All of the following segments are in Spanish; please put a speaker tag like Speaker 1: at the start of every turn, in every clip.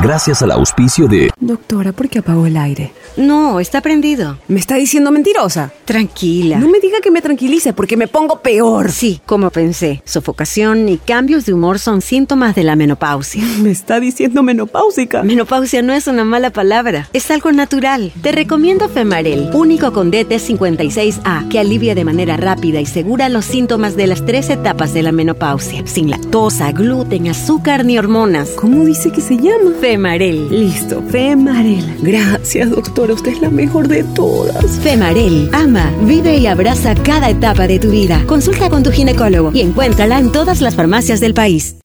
Speaker 1: Gracias al auspicio de
Speaker 2: Doctora, ¿por qué apagó el aire?
Speaker 3: No, está prendido.
Speaker 2: Me está diciendo mentirosa.
Speaker 3: Tranquila.
Speaker 2: No me diga que me tranquilice porque me pongo peor.
Speaker 3: Sí, como pensé, sofocación y cambios de humor son síntomas de la menopausia.
Speaker 2: Me está diciendo menopáusica.
Speaker 3: Menopausia no es una mala palabra, es algo natural. Te recomiendo Femarel, único con DT56A, que alivia de manera rápida y segura los síntomas de las tres etapas de la menopausia, sin lactosa, gluten, azúcar ni hormonas.
Speaker 2: ¿Cómo dice que se llama?
Speaker 3: Femarel.
Speaker 2: Listo, Femarel. Gracias, doctora. Usted es la mejor de todas.
Speaker 3: Femarel, ama, vive y abraza cada etapa de tu vida. Consulta con tu ginecólogo y encuéntrala en todas las farmacias del país.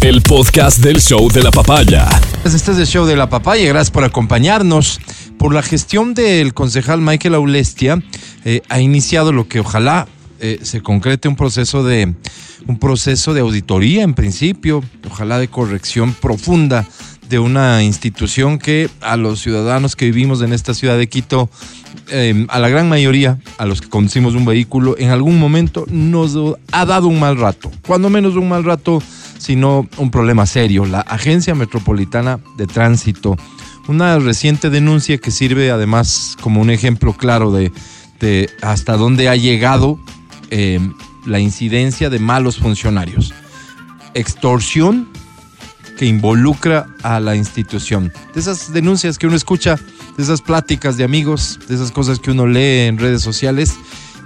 Speaker 4: El podcast del show de la papaya.
Speaker 5: Este es el show de la papaya, gracias por acompañarnos. Por la gestión del concejal Michael Aulestia, eh, ha iniciado lo que ojalá eh, se concrete un proceso de un proceso de auditoría en principio, ojalá de corrección profunda de una institución que a los ciudadanos que vivimos en esta ciudad de Quito, eh, a la gran mayoría, a los que conducimos un vehículo, en algún momento nos ha dado un mal rato, cuando menos un mal rato, sino un problema serio. La Agencia Metropolitana de Tránsito, una reciente denuncia que sirve además como un ejemplo claro de, de hasta dónde ha llegado eh, la incidencia de malos funcionarios. Extorsión que involucra a la institución. De esas denuncias que uno escucha, de esas pláticas de amigos, de esas cosas que uno lee en redes sociales,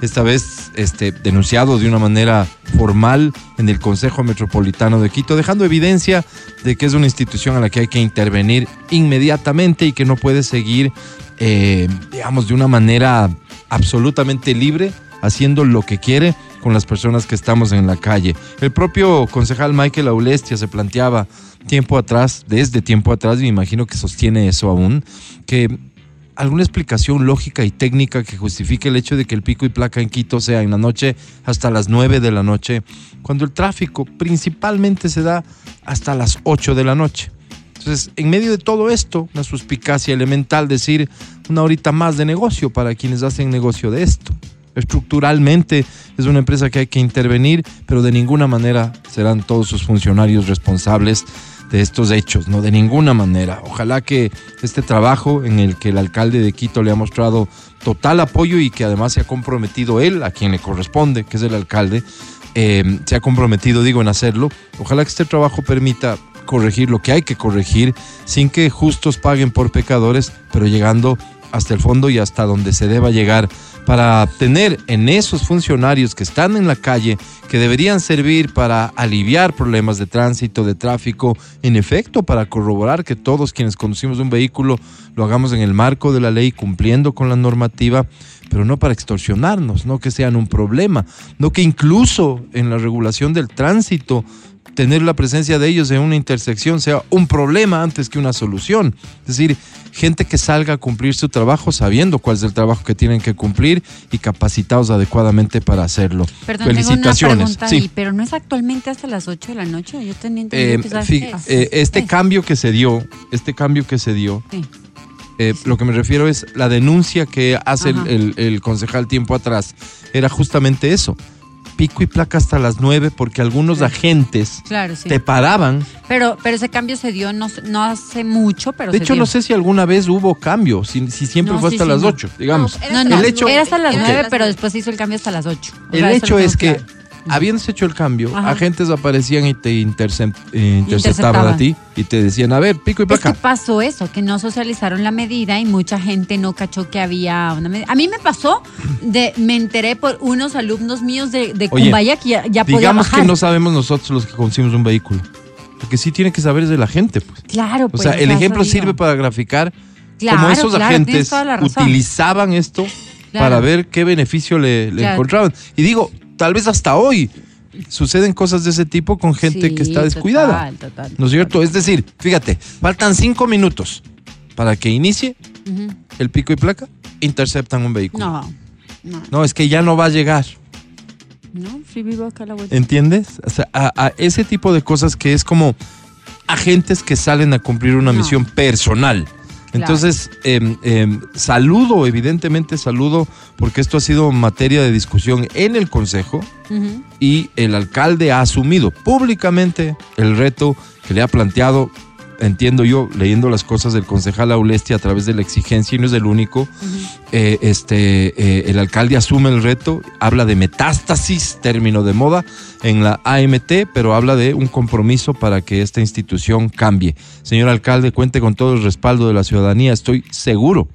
Speaker 5: esta vez este, denunciado de una manera formal en el Consejo Metropolitano de Quito, dejando evidencia de que es una institución a la que hay que intervenir inmediatamente y que no puede seguir, eh, digamos, de una manera absolutamente libre, haciendo lo que quiere con las personas que estamos en la calle. El propio concejal Michael Aulestia se planteaba tiempo atrás, desde tiempo atrás, me imagino que sostiene eso aún, que alguna explicación lógica y técnica que justifique el hecho de que el pico y placa en Quito sea en la noche hasta las 9 de la noche, cuando el tráfico principalmente se da hasta las 8 de la noche. Entonces, en medio de todo esto, una suspicacia elemental decir una horita más de negocio para quienes hacen negocio de esto. Estructuralmente es una empresa que hay que intervenir, pero de ninguna manera serán todos sus funcionarios responsables de estos hechos, no de ninguna manera. Ojalá que este trabajo en el que el alcalde de Quito le ha mostrado total apoyo y que además se ha comprometido él, a quien le corresponde, que es el alcalde, eh, se ha comprometido, digo, en hacerlo. Ojalá que este trabajo permita corregir lo que hay que corregir sin que justos paguen por pecadores, pero llegando hasta el fondo y hasta donde se deba llegar para tener en esos funcionarios que están en la calle, que deberían servir para aliviar problemas de tránsito, de tráfico, en efecto, para corroborar que todos quienes conducimos un vehículo lo hagamos en el marco de la ley, cumpliendo con la normativa, pero no para extorsionarnos, no que sean un problema, no que incluso en la regulación del tránsito tener la presencia de ellos en una intersección sea un problema antes que una solución. Es decir, gente que salga a cumplir su trabajo sabiendo cuál es el trabajo que tienen que cumplir y capacitados adecuadamente para hacerlo.
Speaker 6: Perdón, Felicitaciones. Tengo una pregunta ahí, pero no es actualmente hasta las 8 de la noche. Yo tenía entendido
Speaker 5: Eh,
Speaker 6: que es a-
Speaker 5: fi-
Speaker 6: es-
Speaker 5: eh, este
Speaker 6: es.
Speaker 5: cambio que se dio, este cambio que se dio,
Speaker 6: Sí.
Speaker 5: eh, lo que me refiero es la denuncia que hace el,
Speaker 6: Ajá.
Speaker 5: el- el concejal tiempo atrás, era justamente eso, pico y placa hasta las 9 porque algunos
Speaker 6: Claro.
Speaker 5: agentes
Speaker 6: Claro, sí.
Speaker 5: te paraban.
Speaker 6: Pero, pero ese cambio se dio no, no hace mucho, pero
Speaker 5: De
Speaker 6: se
Speaker 5: hecho,
Speaker 6: dio.
Speaker 5: no sé si alguna vez hubo cambio, si, si siempre
Speaker 6: No,
Speaker 5: fue
Speaker 6: sí,
Speaker 5: hasta
Speaker 6: sí,
Speaker 5: las
Speaker 6: no.
Speaker 5: 8, digamos.
Speaker 6: No,
Speaker 5: el
Speaker 6: no,
Speaker 5: hecho-
Speaker 6: era hasta las
Speaker 5: Ok.
Speaker 6: nueve, pero después se hizo el cambio hasta las 8.
Speaker 5: El hecho es que, habiéndose hecho el cambio,
Speaker 6: Ajá.
Speaker 5: agentes aparecían y te intercep- eh, interceptaban a
Speaker 6: Interceptaban.
Speaker 5: ti y te decían, a ver, pico y
Speaker 6: Es
Speaker 5: placa.
Speaker 6: que pasó eso, que no socializaron la medida y mucha gente no cachó que había una medida. A mí me pasó, de, me enteré por unos alumnos míos de, de
Speaker 5: Oye,
Speaker 6: Cumbaya que ya, ya podía
Speaker 5: Digamos
Speaker 6: bajar.
Speaker 5: que no sabemos nosotros los que conducimos un vehículo. Lo que sí tiene que saber es de la gente, pues.
Speaker 6: Claro,
Speaker 5: O
Speaker 6: pues,
Speaker 5: sea, el
Speaker 6: ha
Speaker 5: ejemplo
Speaker 6: sabido.
Speaker 5: sirve para graficar
Speaker 6: Claro,
Speaker 5: cómo esos
Speaker 6: claro, tienes
Speaker 5: agentes
Speaker 6: toda la razón.
Speaker 5: utilizaban esto
Speaker 6: Claro.
Speaker 5: para ver qué beneficio le, le
Speaker 6: Claro.
Speaker 5: encontraban. Y digo, tal vez hasta hoy suceden cosas de ese tipo con gente
Speaker 6: Sí,
Speaker 5: que está descuidada.
Speaker 6: total, total,
Speaker 5: ¿No es cierto? Es decir, fíjate, faltan cinco minutos para que inicie
Speaker 6: Ujú.
Speaker 5: el pico y placa, interceptan un vehículo.
Speaker 6: No, no,
Speaker 5: No, es que ya no va a llegar.
Speaker 6: no, sí vivo acá a la vuelta.
Speaker 5: ¿Entiendes? O sea, a, a ese tipo de cosas que es como agentes que salen a cumplir una
Speaker 6: No.
Speaker 5: misión personal. Entonces, em, em, saludo, evidentemente saludo, porque esto ha sido materia de discusión en el Consejo y el alcalde ha asumido públicamente el reto que le ha planteado, entiendo yo, leyendo las cosas del concejal Aulesti a través de la exigencia, y no es el único, eh, este, eh, el alcalde asume el reto, habla de metástasis, término de moda, en la AMT, pero habla de un compromiso para que esta institución cambie. Señor alcalde, cuente con todo el respaldo de la ciudadanía, estoy seguro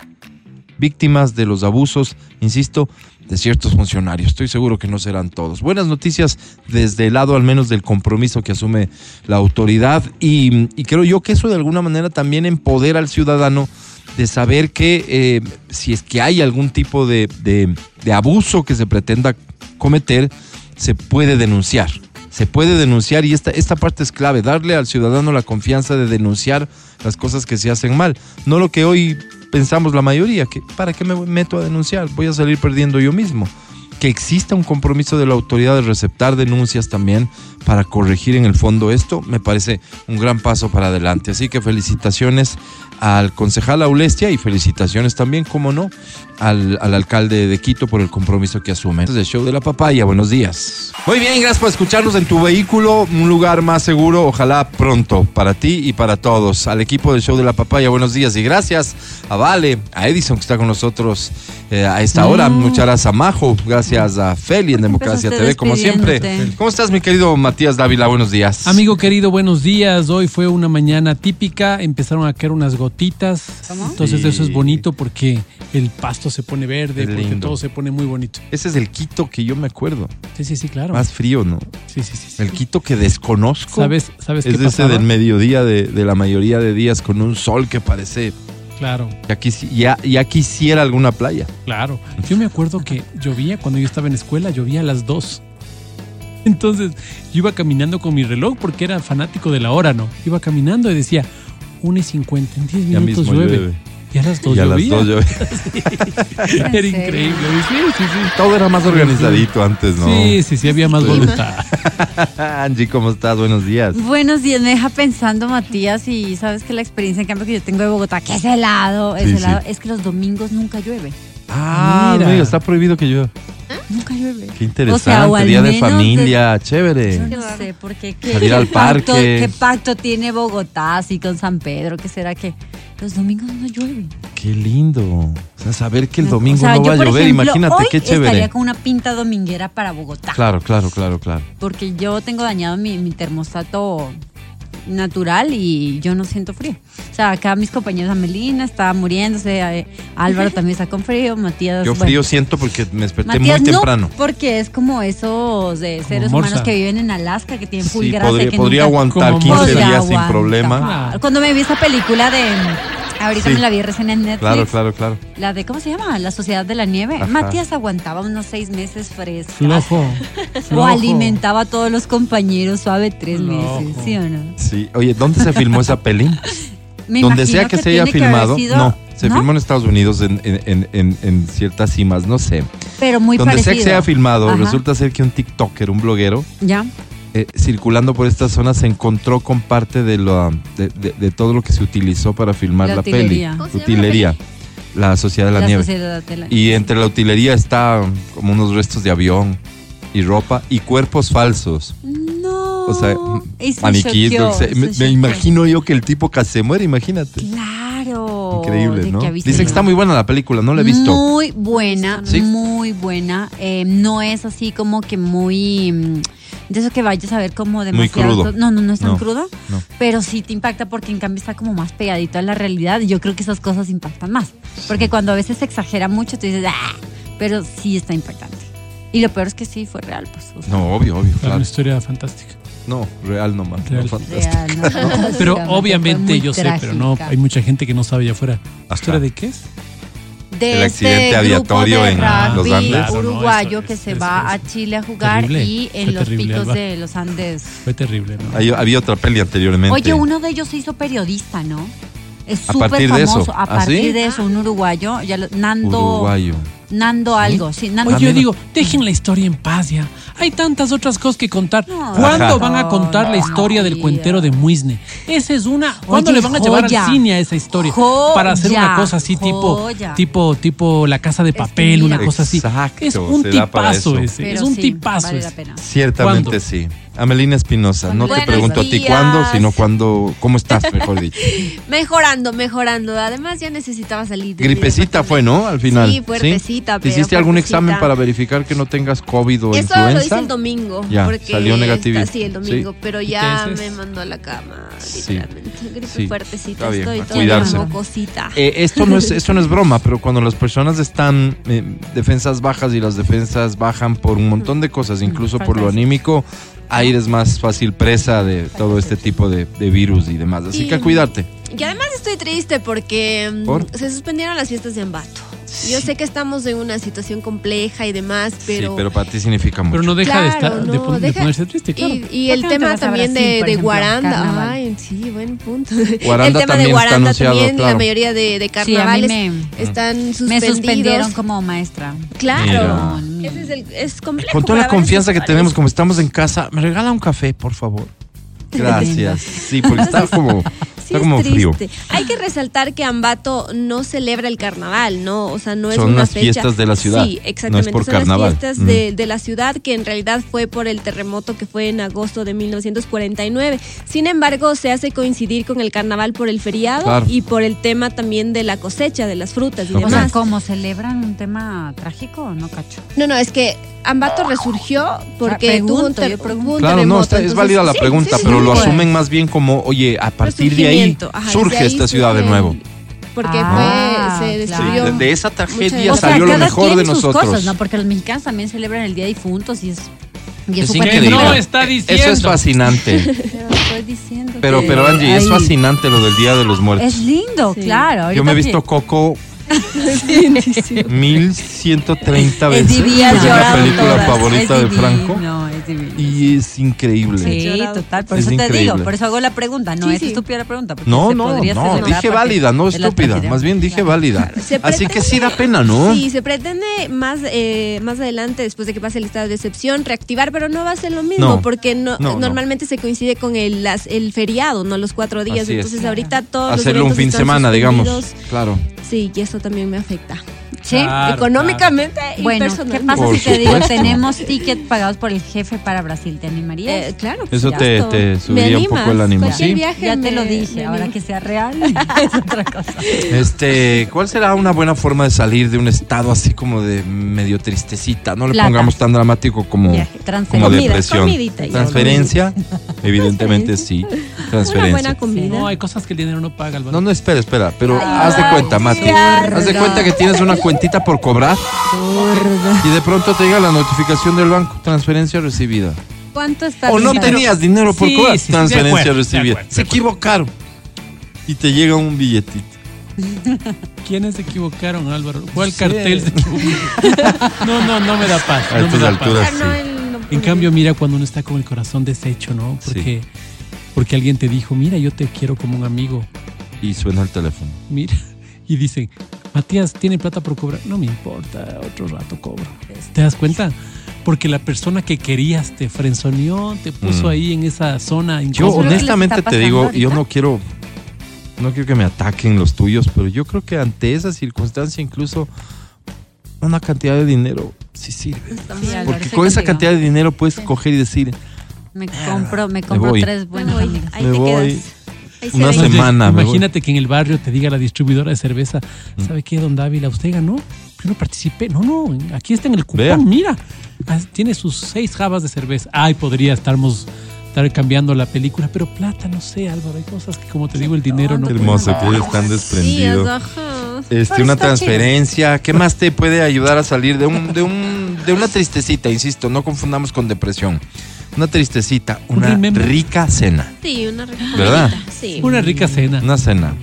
Speaker 5: víctimas de los abusos, insisto, de ciertos funcionarios. Estoy seguro que no serán todos. Buenas noticias desde el lado al menos del compromiso que asume la autoridad y, y creo yo que eso de alguna manera también empodera al ciudadano de saber que eh, si es que hay algún tipo de, de- de abuso que se pretenda cometer, se puede denunciar. Se puede denunciar y esta, esta parte es clave, darle al ciudadano la confianza de denunciar las cosas que se hacen mal. No lo que hoy pensamos la mayoría, que ¿para qué me meto a denunciar? Voy a salir perdiendo yo mismo. Que exista un compromiso de la autoridad de receptar denuncias también para corregir en el fondo esto, me parece un gran paso para adelante. Así que felicitaciones al concejal Aulestia y felicitaciones también, como no, al, al alcalde de Quito por el compromiso que asume. Este es el show de la papaya, buenos días. Muy bien, gracias por escucharnos en tu vehículo, un lugar más seguro, ojalá pronto, para ti y para todos. Al equipo del show de la papaya, buenos días y gracias a Vale, a Edison que está con nosotros eh, a esta hora,
Speaker 1: Mm.
Speaker 5: muchas gracias a Majo, gracias a Feli en Democracia
Speaker 6: Empezaste
Speaker 5: TV, como siempre.
Speaker 6: despidiéndote.
Speaker 5: ¿Cómo estás, mi querido Matías Dávila? Buenos días.
Speaker 1: Amigo querido, buenos días. Hoy fue una mañana típica. Empezaron a caer unas gotitas. Entonces
Speaker 5: Sí.
Speaker 1: eso es bonito porque el pasto se pone verde,
Speaker 5: Qué
Speaker 1: porque
Speaker 5: lindo.
Speaker 1: todo se pone muy bonito.
Speaker 5: Ese es el Quito que yo me acuerdo.
Speaker 1: Sí, sí, sí, claro.
Speaker 5: Más frío, ¿no?
Speaker 1: Sí, sí, sí. sí.
Speaker 5: El Quito que desconozco.
Speaker 1: ¿Sabes, sabes
Speaker 5: Es
Speaker 1: qué
Speaker 5: de ese
Speaker 1: pasaba?
Speaker 5: del mediodía de, de la mayoría de días con un sol que parece.
Speaker 1: Claro,
Speaker 5: Ya, quisi- ya, ya quisiera alguna playa.
Speaker 1: claro. Yo me acuerdo que llovía cuando yo estaba en escuela, llovía a las 2. Entonces yo iba caminando con mi reloj porque era fanático de la hora, ¿no? Iba caminando y decía 1 y 50, en 10
Speaker 5: Ya
Speaker 1: minutos
Speaker 5: mismo
Speaker 1: llueve.
Speaker 5: llueve.
Speaker 1: Y a las 2
Speaker 5: Y a las
Speaker 1: llovía.
Speaker 5: dos llueve.
Speaker 1: Era increíble. Sí, sí, sí.
Speaker 5: Todo era más organizadito antes, ¿no?
Speaker 1: Sí, sí, sí, había más
Speaker 5: Sí.
Speaker 1: voluntad.
Speaker 5: Angie, ¿cómo estás? Buenos días.
Speaker 6: Buenos días, me deja pensando Matías y sabes que la experiencia en cambio que yo tengo de Bogotá, que es helado, es
Speaker 5: Sí, sí.
Speaker 6: helado, es que los domingos nunca llueve,
Speaker 5: Ah,
Speaker 1: Mira.
Speaker 5: amigo, está prohibido que llueva.
Speaker 6: nunca llueve.
Speaker 5: Qué interesante.
Speaker 6: o al
Speaker 5: Día de
Speaker 6: menos
Speaker 5: familia,
Speaker 6: Yo
Speaker 5: chévere.
Speaker 6: no sé por qué. ¿qué,
Speaker 5: Salir al
Speaker 6: qué pacto-
Speaker 5: parque.
Speaker 6: ¿Qué pacto tiene Bogotá así con San Pedro? ¿Qué será que los domingos no llueve?
Speaker 5: Qué lindo. O sea, saber que el
Speaker 6: O
Speaker 5: domingo
Speaker 6: sea,
Speaker 5: no
Speaker 6: yo,
Speaker 5: va a
Speaker 6: por
Speaker 5: llover,
Speaker 6: ejemplo,
Speaker 5: imagínate,
Speaker 6: hoy
Speaker 5: qué chévere.
Speaker 6: Estaría con una pinta dominguera para Bogotá.
Speaker 5: Claro, claro, claro, claro.
Speaker 6: Porque yo tengo dañado mi, mi termostato natural y yo no siento frío. O sea, acá mis compañeros Amelina está muriéndose, eh, Álvaro también está con frío, Matías.
Speaker 5: Yo
Speaker 6: Pues bueno.
Speaker 5: frío siento porque me desperté
Speaker 6: Matías
Speaker 5: muy
Speaker 6: no,
Speaker 5: temprano.
Speaker 6: porque es como esos de
Speaker 1: Como
Speaker 6: seres
Speaker 1: morsa.
Speaker 6: humanos que viven en Alaska, que tienen full
Speaker 5: Sí,
Speaker 6: grasa.
Speaker 5: podría,
Speaker 6: que
Speaker 5: podría
Speaker 6: nunca-
Speaker 5: aguantar
Speaker 1: Como
Speaker 5: 15
Speaker 1: mosca.
Speaker 5: días sin
Speaker 6: aguanta.
Speaker 5: problema.
Speaker 1: Claro.
Speaker 6: Cuando me vi esa película de... Ahorita
Speaker 5: Sí.
Speaker 6: me la vi recién en Netflix.
Speaker 5: Claro, claro, claro.
Speaker 6: La de, ¿cómo se llama? La Sociedad de la Nieve.
Speaker 5: Ajá.
Speaker 6: Matías aguantaba unos seis meses fresca.
Speaker 1: Flojo.
Speaker 6: O
Speaker 1: flojo.
Speaker 6: alimentaba a todos los compañeros suave tres meses,
Speaker 1: Loco.
Speaker 6: ¿sí o no?
Speaker 5: Sí. Oye, ¿dónde se filmó esa peli?
Speaker 6: Me
Speaker 5: Donde
Speaker 6: imagino
Speaker 5: sea que, se haya
Speaker 6: tiene que
Speaker 5: filmado.
Speaker 6: haber sido-
Speaker 5: no, se filmó en Estados Unidos en, en- en- en- en ciertas cimas, no sé.
Speaker 6: Pero muy
Speaker 5: Donde sea
Speaker 6: parecido.
Speaker 5: que se haya filmado,
Speaker 6: Ajá.
Speaker 5: resulta ser que un TikToker, un bloguero,
Speaker 6: Ya.
Speaker 5: eh, circulando por esta zona se encontró con parte de, lo, de, de- de todo lo que se utilizó para filmar
Speaker 6: La
Speaker 5: la,
Speaker 6: utilería. ¿Cómo
Speaker 5: peli. Utilería. La Sociedad de la,
Speaker 6: La,
Speaker 5: Nieve.
Speaker 6: Sociedad de la Nieve.
Speaker 5: Y entre la utilería está como unos restos de avión y ropa y cuerpos falsos.
Speaker 6: No.
Speaker 5: O sea,
Speaker 6: Oh, Y se
Speaker 5: maniquís.
Speaker 6: choqueó,
Speaker 5: dulce.
Speaker 6: se
Speaker 5: Me, me
Speaker 6: choqueó.
Speaker 5: imagino yo que el tipo casi se muere, imagínate.
Speaker 6: Claro.
Speaker 5: Increíble,
Speaker 6: de
Speaker 5: ¿no?
Speaker 6: que avisen.
Speaker 5: Dicen que está muy buena la película, no la he visto.
Speaker 6: Muy buena,
Speaker 5: Sí.
Speaker 6: muy buena. Eh, no es así como que muy. mm, De eso que vayas a ver como demasiado.
Speaker 5: crudo.
Speaker 6: No, no, no es tan
Speaker 5: No,
Speaker 6: crudo.
Speaker 5: no.
Speaker 6: Pero sí te impacta porque en cambio está como más pegadito a la realidad. Y yo creo que esas cosas impactan más. Porque cuando a veces se exagera mucho, tú dices, ¡ah! Pero sí está impactante. Y lo peor es que sí fue real, pues. o sea,
Speaker 5: No, obvio, obvio,
Speaker 1: Claro,
Speaker 5: claro.
Speaker 1: Una historia fantástica.
Speaker 5: No, real nomás.
Speaker 1: Real.
Speaker 5: no fantástico.
Speaker 6: real, ¿no? Fantásticamente
Speaker 1: Pero
Speaker 6: fue
Speaker 1: obviamente
Speaker 6: muy
Speaker 1: yo sé, pero no,
Speaker 6: trágica.
Speaker 1: hay mucha gente que no sabe allá afuera. ¿Historia de qué es?
Speaker 6: de
Speaker 5: El accidente
Speaker 6: este
Speaker 5: aviatorio
Speaker 6: grupo de
Speaker 5: en
Speaker 1: los
Speaker 6: rugby
Speaker 1: Andes. Claro, no,
Speaker 6: uruguayo
Speaker 1: eso
Speaker 6: que
Speaker 1: es-
Speaker 6: se
Speaker 1: es-
Speaker 6: va
Speaker 1: es
Speaker 6: a Chile a jugar
Speaker 1: terrible.
Speaker 6: y en
Speaker 1: Fue
Speaker 6: los
Speaker 1: terrible,
Speaker 6: picos
Speaker 1: Alba.
Speaker 6: de los Andes.
Speaker 1: Fue terrible, ¿no?
Speaker 5: Hay- había otra peli anteriormente.
Speaker 6: Oye, uno de ellos se hizo periodista, ¿no? Es
Speaker 5: A
Speaker 6: súper
Speaker 5: partir de
Speaker 6: famoso.
Speaker 5: eso.
Speaker 6: A
Speaker 5: ¿Ah,
Speaker 6: partir
Speaker 5: sí?
Speaker 6: de eso, un uruguayo, ya lo- Nando
Speaker 5: uruguayo.
Speaker 6: Nando algo, sí, Nando.
Speaker 1: Oye, yo
Speaker 5: También-
Speaker 1: digo, dejen la historia en paz ya. Hay tantas otras cosas que contar.
Speaker 6: No.
Speaker 1: ¿Cuándo
Speaker 5: Ajá.
Speaker 1: van a contar la
Speaker 6: No,
Speaker 1: historia del
Speaker 6: no.
Speaker 1: cuentero de Muisne? Esa es una. ¿Cuándo
Speaker 6: Oye,
Speaker 1: le van a llevar
Speaker 6: joya.
Speaker 1: al cine a esa historia?
Speaker 6: Joya,
Speaker 1: Para hacer una cosa así tipo,
Speaker 6: joya.
Speaker 1: tipo, tipo la casa de
Speaker 6: que
Speaker 1: papel, una
Speaker 6: mira.
Speaker 1: cosa así.
Speaker 5: Exacto,
Speaker 1: es un
Speaker 5: se da para
Speaker 1: tipazo
Speaker 5: eso.
Speaker 1: ese. Es
Speaker 6: Pero
Speaker 1: un
Speaker 6: sí,
Speaker 1: tipazo
Speaker 6: vale la
Speaker 1: ese.
Speaker 6: pena.
Speaker 5: Ciertamente
Speaker 1: ¿Cuándo?
Speaker 5: sí. Amelina Espinosa, no te
Speaker 7: Buenos
Speaker 5: pregunto a ti
Speaker 7: días.
Speaker 5: cuándo, sino cuándo, cómo estás, mejor dicho.
Speaker 7: Mejorando, mejorando. Además, ya necesitaba salir. de-
Speaker 5: Gripecita fue, ¿no? Al final.
Speaker 7: Sí,
Speaker 5: ¿Te
Speaker 7: fuertecita, pero
Speaker 5: hiciste algún
Speaker 7: fuertecita.
Speaker 5: examen para verificar que no tengas COVID o
Speaker 7: Eso
Speaker 5: influenza?
Speaker 7: lo hice el domingo.
Speaker 5: Ya,
Speaker 7: porque
Speaker 5: salió negativo.
Speaker 7: está- sí, el domingo.
Speaker 5: Sí.
Speaker 7: Pero
Speaker 1: ¿Y
Speaker 7: ya
Speaker 1: qué haces?
Speaker 7: me mandó a la cama.
Speaker 5: Sí.
Speaker 7: Literalmente. Gripe
Speaker 5: Sí. Está
Speaker 7: fuertecita.
Speaker 5: bien, a
Speaker 7: Estoy
Speaker 5: cuidarse.
Speaker 7: toda mocosita.
Speaker 5: Eh, esto, no es, esto no es broma, pero cuando las personas están eh, defensas bajas y las defensas bajan por un montón de cosas, incluso por lo anímico, ahí eres más fácil presa de todo este tipo de, de virus y demás. Así
Speaker 7: Y-
Speaker 5: que a cuidarte.
Speaker 7: Y además estoy triste porque mm,
Speaker 5: ¿Por?
Speaker 7: se suspendieron las fiestas de Ambato. Yo sé que estamos en una situación compleja y demás, pero.
Speaker 5: sí, pero para ti significa mucho.
Speaker 1: Pero no deja de,
Speaker 7: Claro,
Speaker 1: estar, de,
Speaker 7: no,
Speaker 1: pon- de
Speaker 7: deja-
Speaker 1: ponerse triste, claro.
Speaker 7: Y, y
Speaker 6: ¿Por
Speaker 7: el
Speaker 6: qué no te
Speaker 7: tema
Speaker 6: vas a
Speaker 7: también
Speaker 6: Brasil,
Speaker 7: de,
Speaker 6: por
Speaker 7: de
Speaker 6: ejemplo,
Speaker 7: Guaranda.
Speaker 6: carnaval?
Speaker 7: Ay, sí, buen punto. el
Speaker 5: Guaranda
Speaker 7: tema
Speaker 5: también
Speaker 7: de
Speaker 5: está
Speaker 7: Guaranda
Speaker 5: anunciado,
Speaker 7: también,
Speaker 5: claro.
Speaker 7: la mayoría de, de
Speaker 6: Sí, a mí
Speaker 7: carnavales
Speaker 6: me,
Speaker 7: están
Speaker 6: me
Speaker 7: suspendidos.
Speaker 6: suspendieron como maestra.
Speaker 7: Claro.
Speaker 6: Mira.
Speaker 7: Ese es, el, es complejo.
Speaker 5: Con toda la
Speaker 7: para varios
Speaker 5: confianza que
Speaker 7: sectores.
Speaker 5: tenemos, como estamos en casa, me regala un café, por favor. Gracias. Sí, porque está como,
Speaker 7: Sí,
Speaker 5: está como
Speaker 7: es
Speaker 5: frío.
Speaker 7: triste. Hay que resaltar que Ambato no celebra el carnaval, ¿no? O sea, no es
Speaker 5: Son
Speaker 7: una
Speaker 5: las
Speaker 7: fecha.
Speaker 5: fiestas de la ciudad,
Speaker 7: Sí,
Speaker 5: no es
Speaker 7: exactamente.
Speaker 5: por
Speaker 7: Son
Speaker 5: carnaval.
Speaker 7: las fiestas de, de la ciudad que en realidad fue por el terremoto que fue en agosto de 1949. Sin embargo, se hace coincidir con el carnaval por el feriado
Speaker 5: Claro.
Speaker 7: y por el tema también de la cosecha, de las frutas y
Speaker 5: Ok.
Speaker 6: O sea,
Speaker 7: demás.
Speaker 6: como celebran un tema trágico, no cacho.
Speaker 7: No, no, es que Ambato resurgió porque
Speaker 6: Pregunto,
Speaker 7: tuvo un, ter-
Speaker 6: yo pregunto.
Speaker 7: tuvo un
Speaker 5: Claro, no,
Speaker 7: terremoto,
Speaker 5: está- es
Speaker 7: entonces-
Speaker 5: válida la
Speaker 7: sí,
Speaker 5: pregunta,
Speaker 7: sí, sí,
Speaker 5: pero lo
Speaker 7: sí.
Speaker 5: asumen más bien como, oye, a partir de ahí
Speaker 7: Resurgimiento, ajá,
Speaker 5: surge
Speaker 7: desde ahí
Speaker 5: esta ciudad de
Speaker 7: surge
Speaker 5: nuevo.
Speaker 7: el- Porque
Speaker 6: Ah,
Speaker 7: fue, se
Speaker 5: Sí,
Speaker 7: destruyó.
Speaker 5: de,
Speaker 6: claro.
Speaker 5: de esa
Speaker 7: Ya
Speaker 5: tragedia
Speaker 7: O sea,
Speaker 5: salió lo
Speaker 6: cada
Speaker 5: mejor
Speaker 6: quien
Speaker 5: de
Speaker 6: sus
Speaker 5: nosotros.
Speaker 6: cosas, ¿no? Porque los mexicanos también celebran el Día de Difuntos y es... Y
Speaker 5: Es
Speaker 6: es
Speaker 1: Que
Speaker 6: súper
Speaker 5: increíble.
Speaker 1: no está diciendo.
Speaker 5: Eso es fascinante.
Speaker 6: Pero estoy diciendo
Speaker 5: Pero,
Speaker 6: que
Speaker 5: pero Angie, es
Speaker 6: ahí-
Speaker 5: fascinante lo del Día de los Muertos.
Speaker 6: Es lindo,
Speaker 7: Sí.
Speaker 6: claro.
Speaker 5: Yo
Speaker 6: ahorita
Speaker 5: me he
Speaker 6: que-
Speaker 5: visto Coco 1130
Speaker 6: Es
Speaker 5: veces.
Speaker 6: divina,
Speaker 5: es la
Speaker 6: llorado
Speaker 5: película
Speaker 6: todas.
Speaker 5: favorita
Speaker 6: Es
Speaker 5: de
Speaker 6: divino,
Speaker 5: Franco.
Speaker 6: es divino.
Speaker 5: Y es increíble.
Speaker 6: Sí, total, por
Speaker 5: Es
Speaker 6: eso te
Speaker 5: increíble.
Speaker 6: digo, por eso hago la pregunta, no
Speaker 7: Sí,
Speaker 6: es
Speaker 7: sí.
Speaker 6: estúpida la pregunta. porque
Speaker 5: No,
Speaker 6: se
Speaker 5: no,
Speaker 6: podría
Speaker 5: no,
Speaker 6: celebrar
Speaker 5: dije
Speaker 6: porque
Speaker 5: válida, no
Speaker 6: es la
Speaker 5: estúpida,
Speaker 6: tragedia.
Speaker 5: más bien dije
Speaker 6: Claro.
Speaker 5: válida.
Speaker 7: Se
Speaker 5: Así que
Speaker 7: pretende-
Speaker 5: sí da pena, ¿no?
Speaker 7: Sí, se pretende más, eh, más adelante, después de que pase el estado de excepción, reactivar, pero no va a ser lo mismo,
Speaker 5: No,
Speaker 7: porque no,
Speaker 5: no, no.
Speaker 7: normalmente se coincide con el, las- el feriado, no los cuatro días.
Speaker 5: Así es.
Speaker 7: entonces, ahorita todos
Speaker 5: Hacerlo
Speaker 7: los
Speaker 5: un
Speaker 7: eventos
Speaker 5: fin de
Speaker 7: están
Speaker 5: semana, digamos.
Speaker 7: suspendidos.
Speaker 5: Claro.
Speaker 7: Sí, y eso también me afecta.
Speaker 6: Sí.
Speaker 1: Claro,
Speaker 7: Ah, Económicamente y
Speaker 6: Bueno, ¿qué
Speaker 7: personalmente.
Speaker 6: pasa
Speaker 5: Por
Speaker 6: si te digo
Speaker 5: supuesto.
Speaker 6: tenemos ticket pagados por el jefe para Brasil? ¿Te animarías?
Speaker 7: Eh, claro. por
Speaker 5: Eso te-
Speaker 7: supuesto.
Speaker 5: te
Speaker 7: Me
Speaker 5: subiría un poco
Speaker 7: animas,
Speaker 5: el ánimo,
Speaker 7: cualquier
Speaker 5: sí.
Speaker 7: viaje
Speaker 6: ya
Speaker 7: me-
Speaker 6: te lo dije,
Speaker 7: me
Speaker 6: ahora
Speaker 7: anima.
Speaker 6: que sea real es otra cosa.
Speaker 5: Este, ¿cuál será una buena forma de salir de un estado así como de medio tristecita? No le
Speaker 6: Plata.
Speaker 5: pongamos tan dramático como,
Speaker 6: Viaje, transferencia.
Speaker 5: como
Speaker 7: Comida,
Speaker 5: depresión.
Speaker 7: comidita y
Speaker 5: transferencia, evidentemente sí.
Speaker 7: Una buena
Speaker 5: Transferencia.
Speaker 7: comida.
Speaker 1: No, hay cosas que el dinero no paga, Álvaro.
Speaker 5: No, no, espera, espera, pero haz de cuenta, Mati. Haz de cuenta que tienes una cuentita por cobrar y de pronto te llega la notificación del banco, transferencia recibida.
Speaker 6: ¿Cuánto está?
Speaker 5: O no
Speaker 6: pensando?
Speaker 5: tenías dinero por
Speaker 1: Sí,
Speaker 5: cobrar,
Speaker 1: sí, sí, de
Speaker 5: transferencia
Speaker 1: acuerdo, de
Speaker 5: recibida.
Speaker 1: acuerdo, de
Speaker 5: Se equivocaron y te llega un billetito.
Speaker 1: ¿Quiénes se equivocaron, Álvaro? ¿Cuál
Speaker 5: Sí.
Speaker 1: cartel se equivocó? no, no, no me da paz.
Speaker 5: A
Speaker 1: no me
Speaker 5: estas
Speaker 1: da paz.
Speaker 5: alturas sí.
Speaker 1: En cambio, mira cuando uno está con el corazón deshecho, ¿no? Porque, porque alguien te dijo, mira, yo te quiero como un amigo.
Speaker 5: Y suena el teléfono.
Speaker 1: Mira. Y dicen, Matías, ¿tiene plata por cobrar? No me importa, otro rato cobro. ¿Te das cuenta? Porque la persona que querías te frenzoneó, te puso
Speaker 5: Mm.
Speaker 1: ahí en esa zona
Speaker 5: Yo
Speaker 6: Pues creo que
Speaker 1: incómoda.
Speaker 6: les está
Speaker 5: honestamente te
Speaker 6: pasando
Speaker 5: digo,
Speaker 6: ahorita.
Speaker 5: yo no quiero no quiero que me ataquen los tuyos, pero yo creo que ante esa circunstancia incluso una cantidad de dinero sí sirve.
Speaker 6: Sí, Álvaro,
Speaker 5: Porque
Speaker 6: estoy
Speaker 5: con esa
Speaker 6: contigo.
Speaker 5: cantidad de dinero puedes coger y decir
Speaker 6: Me compro, me compro
Speaker 5: voy.
Speaker 6: tres
Speaker 7: Bueno,
Speaker 6: buenas
Speaker 7: voy,
Speaker 6: amigas.
Speaker 7: ahí
Speaker 5: Me
Speaker 7: te
Speaker 5: voy.
Speaker 7: quedas. Ahí se
Speaker 5: Una
Speaker 7: ven.
Speaker 5: semana. me voy. Mm.
Speaker 1: imagínate que en el barrio te diga la distribuidora de cerveza, ¿sabe qué, don Dávila? ¿Usted ganó? Yo no participé. No, no, aquí está en el cupón,
Speaker 5: Vea.
Speaker 1: mira. Ah, Tiene sus seis jabas de cerveza. Ay, podría estarmos estar cambiando la película, pero plata, no sé, Álvaro. Hay cosas que, como te digo, el dinero no...
Speaker 5: qué hermoso que eres tan
Speaker 7: Sí,
Speaker 5: desprendido.
Speaker 7: ajá.
Speaker 5: Este,
Speaker 6: Pero
Speaker 5: una
Speaker 6: está
Speaker 5: transferencia, ¿qué más te puede ayudar a salir de un, de un, de una tristecita? Insisto, no confundamos con depresión. Una tristecita,
Speaker 1: Un
Speaker 5: una
Speaker 1: remember.
Speaker 5: rica cena.
Speaker 7: Sí, una rica
Speaker 5: ¿Verdad?
Speaker 7: comidita, Sí.
Speaker 1: Una rica cena.
Speaker 5: Una cena.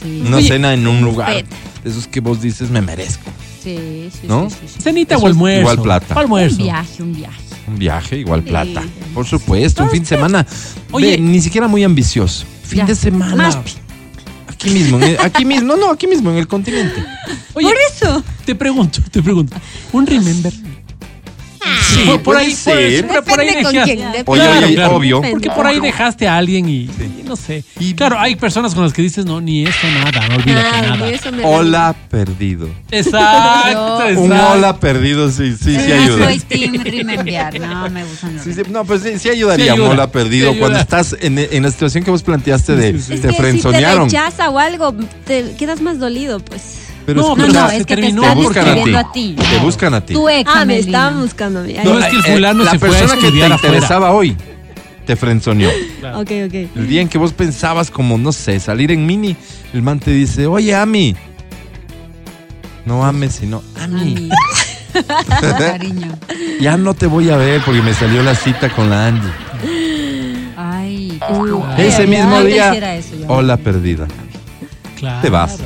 Speaker 6: Sí,
Speaker 5: Una
Speaker 1: Oye.
Speaker 5: cena en un lugar.
Speaker 7: Vete.
Speaker 5: De esos que vos dices me merezco.
Speaker 6: sí, sí,
Speaker 5: ¿No?
Speaker 6: sí, sí, sí.
Speaker 1: Cenita
Speaker 5: Eso
Speaker 1: o
Speaker 5: es
Speaker 1: almuerzo.
Speaker 5: igual plata.
Speaker 6: Un
Speaker 1: Almuerzo.
Speaker 6: viaje, un viaje.
Speaker 5: Un viaje, igual
Speaker 7: Sí.
Speaker 5: plata. Por supuesto, un fin de semana.
Speaker 1: Oye.
Speaker 5: Ve, ni siquiera muy ambicioso. Fin
Speaker 6: Ya.
Speaker 5: de semana.
Speaker 6: Más.
Speaker 5: Aquí mismo, en el- aquí mismo, no, no, aquí mismo, en el continente.
Speaker 1: Oye,
Speaker 7: Por eso.
Speaker 1: te pregunto, te pregunto. ¿Un remember? Sí, por,
Speaker 5: puede
Speaker 1: ahí, por,
Speaker 5: ser.
Speaker 1: siempre por ahí
Speaker 7: Depende con
Speaker 1: dejaste-
Speaker 7: quién,
Speaker 5: Oye,
Speaker 1: Claro,
Speaker 5: oye,
Speaker 1: claro.
Speaker 5: obvio.
Speaker 1: Porque por ahí dejaste a alguien y, y no sé.
Speaker 5: Y-
Speaker 1: claro, hay personas con las que dices, no, ni eso, nada, no olvídate
Speaker 7: Ah,
Speaker 1: nada.
Speaker 7: de eso me
Speaker 5: Hola perdido.
Speaker 1: Exacto, exacto.
Speaker 5: Un hola perdido, sí, sí, sí
Speaker 6: no
Speaker 5: ayuda.
Speaker 6: soy team remember, no me gustan los
Speaker 5: Sí, sí, no, pues sí, sí ayudaría,
Speaker 1: Sí ayuda,
Speaker 5: hola perdido.
Speaker 1: sí
Speaker 5: Cuando
Speaker 1: ayuda.
Speaker 5: estás en, en la situación que vos planteaste de
Speaker 7: Es
Speaker 5: te
Speaker 7: que si te
Speaker 5: frenzonearon.
Speaker 7: rechaza o algo, te quedas más dolido, pues.
Speaker 5: pero
Speaker 1: No,
Speaker 6: No,
Speaker 5: escucha,
Speaker 6: no,
Speaker 1: se
Speaker 6: es que te
Speaker 1: terminó.
Speaker 6: están
Speaker 5: te buscan a ti.
Speaker 6: escribiendo a ti.
Speaker 5: Te buscan a ti.
Speaker 6: Tu ex,
Speaker 7: Ah, me
Speaker 6: Amelina.
Speaker 7: estaban buscando. Ay,
Speaker 1: No, es que el fulano
Speaker 5: Eh, la
Speaker 1: se fue a
Speaker 5: persona que te
Speaker 1: estudiar afuera.
Speaker 5: interesaba hoy te frenzoneó.
Speaker 7: Ok, ok.
Speaker 5: El día en que vos pensabas como, no sé, salir en mini, el man te dice, oye, Ami. No ames, sino Ami.
Speaker 6: Ami.
Speaker 5: ¿Eh?
Speaker 6: Cariño.
Speaker 5: Ya no te voy a ver porque me salió la cita con la Angie.
Speaker 6: Ay, qué estúpido.
Speaker 5: Ese
Speaker 6: Ay,
Speaker 5: mismo
Speaker 6: no te hiciera
Speaker 5: día,
Speaker 6: eso, yo.
Speaker 5: hola perdida.
Speaker 1: Claro.
Speaker 5: Te vas.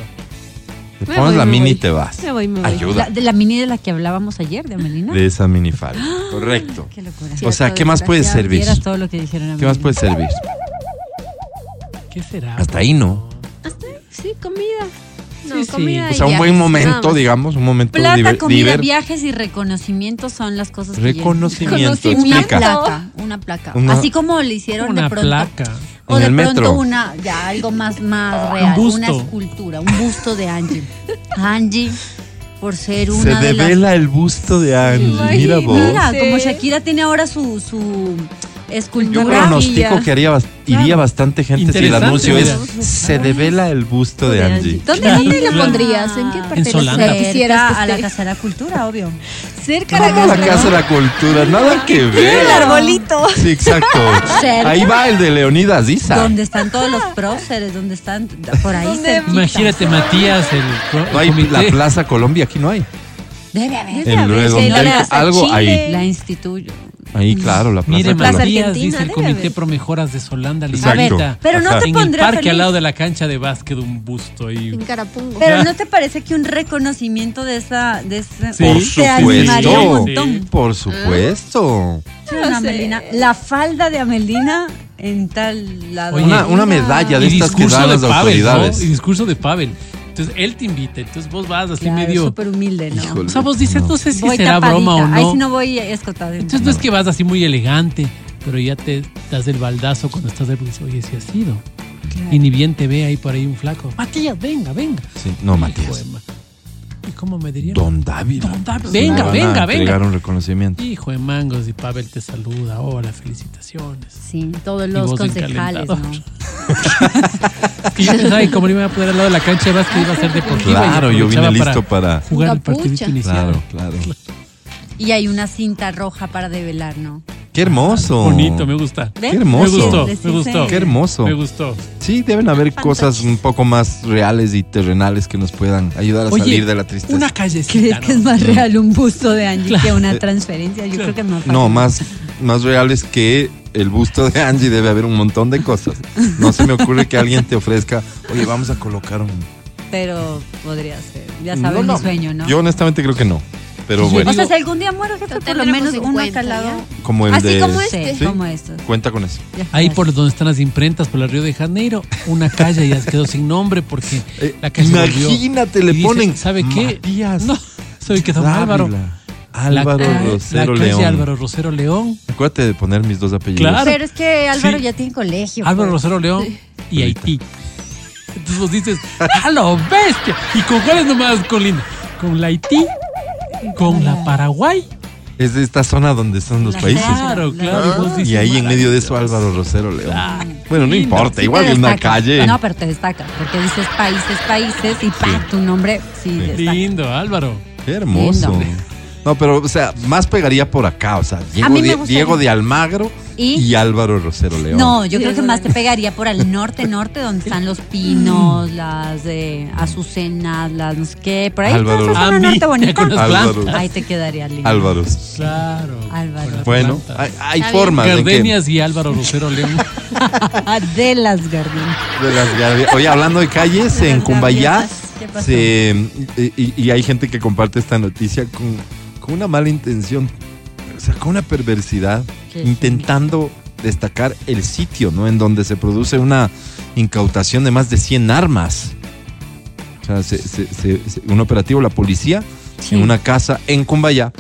Speaker 5: Te
Speaker 7: Me
Speaker 5: pones
Speaker 7: voy,
Speaker 5: la
Speaker 7: me
Speaker 5: mini y
Speaker 7: voy.
Speaker 5: te vas.
Speaker 7: Me voy, me voy.
Speaker 5: Ayuda.
Speaker 6: La, de la mini de la que hablábamos ayer, de Amelina.
Speaker 5: De esa minifalda. Correcto.
Speaker 6: Qué locura.
Speaker 5: O sea, ¿qué más puede
Speaker 6: Ya
Speaker 5: servir?
Speaker 6: vieras todo lo que dijeron
Speaker 5: ¿Qué más puede servir?
Speaker 1: ¿Qué será?
Speaker 5: Hasta ahí no.
Speaker 7: Hasta- Sí, comida. No,
Speaker 1: Sí, sí.
Speaker 7: comida.
Speaker 5: O
Speaker 7: y
Speaker 5: sea, un
Speaker 7: ya.
Speaker 5: buen
Speaker 7: Nada
Speaker 5: momento,
Speaker 7: más.
Speaker 5: digamos, un momento
Speaker 6: Plata,
Speaker 5: diver-
Speaker 6: comida,
Speaker 5: diver-
Speaker 6: viajes y reconocimientos son las cosas que llegan.
Speaker 5: Reconocimiento,
Speaker 7: Conocimiento.
Speaker 6: Una
Speaker 5: explica.
Speaker 6: placa, una placa.
Speaker 5: Una-
Speaker 6: Así como le hicieron
Speaker 1: Una
Speaker 6: de pronto.
Speaker 1: placa.
Speaker 6: O
Speaker 5: En
Speaker 6: de
Speaker 5: el
Speaker 6: pronto
Speaker 5: metro.
Speaker 6: una, ya algo más, más real.
Speaker 1: busto.
Speaker 6: Una escultura, un busto de Angie. Angie, por ser
Speaker 5: Se
Speaker 6: una de las
Speaker 5: devela el busto de Angie. Mira
Speaker 7: Imagínate.
Speaker 5: vos.
Speaker 6: Mira,
Speaker 7: Sí.
Speaker 6: como Shakira tiene ahora su, su
Speaker 5: Yo
Speaker 6: escultura.
Speaker 5: pronostico que haría bas- iría bastante gente si el
Speaker 1: Interesante,
Speaker 5: anuncio es
Speaker 1: mira.
Speaker 5: se devela el busto de Angie.
Speaker 8: ¿Dónde, dónde la
Speaker 1: Claro.
Speaker 8: pondrías? ¿En qué parte de la
Speaker 1: Solanda.
Speaker 8: ciudad quisieras
Speaker 6: Cerca
Speaker 8: que
Speaker 6: a la
Speaker 8: esté?
Speaker 6: Casa de la Cultura, obvio.
Speaker 8: Cerca a la
Speaker 5: ¿Cómo
Speaker 8: casa.
Speaker 5: la casa de la cultura? Nada que
Speaker 8: El
Speaker 5: ver.
Speaker 8: arbolito.
Speaker 5: Sí, exacto.
Speaker 6: Cerca.
Speaker 5: Ahí va el de Leonidas Isa.
Speaker 6: Donde están todos los próceres, donde están por ahí cerquita.
Speaker 1: Imagínate, Matías, el, co- el
Speaker 5: No hay
Speaker 1: comité.
Speaker 5: la Plaza Colombia, aquí no hay.
Speaker 6: Debe haber.
Speaker 5: En Redondel,
Speaker 6: Plaza
Speaker 5: algo
Speaker 7: Chile.
Speaker 5: ahí.
Speaker 6: La instituyo.
Speaker 5: Ahí, claro, la Plaza
Speaker 1: Mire,
Speaker 5: Colombia.
Speaker 1: Matías
Speaker 7: Argentina,
Speaker 1: dice el
Speaker 7: debe
Speaker 1: comité
Speaker 7: haber.
Speaker 1: Promejoras de Solanda
Speaker 5: Exacto.
Speaker 1: Lizarrita.
Speaker 5: A ver,
Speaker 6: pero no
Speaker 5: Ajá.
Speaker 6: te
Speaker 1: En el
Speaker 6: pondrá
Speaker 1: parque
Speaker 6: feliz.
Speaker 1: al lado de la cancha de básquet, un busto ahí.
Speaker 8: En Carapungo.
Speaker 6: Pero no te parece que un reconocimiento de esa de ese
Speaker 1: Sí.
Speaker 5: Por
Speaker 6: te animaría un
Speaker 5: supuesto.
Speaker 1: Sí.
Speaker 6: montón. Ah.
Speaker 5: Por supuesto.
Speaker 6: Sí, una Amelina- la falda de Amelina en tal lado.
Speaker 1: Oye,
Speaker 5: Una, una medalla de
Speaker 1: y
Speaker 5: estas que
Speaker 1: discurso
Speaker 5: dan
Speaker 1: de
Speaker 5: las
Speaker 1: Pavel, ¿no?
Speaker 5: autoridades.
Speaker 1: Y discurso de Pavel. Entonces él te invita, entonces vos vas así
Speaker 6: Claro,
Speaker 1: medio.
Speaker 6: súper humilde, ¿no?
Speaker 5: Híjole.
Speaker 1: O sea, vos dices, no sé si
Speaker 6: voy
Speaker 1: será
Speaker 6: tapadita.
Speaker 1: broma o
Speaker 6: Ay,
Speaker 1: no.
Speaker 6: si no voy escotada.
Speaker 1: Entonces no es que vas así muy elegante, pero ya te das el baldazo cuando estás de porque dices, oye, si has sido. Y ni bien te ve ahí por ahí un flaco. Matías, venga, venga.
Speaker 5: Sí, no,
Speaker 1: Hijo de
Speaker 5: Matías.
Speaker 1: ma- ¿Y cómo me dirían?
Speaker 5: Don David.
Speaker 1: Don David.
Speaker 5: Le
Speaker 1: Venga,
Speaker 5: van a
Speaker 1: venga, venga.
Speaker 5: entregar un reconocimiento.
Speaker 1: Hijo de mangos y Pavel te saluda. Hola, felicitaciones.
Speaker 6: Sí, todos
Speaker 1: Y
Speaker 6: los
Speaker 1: voz de
Speaker 6: concejales, ¿no?
Speaker 1: encalentador. Y yo pensaba, y como no me iba a poner al lado de la cancha de básquet, iba a ser deportiva.
Speaker 5: Claro,
Speaker 1: y
Speaker 5: yo vine
Speaker 1: aprovechaba
Speaker 5: listo
Speaker 1: para
Speaker 5: para.
Speaker 1: jugar el
Speaker 8: Capucha.
Speaker 1: partidito inicial.
Speaker 5: Claro, claro.
Speaker 6: Y hay una cinta roja para develar, ¿no?
Speaker 5: Qué hermoso.
Speaker 1: Bonito, me gusta.
Speaker 6: ¿Ven?
Speaker 5: Qué
Speaker 1: Me
Speaker 5: hermoso.
Speaker 1: gustó,
Speaker 6: Decirse-
Speaker 1: me gustó.
Speaker 5: Qué hermoso.
Speaker 1: Me gustó.
Speaker 5: Sí, deben haber cosas un poco más reales y terrenales que nos puedan ayudar a
Speaker 1: Oye,
Speaker 5: salir de la tristeza.
Speaker 1: Una callecita.
Speaker 6: ¿Crees que es
Speaker 1: ¿no?
Speaker 6: más real un busto de Angie que una transferencia? Yo creo que es más fácil.
Speaker 5: No, más, más reales que el busto de Angie debe haber un montón de cosas. No se me ocurre que alguien te ofrezca, oye, vamos a colocar un...
Speaker 6: Pero podría ser. Ya
Speaker 5: No,
Speaker 6: sabes
Speaker 5: no.
Speaker 6: mi sueño, ¿no?
Speaker 5: Yo honestamente creo que no. Pero
Speaker 1: Sí,
Speaker 5: bueno,
Speaker 6: o sea, si algún día muero, jefe, por lo
Speaker 8: tendremos
Speaker 6: menos
Speaker 8: en
Speaker 6: uno
Speaker 8: cuenta,
Speaker 6: calado.
Speaker 8: ¿ya?
Speaker 5: como el
Speaker 8: así
Speaker 5: de...
Speaker 8: como
Speaker 6: Sí,
Speaker 8: este.
Speaker 5: Sí.
Speaker 6: como estos.
Speaker 5: Cuenta con eso.
Speaker 6: Ya
Speaker 1: Ahí
Speaker 6: sabes.
Speaker 1: por donde están las imprentas, por la Río de Janeiro, una calle ya se quedó sin nombre porque
Speaker 5: Eh,
Speaker 1: la calle se volvió.
Speaker 5: imagínate, le
Speaker 1: Y dice,
Speaker 5: ponen...
Speaker 1: ¿Sabe qué?
Speaker 5: Matías
Speaker 1: No, soy que don
Speaker 5: Dávila,
Speaker 1: Álvaro.
Speaker 5: Álvaro
Speaker 1: la,
Speaker 5: Rosero
Speaker 1: la calle
Speaker 5: León.
Speaker 1: Álvaro Rosero León.
Speaker 5: Acuérdate de poner mis dos apellidos.
Speaker 1: Claro.
Speaker 6: Pero es que Álvaro
Speaker 1: Sí.
Speaker 6: ya tiene colegio.
Speaker 1: Álvaro
Speaker 6: pues.
Speaker 1: Rosero León y Haití. Entonces vos dices, ¡a lo bestia! ¿Y con cuáles nomás, con Linda? Con la Haití, con la Paraguay.
Speaker 5: Es de esta zona donde están los
Speaker 6: La
Speaker 5: países.
Speaker 1: Claro, claro. vos dices,
Speaker 5: Y ahí en medio de eso
Speaker 1: maravilloso.
Speaker 5: Álvaro Rosero León.
Speaker 1: Ah,
Speaker 5: Bueno, no
Speaker 1: lindo.
Speaker 5: importa,
Speaker 6: Sí
Speaker 5: igual
Speaker 6: te
Speaker 5: es una
Speaker 6: destaca.
Speaker 5: calle.
Speaker 6: No, pero te destaca, porque dices países, países y pa, tu nombre sí, destaca.
Speaker 1: Lindo, Álvaro.
Speaker 5: Qué hermoso.
Speaker 6: Lindo.
Speaker 5: No, pero, o sea, más pegaría por acá, o sea, Diego,
Speaker 6: mí me
Speaker 5: de,
Speaker 6: gustaría.
Speaker 5: Diego de Almagro
Speaker 6: ¿Y?
Speaker 5: ¿Y? Álvaro Rosero León.
Speaker 6: No, yo creo que más te pegaría por el norte, norte, donde están los pinos, las eh, azucenas, las no sé qué, por ahí
Speaker 5: Álvaro.
Speaker 6: toda esa
Speaker 1: A
Speaker 6: zona
Speaker 1: mí,
Speaker 6: norte bonita.
Speaker 1: con las
Speaker 5: Álvaro.
Speaker 1: plantas.
Speaker 6: Ahí te quedaría lindo.
Speaker 5: Álvaro.
Speaker 1: Claro.
Speaker 6: Álvaro.
Speaker 1: con las
Speaker 5: Bueno,
Speaker 1: plantas.
Speaker 5: hay, hay formas de, que-
Speaker 1: Gardenias y Álvaro Rosero León.
Speaker 6: De las Gardenias.
Speaker 5: de las gardenias. Oye, hablando de calles, en
Speaker 6: las
Speaker 5: Cumbayá,
Speaker 6: gardenias. ¿Qué pasó?
Speaker 5: se, y, y hay gente que comparte esta noticia con, con una mala intención, o sea, con una perversidad,
Speaker 6: Qué
Speaker 5: intentando destacar el sitio, ¿no? En donde se produce una incautación de más de 100 armas. O sea, se- se- se- se- un operativo de la policía
Speaker 6: Sí.
Speaker 5: en una casa en Cumbayá.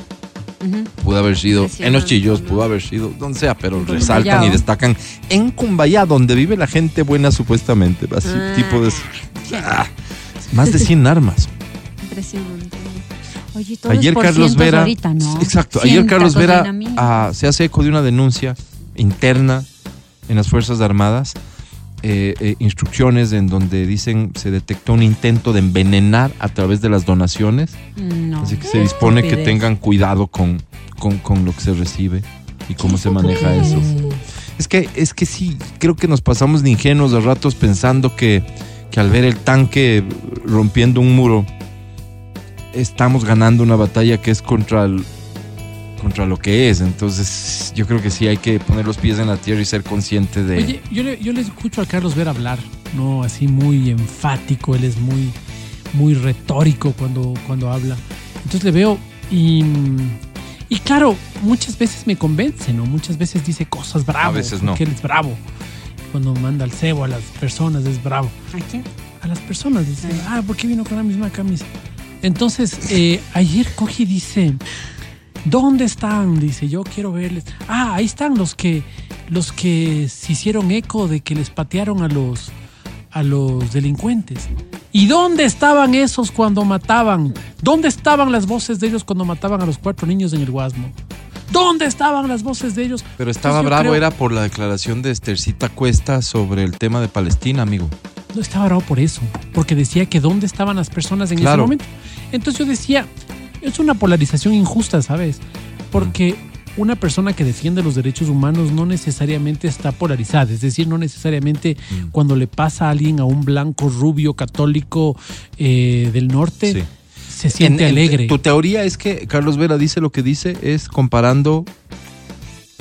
Speaker 6: Ujú.
Speaker 5: Pudo haber sido
Speaker 6: Sí,
Speaker 5: en Los
Speaker 6: no,
Speaker 5: Chillos,
Speaker 6: no.
Speaker 5: pudo haber sido donde sea, pero
Speaker 6: Cumbayá,
Speaker 5: resaltan y
Speaker 6: ¿o?
Speaker 5: destacan en Cumbayá, donde vive la gente buena supuestamente. Así,
Speaker 6: Ah.
Speaker 5: tipo de... Ah, más de 100 armas.
Speaker 6: Impresionante. Oye, todo
Speaker 5: Ayer
Speaker 6: es por
Speaker 5: Carlos
Speaker 6: cientos
Speaker 5: Vera.
Speaker 6: ahorita, ¿no?
Speaker 5: Exacto.
Speaker 6: Cien
Speaker 5: Ayer Carlos
Speaker 6: tacos de
Speaker 5: Vera
Speaker 6: dinamita.
Speaker 5: ah, se hace eco de una denuncia interna en las Fuerzas Armadas. eh, eh, instrucciones en donde dicen se detectó un intento de envenenar a través de las donaciones.
Speaker 6: No.
Speaker 5: Así que se dispone que
Speaker 6: Estupidez.
Speaker 5: tengan cuidado con, con, con lo que se recibe y cómo se maneja eso. Es que, es que sí, creo que nos pasamos de ingenuos de ratos pensando que, que al ver el tanque rompiendo un muro, estamos ganando una batalla que es contra, el- contra lo que es. Entonces, yo creo que sí hay que poner los pies en la tierra y ser consciente de.
Speaker 1: Oye, yo le, yo le escucho a Carlos Vera hablar, ¿no? Así muy enfático, él es muy, muy retórico cuando, cuando habla. Entonces le veo y, y claro, muchas veces me convence, ¿no? Muchas veces dice cosas bravo.
Speaker 5: veces no.
Speaker 1: porque él es bravo. Cuando manda al cebo a las personas es bravo.
Speaker 6: ¿A quién?
Speaker 1: A las personas dice, ah, ¿por qué vino con la misma camisa? Entonces, eh, ayer Coji dice, ¿dónde están? Dice, yo quiero verles. Ah, ahí están los que los que se hicieron eco de que les patearon a los a los delincuentes. ¿Y dónde estaban esos cuando mataban? ¿Dónde estaban las voces de ellos cuando mataban a los cuatro niños en el Guasmo? ¿Dónde estaban las voces de ellos?
Speaker 5: Pero estaba
Speaker 1: Entonces, pues yo
Speaker 5: bravo,
Speaker 1: creo-
Speaker 5: era por la declaración de Estercita Cuesta sobre el tema de Palestina, amigo.
Speaker 1: No estaba bravo por eso, porque decía que dónde estaban las personas en
Speaker 5: Claro.
Speaker 1: ese momento. Entonces yo decía, es una polarización injusta, ¿sabes? Porque
Speaker 5: Mm.
Speaker 1: una persona que defiende los derechos humanos no necesariamente está polarizada, es decir, no necesariamente
Speaker 5: Mm.
Speaker 1: cuando le pasa a alguien a un blanco rubio católico eh, del norte
Speaker 5: Sí.
Speaker 1: se siente
Speaker 5: En- en-
Speaker 1: alegre.
Speaker 5: tu teoría es que Carlos Vera dice lo que dice es comparando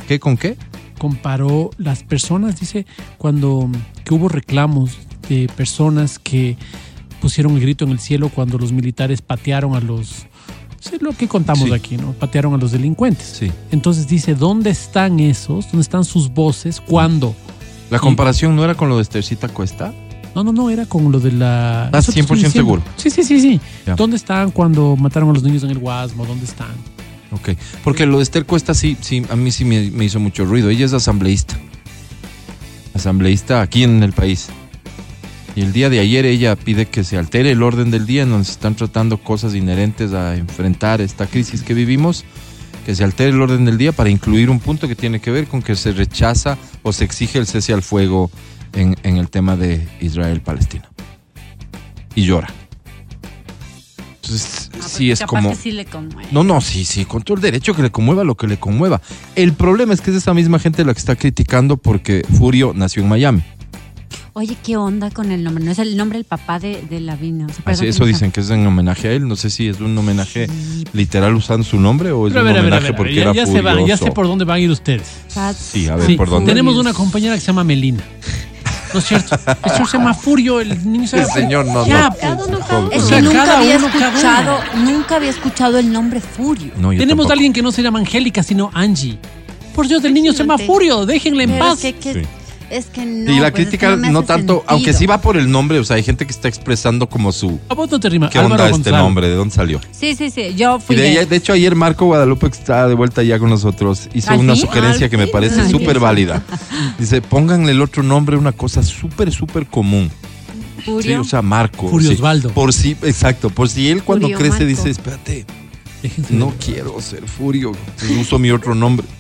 Speaker 5: qué con qué.
Speaker 1: comparó las personas, dice, cuando que hubo reclamos de personas que pusieron el grito en el cielo cuando los militares patearon a los, es lo que contamos
Speaker 5: Sí.
Speaker 1: aquí, ¿no? Patearon a los delincuentes.
Speaker 5: Sí.
Speaker 1: Entonces dice, ¿dónde están esos? ¿Dónde están sus voces? ¿Cuándo?
Speaker 5: La comparación no era con lo de Estercita Cuesta.
Speaker 1: No, no, no, era con lo de la...
Speaker 5: ¿Estás
Speaker 1: Eso te estoy
Speaker 5: 100%
Speaker 1: diciendo.
Speaker 5: seguro?
Speaker 1: Sí, sí, sí, sí.
Speaker 5: Ya.
Speaker 1: ¿Dónde están cuando mataron a los niños en el Guasmo? ¿Dónde están?
Speaker 5: Ok. Porque lo de Esther Cuesta sí, sí, a mí sí me, me hizo mucho ruido. Ella es asambleísta. Asambleísta aquí en el país. Y el día de ayer ella pide que se altere el orden del día en donde se están tratando cosas inherentes a enfrentar esta crisis que vivimos, que se altere el orden del día para incluir un punto que tiene que ver con que se rechaza o se exige el cese al fuego en, en el tema de Israel-Palestina. Y llora. Entonces,
Speaker 6: Ah,
Speaker 5: sí
Speaker 6: porque
Speaker 5: es
Speaker 6: capaz
Speaker 5: como...
Speaker 6: que sí le conmueve.
Speaker 5: No, no, sí, sí, con todo el derecho que le conmueva lo que le conmueva. El problema es que es esa misma gente la que está criticando porque Furio nació en Miami.
Speaker 6: Oye, ¿qué onda con el nombre? No es el nombre del papá de, de Lavinia. O sea, perdón
Speaker 5: Así,
Speaker 6: que
Speaker 5: eso
Speaker 6: no sea-
Speaker 5: dicen que es en homenaje a él. No sé si es un homenaje literal usando su nombre o es
Speaker 1: Pero a
Speaker 5: un
Speaker 1: ver, a ver, a
Speaker 5: Pues homenaje
Speaker 1: ver, a ver,
Speaker 5: porque
Speaker 1: ya,
Speaker 5: era
Speaker 1: ya se
Speaker 5: furioso.
Speaker 1: van, ya sé por dónde van a ir ustedes.
Speaker 6: Está-
Speaker 5: Sí, a ver,
Speaker 1: Sí,
Speaker 5: ¿por dónde?
Speaker 1: Tenemos una compañera que se llama Melina. No es cierto. El señor se llama Furio, el niño se
Speaker 5: El
Speaker 1: llama.
Speaker 5: señor no,
Speaker 1: Ya,
Speaker 5: no.
Speaker 1: pues.
Speaker 6: Es
Speaker 1: O
Speaker 6: que
Speaker 1: sea, cada
Speaker 6: nunca había
Speaker 1: uno, cada
Speaker 6: escuchado, nunca había escuchado el nombre Furio.
Speaker 5: No, yo
Speaker 1: Tenemos
Speaker 5: tampoco.
Speaker 1: a alguien que no se llama Angélica, sino Angie. Por Dios, el niño se llama Furio, déjenle en
Speaker 6: Pero
Speaker 1: paz.
Speaker 6: que- que-
Speaker 5: Sí.
Speaker 6: Es que no.
Speaker 5: y la
Speaker 6: pues, es que
Speaker 5: crítica
Speaker 6: me
Speaker 5: no,
Speaker 6: hace
Speaker 5: tanto,
Speaker 6: sentido.
Speaker 5: aunque sí va por el nombre, o sea, hay gente que está expresando como su
Speaker 1: A vos no te rima.
Speaker 5: ¿qué
Speaker 1: Álvaro
Speaker 5: onda este
Speaker 1: González.
Speaker 5: nombre? ¿De dónde salió?
Speaker 6: Sí, sí, sí. Yo
Speaker 5: Y
Speaker 6: fui.
Speaker 5: de,
Speaker 6: de-
Speaker 5: ella- de hecho, ayer Marco Guadalupe, que está de vuelta ya con nosotros, hizo
Speaker 6: ¿Al
Speaker 5: una
Speaker 6: fin?
Speaker 5: sugerencia que me parece
Speaker 6: Ah, Ay,
Speaker 5: súper
Speaker 6: Dios.
Speaker 5: válida. Dice, pónganle el otro nombre a una cosa súper, súper común. Sí,
Speaker 6: Furio.
Speaker 5: o sea, Marco.
Speaker 1: Furio
Speaker 5: sí.
Speaker 1: Osvaldo.
Speaker 5: Por si, exacto, por si él cuando
Speaker 6: Furio
Speaker 5: crece
Speaker 6: Marco.
Speaker 5: dice, espérate,
Speaker 1: Déjense
Speaker 5: no
Speaker 1: de-
Speaker 5: quiero ser Furio, entonces uso mi otro nombre.
Speaker 6: Ah,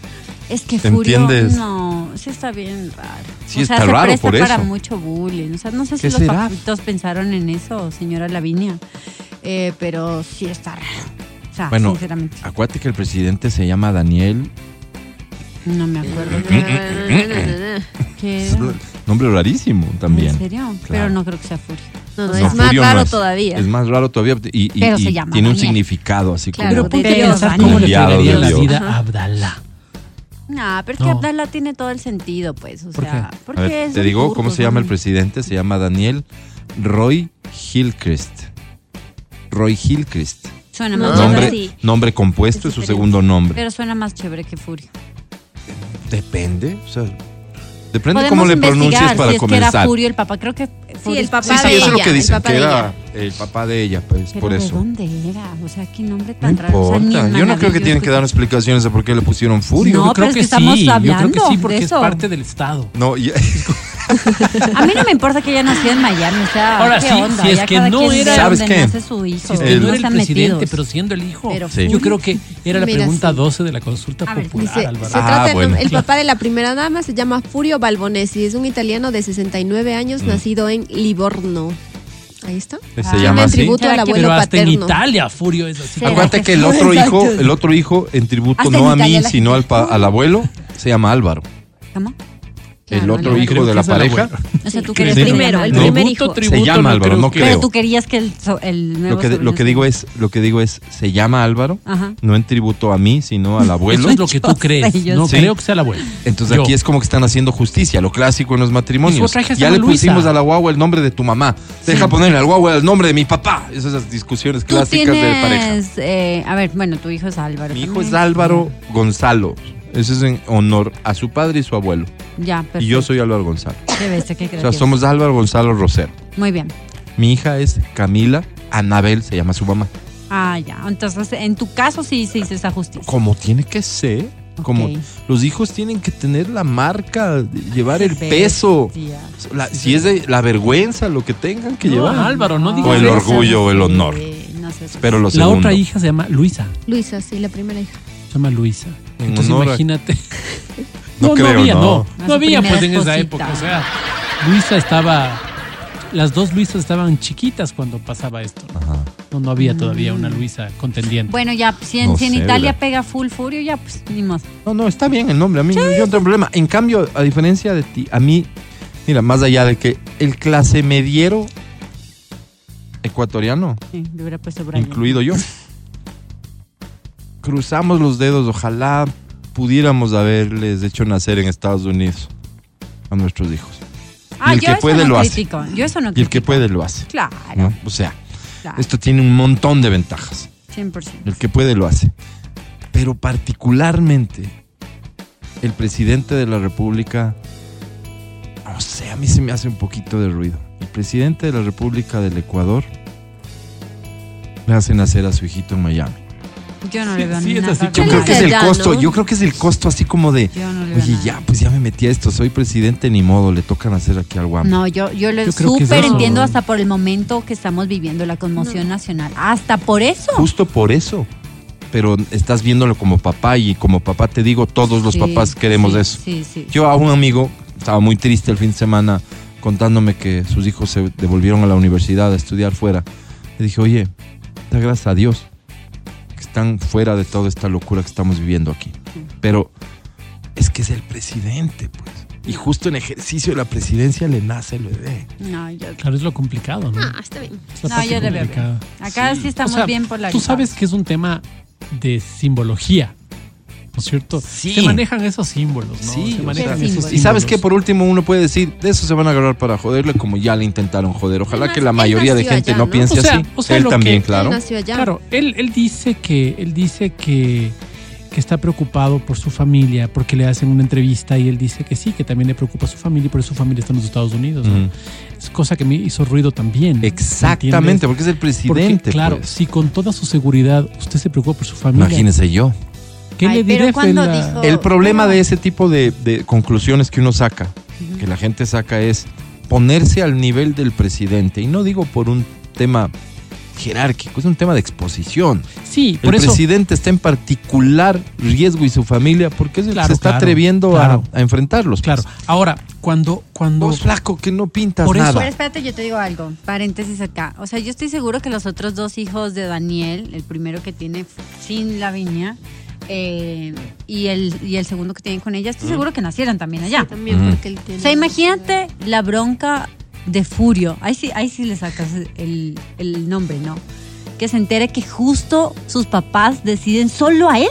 Speaker 6: es que Furio.
Speaker 5: ¿Entiendes?
Speaker 6: No, sí está bien raro.
Speaker 5: Sí,
Speaker 6: o sea,
Speaker 5: está
Speaker 6: se
Speaker 5: raro
Speaker 6: presta
Speaker 5: por
Speaker 6: para
Speaker 5: eso.
Speaker 6: mucho bullying. O sea, no sé si
Speaker 5: ¿Qué
Speaker 6: los
Speaker 5: será?
Speaker 6: papitos pensaron en eso, señora Lavinia. Eh, pero sí está raro. O sea,
Speaker 5: Bueno,
Speaker 6: sinceramente.
Speaker 5: acuérdate que el presidente se llama Daniel,
Speaker 6: No me
Speaker 5: eh,
Speaker 6: acuerdo.
Speaker 5: Mm,
Speaker 6: ¿Qué
Speaker 5: es
Speaker 6: era.
Speaker 5: un nombre rarísimo también.
Speaker 6: Ah. ¿En serio? Pero no creo que sea Furio.
Speaker 7: No, no,
Speaker 5: No,
Speaker 7: es más
Speaker 5: Furio no
Speaker 7: raro
Speaker 5: es.
Speaker 7: todavía.
Speaker 5: Es más raro todavía y, y-
Speaker 6: Pero se
Speaker 5: y
Speaker 6: llama
Speaker 5: tiene un
Speaker 6: Daniel.
Speaker 5: significado así
Speaker 7: Claro,
Speaker 1: Pero
Speaker 5: como...
Speaker 1: ponte a
Speaker 6: de Dios,
Speaker 1: pensar
Speaker 6: Daniel.
Speaker 1: cómo le
Speaker 5: Enviado
Speaker 1: fregaría
Speaker 5: de
Speaker 1: la
Speaker 5: Dios.
Speaker 1: vida a Abdalá.
Speaker 6: No, pero es que
Speaker 1: No.
Speaker 6: Abdala tiene todo el sentido, pues. O
Speaker 1: ¿Por
Speaker 6: sea,
Speaker 1: qué?
Speaker 5: A
Speaker 6: porque
Speaker 5: ver,
Speaker 6: es
Speaker 5: te
Speaker 6: un
Speaker 5: digo
Speaker 6: turco,
Speaker 5: cómo se
Speaker 6: es
Speaker 5: llama el
Speaker 6: un-
Speaker 5: presidente. Se llama Daniel Roy Hillcrest. Roy Hillcrest.
Speaker 6: Suena
Speaker 7: No,
Speaker 6: más
Speaker 7: no,
Speaker 6: chévere.
Speaker 5: nombre,
Speaker 7: sí.
Speaker 5: nombre compuesto es
Speaker 6: Es
Speaker 5: su
Speaker 6: diferente.
Speaker 5: segundo nombre.
Speaker 6: Pero suena más chévere que Furio.
Speaker 5: Depende. O sea, Depende
Speaker 6: Podemos
Speaker 5: cómo le
Speaker 6: investigar
Speaker 5: pronuncies para
Speaker 6: si es que era
Speaker 5: comenzar.
Speaker 6: Furio el papá. Creo que Furio
Speaker 7: el
Speaker 6: es-
Speaker 7: papá
Speaker 5: sí, sí,
Speaker 7: de
Speaker 5: eso es lo
Speaker 7: ella,
Speaker 5: que
Speaker 7: el
Speaker 5: dicen,
Speaker 7: papá
Speaker 5: que
Speaker 7: de
Speaker 5: era el papá de ella, pues,
Speaker 6: Pero
Speaker 5: por
Speaker 6: ¿de
Speaker 5: eso.
Speaker 6: dónde era? O sea, qué nombre
Speaker 5: No
Speaker 6: tan raro. O sea, ni
Speaker 5: importa. Yo no creo que
Speaker 6: maravilloso.
Speaker 5: tienen que dar explicaciones de por qué le pusieron Furio.
Speaker 6: No, pero
Speaker 1: yo creo
Speaker 6: es
Speaker 1: que
Speaker 6: que estamos
Speaker 1: sí, yo creo que
Speaker 6: hablando
Speaker 1: sí,
Speaker 6: de
Speaker 1: porque es
Speaker 6: eso.
Speaker 1: parte del Estado.
Speaker 5: No, ya-
Speaker 6: A mí no me importa que ella nació en Miami. O sea,
Speaker 1: Ahora
Speaker 6: ¿qué
Speaker 1: sí,
Speaker 6: onda?
Speaker 1: si es
Speaker 6: Ya
Speaker 1: que
Speaker 6: cada
Speaker 1: no
Speaker 6: quien
Speaker 1: era-
Speaker 6: ve
Speaker 5: ¿Sabes
Speaker 6: dónde
Speaker 5: qué?
Speaker 6: nace su hijo.
Speaker 1: Si es que
Speaker 5: El-
Speaker 1: Este, no
Speaker 6: No
Speaker 1: era el
Speaker 6: están
Speaker 1: presidente,
Speaker 6: metidos.
Speaker 1: pero siendo el hijo.
Speaker 6: Pero
Speaker 5: Sí.
Speaker 1: Yo creo que era la
Speaker 7: Mira,
Speaker 1: pregunta
Speaker 7: sí.
Speaker 1: 12 de la consulta
Speaker 6: A ver,
Speaker 1: popular,
Speaker 7: Dice, se
Speaker 1: Álvaro.
Speaker 5: Ah,
Speaker 7: trata del
Speaker 5: bueno.
Speaker 7: el
Speaker 1: Claro.
Speaker 7: papá de la primera dama, se llama Furio Balbonesi, es un italiano de 69 años, nacido en Livorno. Ahí está.
Speaker 5: Mm. se
Speaker 6: Ah.
Speaker 5: llama
Speaker 7: Tiene
Speaker 5: así.
Speaker 7: tributo al
Speaker 6: Pero
Speaker 7: abuelo
Speaker 1: pero hasta en
Speaker 7: paterno.
Speaker 1: Italia, Furio es así.
Speaker 6: Será.
Speaker 5: Acuérdate que el otro hijo, el otro hijo en tributo
Speaker 6: Hasta
Speaker 5: no a
Speaker 6: en Italia
Speaker 5: mí,
Speaker 6: la
Speaker 5: sino al, pa- al abuelo, se llama Álvaro.
Speaker 6: ¿Cómo?
Speaker 5: el
Speaker 7: Claro,
Speaker 5: otro
Speaker 7: Álvaro.
Speaker 5: hijo
Speaker 1: Creo
Speaker 5: de
Speaker 1: que
Speaker 5: la
Speaker 1: es el
Speaker 5: pareja.
Speaker 1: abuelo.
Speaker 6: O sea, tú
Speaker 5: Sí,
Speaker 6: querías
Speaker 5: sí.
Speaker 6: que
Speaker 7: Primero,
Speaker 6: llama
Speaker 7: el
Speaker 6: Álvaro.
Speaker 7: primer
Speaker 1: Tributo,
Speaker 7: hijo.
Speaker 1: tributo,
Speaker 5: Se llama Álvaro, no
Speaker 1: que-
Speaker 5: creo.
Speaker 6: Pero tú querías que el, so- el nuevo
Speaker 5: Lo que, lo
Speaker 6: sobrino
Speaker 5: que digo es, lo que digo es, se llama Álvaro,
Speaker 6: Ajá.
Speaker 5: no en tributo a mí, sino al abuelo.
Speaker 1: Eso es lo que tú crees.
Speaker 6: yo
Speaker 1: No
Speaker 5: sé.
Speaker 1: creo que sea el abuelo.
Speaker 5: Entonces
Speaker 1: Yo.
Speaker 5: aquí es como que están haciendo justicia, lo clásico en los
Speaker 1: Y su
Speaker 5: matrimonios.
Speaker 1: otra hija se
Speaker 5: Ya
Speaker 1: llama
Speaker 5: le
Speaker 1: Luisa.
Speaker 5: pusimos a la guagua el nombre de tu mamá. Deja ponerle al guagua el nombre de mi papá. Esas son las discusiones
Speaker 6: Tú
Speaker 5: clásicas de pareja.
Speaker 6: tienes, eh, a ver, bueno, tu hijo es Álvaro.
Speaker 5: Mi hijo
Speaker 6: también.
Speaker 5: es Álvaro Gonzalo. Ese es en honor a su padre y su abuelo.
Speaker 6: Ya, perfecto.
Speaker 5: Y yo soy Álvaro Gonzalo.
Speaker 6: Qué bestia, qué
Speaker 5: O sea,
Speaker 6: creativo.
Speaker 5: somos Álvaro Gonzalo Rosero.
Speaker 6: Muy bien.
Speaker 5: Mi hija es Camila Anabel, se llama su mamá.
Speaker 6: Ah, ya. Entonces, en tu caso sí se hizo esa justicia.
Speaker 5: Como tiene que ser. Como
Speaker 6: Ok.
Speaker 5: los hijos tienen que tener la marca, llevar el
Speaker 6: Bestia.
Speaker 5: peso. La- si es de la vergüenza, lo que tengan que
Speaker 1: No, ah,
Speaker 5: llevar.
Speaker 1: Álvaro, no
Speaker 5: O
Speaker 1: digas
Speaker 5: el
Speaker 1: eso.
Speaker 5: orgullo o el honor.
Speaker 6: Sí, no sé.
Speaker 5: Pero lo
Speaker 1: La
Speaker 5: segundo.
Speaker 1: otra hija se llama Luisa.
Speaker 7: Luisa, sí, la primera hija.
Speaker 1: Se llama Luisa.
Speaker 5: En
Speaker 1: Entonces
Speaker 5: honor a-
Speaker 1: imagínate.
Speaker 5: No creo,
Speaker 1: había,
Speaker 5: no.
Speaker 1: no.
Speaker 6: A
Speaker 1: No
Speaker 6: su
Speaker 1: había pues
Speaker 6: primera
Speaker 1: en
Speaker 6: esposita.
Speaker 1: esa época. O sea, Luisa estaba. Las dos Luisas estaban chiquitas cuando pasaba esto.
Speaker 5: Ajá.
Speaker 1: No, no había todavía una Luisa contendiente.
Speaker 6: Bueno, ya, si en,
Speaker 5: No
Speaker 6: si en
Speaker 5: sé,
Speaker 6: Italia
Speaker 5: ¿verdad?
Speaker 6: pega full furio, ya, pues, ni más.
Speaker 5: No, no, está bien el nombre. A mí no, yo no tengo problema. En cambio, a diferencia de ti, a mí, mira, más allá de que el clase mediero ecuatoriano,
Speaker 6: Sí, le hubiera puesto Brian.
Speaker 5: incluido yo, cruzamos los dedos. Ojalá pudiéramos haberles hecho nacer en Estados Unidos a nuestros hijos.
Speaker 6: Ah,
Speaker 5: el
Speaker 6: yo
Speaker 5: que
Speaker 6: eso
Speaker 5: puede
Speaker 6: no
Speaker 5: lo hace.
Speaker 6: critico. Yo eso no
Speaker 5: Y el que
Speaker 6: critico.
Speaker 5: puede lo hace.
Speaker 6: Claro,
Speaker 5: ¿no? O sea,
Speaker 6: claro.
Speaker 5: esto tiene un montón de ventajas.
Speaker 6: 100%.
Speaker 5: El que puede lo hace. Pero particularmente el presidente de la República, no sé, a mí se me hace un poquito de ruido. El presidente de la República del Ecuador le hace nacer a su hijito en Miami.
Speaker 6: Yo no
Speaker 1: Sí,
Speaker 6: le veo
Speaker 1: sí, es
Speaker 6: nada
Speaker 1: así
Speaker 5: Yo
Speaker 6: de
Speaker 7: Claro.
Speaker 5: creo que es el
Speaker 7: Ya,
Speaker 5: costo,
Speaker 7: ¿no?
Speaker 5: yo creo que es el costo así como de,
Speaker 6: Yo no le veo
Speaker 5: oye,
Speaker 6: nada.
Speaker 5: ya, pues ya me metí a esto, soy presidente, ni modo, le tocan hacer aquí al guamo.
Speaker 6: No, yo, yo lo
Speaker 1: Yo creo que es
Speaker 6: súper
Speaker 1: eso,
Speaker 6: entiendo
Speaker 1: ¿no?
Speaker 6: hasta por el momento que estamos viviendo la conmoción nacional. Hasta por eso.
Speaker 5: Justo por eso. Pero estás viéndolo como papá y como papá te digo, todos los
Speaker 6: Sí,
Speaker 5: papás queremos
Speaker 6: sí,
Speaker 5: eso.
Speaker 6: Sí, sí.
Speaker 5: Yo a un amigo estaba muy triste el fin de semana contándome que sus hijos se devolvieron a la universidad a estudiar fuera. Le dije, oye, da gracias a Dios que están fuera de toda esta locura que estamos viviendo aquí. Pero es que es el presidente, pues. Y justo en ejercicio de la presidencia le nace el bebé.
Speaker 6: No, yo,
Speaker 1: Claro, es lo complicado, ¿no?
Speaker 7: Ah, está bien.
Speaker 1: Es la
Speaker 6: no,
Speaker 1: parte
Speaker 6: yo le veo.
Speaker 1: complicada.
Speaker 6: bien. Acá sí, estamos
Speaker 1: O sea,
Speaker 6: bien por la
Speaker 1: Tú sabes que es un tema de simbología, ¿no es cierto?
Speaker 5: Sí.
Speaker 1: Se manejan esos símbolos, ¿no?
Speaker 5: Sí,
Speaker 1: se
Speaker 5: o
Speaker 1: manejan
Speaker 6: sea,
Speaker 1: esos
Speaker 5: Y sabes
Speaker 1: símbolos.
Speaker 5: que por último uno puede decir, de eso se van a agarrar para joderle como ya le intentaron joder. Ojalá
Speaker 7: Además,
Speaker 5: que la
Speaker 7: él
Speaker 5: mayoría de
Speaker 7: nació
Speaker 5: gente
Speaker 7: allá,
Speaker 5: no
Speaker 7: ¿no?
Speaker 5: piense
Speaker 1: O sea,
Speaker 5: así.
Speaker 1: o sea,
Speaker 5: él
Speaker 1: lo
Speaker 5: también,
Speaker 1: que-
Speaker 5: claro.
Speaker 7: Él nació allá.
Speaker 1: Claro, él, él dice que él dice que, que está preocupado por su familia porque le hacen una entrevista y él dice que sí, que también le preocupa a su familia y por eso su familia está en los Estados Unidos. ¿no?
Speaker 5: Mm.
Speaker 1: Es cosa que me hizo ruido también.
Speaker 5: Exactamente,
Speaker 1: ¿entiendes?
Speaker 5: porque es el
Speaker 1: Porque,
Speaker 5: presidente.
Speaker 1: claro,
Speaker 5: pues.
Speaker 1: si con toda su seguridad usted se preocupa por su familia,
Speaker 5: Imagínese yo.
Speaker 1: ¿qué
Speaker 6: Ay,
Speaker 1: le
Speaker 6: pero
Speaker 1: diré?
Speaker 6: cuando
Speaker 1: Fela?
Speaker 6: dijo-
Speaker 5: El problema de ese tipo de, de conclusiones que uno saca, que la gente saca, es ponerse al nivel del presidente. Y no digo por un tema jerárquico, es un tema de exposición.
Speaker 1: Sí,
Speaker 5: El
Speaker 1: por eso.
Speaker 5: presidente está en particular riesgo y su familia porque es el que
Speaker 1: Claro,
Speaker 5: se está
Speaker 1: claro,
Speaker 5: atreviendo a-
Speaker 1: claro.
Speaker 5: a, enfrentarlos.
Speaker 1: Claro. Ahora, cuando cuando
Speaker 5: Vos flaco que no pintas
Speaker 1: Por eso-
Speaker 5: nada.
Speaker 6: Pero espérate, yo te digo algo. Paréntesis acá. O sea, yo estoy seguro que los otros dos hijos de Daniel, el primero que tiene f- sin la viña eh, y, el, y el segundo que tiene con ella, estoy seguro que nacieron también allá.
Speaker 7: También
Speaker 5: Mm.
Speaker 7: porque él
Speaker 6: Ah,
Speaker 7: tiene.
Speaker 6: O sea, imagínate la bronca de Furio. Ahí sí, ahí sí le sacas el, el nombre, ¿no? Que se entere que justo sus papás deciden solo a él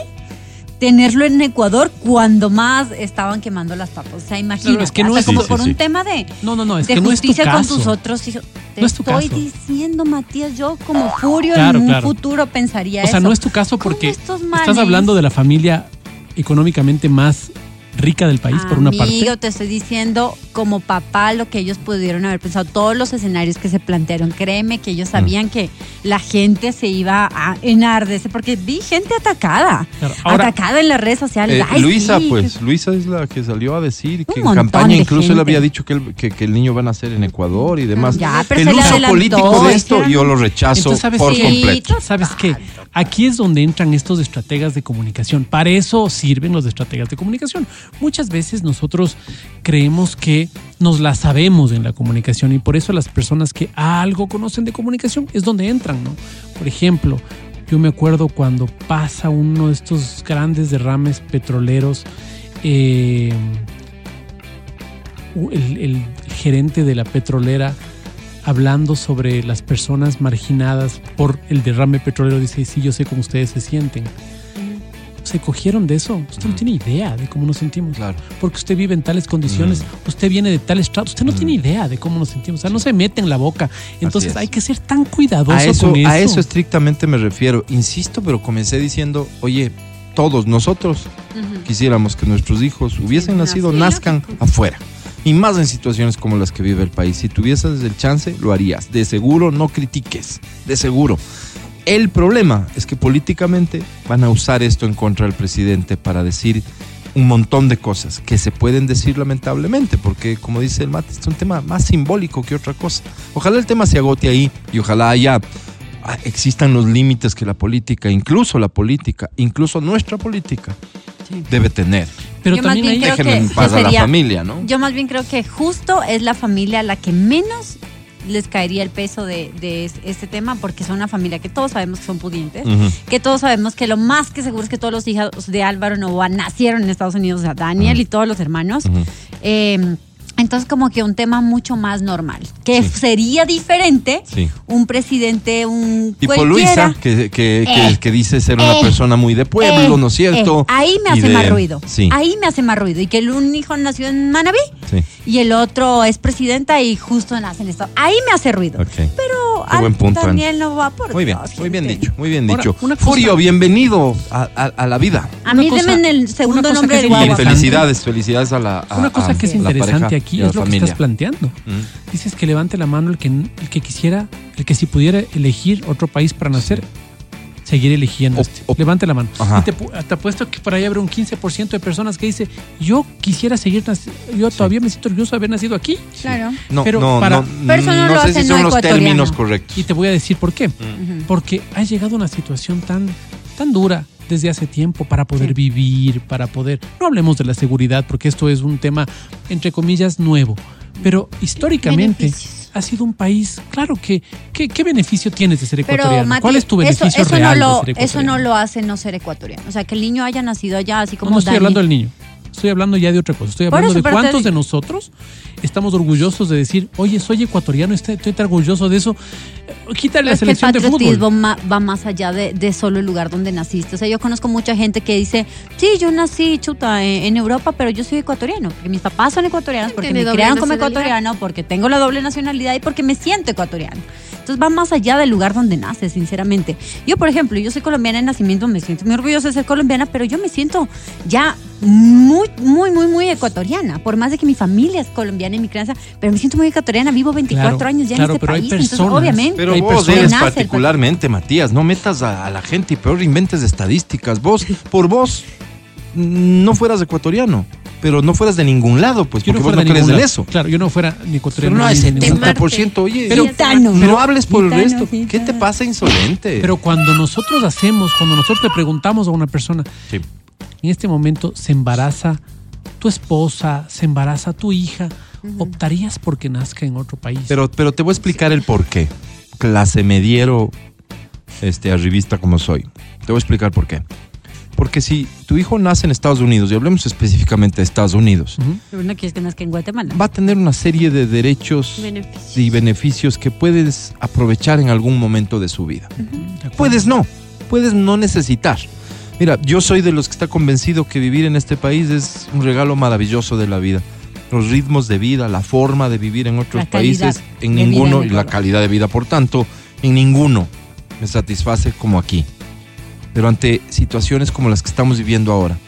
Speaker 6: tenerlo en Ecuador cuando más estaban quemando las papas. O sea, imagínate.
Speaker 1: Claro, es que no
Speaker 6: hasta
Speaker 1: es-
Speaker 6: como
Speaker 1: Sí, sí,
Speaker 6: por
Speaker 5: sí.
Speaker 6: un tema de,
Speaker 1: No, no, no, es
Speaker 6: de
Speaker 1: que no es tu
Speaker 6: justicia con
Speaker 1: caso.
Speaker 6: tus otros hijos. Te
Speaker 1: No es tu
Speaker 6: estoy
Speaker 1: caso.
Speaker 6: diciendo, Matías, yo como Furio
Speaker 1: Claro,
Speaker 6: en un
Speaker 1: claro.
Speaker 6: futuro pensaría
Speaker 1: O sea,
Speaker 6: eso.
Speaker 1: no es tu caso
Speaker 6: ¿Cómo
Speaker 1: porque
Speaker 6: estos manes?
Speaker 1: estás hablando de la familia económicamente más rica del país, por una parte.
Speaker 6: Amigo, te estoy diciendo como papá lo que ellos pudieron haber pensado, todos los escenarios que se plantearon. Créeme que
Speaker 1: Mm.
Speaker 6: ellos sabían que la gente se iba a enardecer, porque vi gente atacada,
Speaker 1: Claro, ahora-
Speaker 6: atacada en las redes sociales.
Speaker 5: Eh,
Speaker 6: Ay,
Speaker 5: Luisa,
Speaker 6: sí,
Speaker 5: pues, Luisa es la que salió a decir que en
Speaker 6: montón
Speaker 5: campaña
Speaker 6: de
Speaker 5: incluso él
Speaker 6: gente.
Speaker 5: había dicho que el, que, que el niño va a nacer en Ecuador y demás.
Speaker 6: Ya, pero
Speaker 5: el
Speaker 6: se le
Speaker 5: uso
Speaker 6: adelantó,
Speaker 5: político de esto
Speaker 6: hicieron-
Speaker 5: yo lo rechazo
Speaker 1: Entonces, ¿sabes
Speaker 5: por
Speaker 1: qué?
Speaker 5: completo.
Speaker 1: ¿Sabes qué? Aquí es donde entran estos estrategas de comunicación. Para eso sirven los estrategas de comunicación. Muchas veces nosotros creemos que nos la sabemos en la comunicación y por eso las personas que algo conocen de comunicación es donde entran, ¿no? Por ejemplo, yo me acuerdo cuando pasa uno de estos grandes derrames petroleros. eh, el, el gerente de la petrolera hablando sobre las personas marginadas por el derrame petrolero, dice, sí, yo sé cómo ustedes se sienten. Se cogieron de eso. Usted no tiene idea de cómo nos sentimos.
Speaker 5: Claro.
Speaker 1: Porque usted vive en tales condiciones, usted viene de tal estrato, usted no tiene idea de cómo nos sentimos. O sea, no se mete en la boca. Entonces
Speaker 5: es.
Speaker 1: hay que ser tan cuidadoso
Speaker 5: A eso,
Speaker 1: con eso.
Speaker 5: a eso estrictamente me refiero. Insisto, pero comencé diciendo, oye, todos nosotros quisiéramos que nuestros hijos hubiesen nacido, nazcan afuera. Y más en situaciones como las que vive el país. Si tuvieses el chance, lo harías. De seguro, no critiques. De seguro. El problema es que políticamente van a usar esto en contra del presidente para decir un montón de cosas que se pueden decir lamentablemente, porque como dice el Mate, es un tema más simbólico que otra cosa. Ojalá el tema se agote ahí y ojalá haya ah, existan los límites que la política, incluso la política, incluso nuestra política, debe tener.
Speaker 1: Pero
Speaker 6: Yo más
Speaker 1: también
Speaker 6: bien
Speaker 1: hay
Speaker 6: creo
Speaker 5: Déjenme
Speaker 6: que-
Speaker 5: en paz
Speaker 6: que
Speaker 5: a la
Speaker 6: sería-
Speaker 5: familia, ¿no?
Speaker 6: Yo más bien creo que justo es la familia la que menos les caería el peso de, de es- este tema, porque son una familia que todos sabemos que son pudientes,
Speaker 5: Ujú.
Speaker 6: que todos sabemos que lo más que seguro es que todos los hijos de Álvaro Novoa nacieron en Estados Unidos, o sea, Daniel y todos los hermanos.
Speaker 5: Ujú.
Speaker 6: Eh, entonces, como que un tema mucho más normal, que sería diferente
Speaker 5: Sí.
Speaker 6: un presidente, un
Speaker 5: Tipo
Speaker 6: cualquiera.
Speaker 5: pues, Luisa, que, que, que- que dice ser una
Speaker 6: eh,
Speaker 5: persona muy de pueblo,
Speaker 6: Eh,
Speaker 5: ¿no es cierto?
Speaker 6: eh, ahí me
Speaker 5: Y
Speaker 6: hace
Speaker 5: de-
Speaker 6: más ruido.
Speaker 5: Sí,
Speaker 6: Ahí me hace más ruido. Y que el un hijo nació en Manabí
Speaker 5: sí.
Speaker 6: y el otro es presidenta y justo nace en esto. Ahí me hace ruido.
Speaker 5: Ok.
Speaker 6: Pero
Speaker 5: Qué buen punto,
Speaker 6: Daniel no va por
Speaker 5: Muy bien,
Speaker 6: Dios,
Speaker 5: muy bien
Speaker 6: gente.
Speaker 5: dicho, muy bien
Speaker 1: Ahora,
Speaker 5: dicho.
Speaker 1: una cosa-
Speaker 5: Furio, bienvenido a, a- a la vida.
Speaker 6: A
Speaker 1: Una
Speaker 6: mí
Speaker 1: cosa-
Speaker 6: denme el
Speaker 1: una
Speaker 6: segundo
Speaker 1: cosa
Speaker 6: nombre
Speaker 1: que
Speaker 6: del
Speaker 1: es
Speaker 5: Y
Speaker 6: guagua.
Speaker 1: interesante.
Speaker 5: felicidades, felicidades a la a-
Speaker 1: Una cosa
Speaker 5: a
Speaker 1: que es
Speaker 5: la
Speaker 1: interesante
Speaker 5: pareja
Speaker 1: aquí
Speaker 5: y a la
Speaker 1: es lo que
Speaker 5: familia.
Speaker 1: estás planteando.
Speaker 5: Mm.
Speaker 1: Dices que levante la mano el que, el que quisiera, el que si pudiera elegir otro país para nacer, seguir eligiendo
Speaker 5: O-
Speaker 1: este.
Speaker 5: o-
Speaker 1: Levante la mano.
Speaker 5: Ajá.
Speaker 1: Y te, pu- te apuesto que por ahí habrá un 15% de personas que dice, yo quisiera seguir, nac- yo todavía me siento orgulloso de haber nacido aquí.
Speaker 6: Claro.
Speaker 5: No,
Speaker 1: Pero
Speaker 5: no,
Speaker 1: para-
Speaker 5: no,
Speaker 6: Pero eso no
Speaker 5: no
Speaker 6: lo
Speaker 5: sé
Speaker 6: hace
Speaker 5: si
Speaker 6: no
Speaker 5: son los
Speaker 6: ecuatoriano.
Speaker 5: términos correctos.
Speaker 1: Y te voy a decir por qué. Porque ha llegado una situación tan, tan dura desde hace tiempo para poder vivir, para poder... No hablemos de la seguridad, porque esto es un tema, entre comillas, nuevo. Pero históricamente
Speaker 6: Beneficios.
Speaker 1: ha sido un país, claro que... ¿Qué, qué beneficio tienes de ser ecuatoriano?
Speaker 6: Pero Mati,
Speaker 1: ¿Cuál es tu
Speaker 6: eso,
Speaker 1: beneficio
Speaker 6: eso
Speaker 1: real
Speaker 6: no
Speaker 1: de
Speaker 6: lo,
Speaker 1: ser
Speaker 6: eso
Speaker 1: ecuatoriano?
Speaker 6: no lo hace no ser ecuatoriano. O sea, que el niño haya nacido allá, así como
Speaker 1: No, no estoy
Speaker 6: Dani.
Speaker 1: hablando del niño. Estoy hablando ya de otra cosa. Estoy
Speaker 6: Por
Speaker 1: hablando
Speaker 6: eso,
Speaker 1: de
Speaker 6: pero te
Speaker 1: cuántos
Speaker 6: digo-
Speaker 1: de nosotros estamos orgullosos de decir, oye, soy ecuatoriano, estoy, estoy tan orgulloso de eso. Eh, Quítale la
Speaker 6: Es que el
Speaker 1: selección de
Speaker 6: patriotismo
Speaker 1: fútbol.
Speaker 6: ma- va más allá de, de solo el lugar donde naciste. O sea, yo conozco mucha gente que dice, sí, yo nací chuta en, en Europa, pero yo soy ecuatoriano, porque mis papás son ecuatorianos, porque
Speaker 7: Tiene
Speaker 6: me
Speaker 7: doble
Speaker 6: criaron como
Speaker 7: nacionalidad.
Speaker 6: ecuatoriano, porque tengo la doble nacionalidad y porque me siento ecuatoriano. Entonces va más allá del lugar donde naces, sinceramente. Yo, por ejemplo, yo soy colombiana en nacimiento, me siento muy orgullosa de ser colombiana, pero yo me siento ya muy, muy, muy, muy ecuatoriana. Por más de que mi familia es colombiana y mi crianza, pero me siento muy ecuatoriana, vivo 24
Speaker 1: Claro,
Speaker 6: años ya
Speaker 1: claro,
Speaker 6: en este
Speaker 1: pero hay
Speaker 6: país. entonces,
Speaker 1: personas-
Speaker 6: obviamente.
Speaker 5: Pero
Speaker 1: Hay
Speaker 5: vos
Speaker 1: personas-
Speaker 5: eres
Speaker 6: Nace el
Speaker 5: particularmente, Matías, no metas a, a la gente y peor inventes estadísticas. Vos, por vos, mm, no fueras ecuatoriano, pero no fueras de ningún lado, pues,
Speaker 1: Yo no
Speaker 5: porque vos
Speaker 1: fuera
Speaker 5: no
Speaker 1: de
Speaker 5: crees
Speaker 1: ningún
Speaker 5: en
Speaker 1: lado.
Speaker 5: eso.
Speaker 1: Claro, yo no fuera ni
Speaker 5: Pero
Speaker 1: ecuatoriano.
Speaker 5: no hay
Speaker 1: ni- ni-
Speaker 5: 70%, oye,
Speaker 6: Pero- Gitano.
Speaker 5: no hables por el
Speaker 6: Gitano,
Speaker 5: resto. ¿Qué te
Speaker 6: gitano.
Speaker 5: pasa, insolente?
Speaker 1: Pero cuando nosotros hacemos, cuando nosotros le preguntamos a una persona,
Speaker 5: Sí.
Speaker 1: en este momento se embaraza tu esposa, se embaraza tu hija, ¿optarías porque nazca en otro país?
Speaker 5: Pero, pero te voy a explicar el por qué. Clase mediero, este, arribista como soy. Te voy a explicar por qué. Porque si tu hijo nace en Estados Unidos, y hablemos específicamente de Estados Unidos,
Speaker 6: Pero no quieres que nazca en Guatemala.
Speaker 5: va a tener una serie de derechos
Speaker 7: Beneficios.
Speaker 5: y beneficios que puedes aprovechar en algún momento de su vida. Puedes no, puedes no necesitar. Mira, yo soy de los que está convencido que vivir en este país es un regalo maravilloso de la vida. Los ritmos de vida, la forma de vivir en otros
Speaker 6: La calidad
Speaker 5: países, en
Speaker 6: de vida
Speaker 5: ninguno, y
Speaker 6: en el
Speaker 5: la
Speaker 6: otro.
Speaker 5: calidad de vida, por tanto, en ninguno me satisface como aquí. Pero ante situaciones como las que estamos viviendo ahora,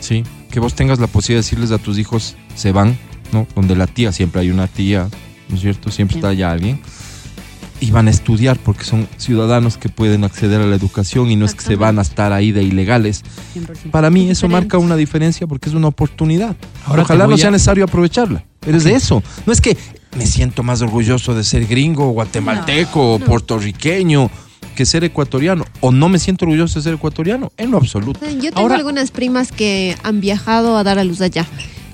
Speaker 5: sí, que vos tengas la posibilidad de decirles a tus hijos se van, ¿no? Donde la tía, siempre hay una tía, ¿no es cierto? Siempre está allá alguien. Y van a estudiar porque son ciudadanos que pueden acceder a la educación y no es que se van a estar ahí de ilegales.
Speaker 6: 100%.
Speaker 5: Para mí eso
Speaker 6: Diferente.
Speaker 5: marca una diferencia porque es una oportunidad.
Speaker 1: Ahora
Speaker 5: Ojalá
Speaker 1: te voy
Speaker 5: no
Speaker 1: a-
Speaker 5: sea necesario aprovecharla. Eres de eso. No es que me siento más orgulloso de ser gringo, guatemalteco, o puertorriqueño que ser ecuatoriano. O no me siento orgulloso de ser ecuatoriano. En lo absoluto.
Speaker 8: Yo tengo
Speaker 1: Ahora-
Speaker 8: algunas primas que han viajado a dar a luz allá.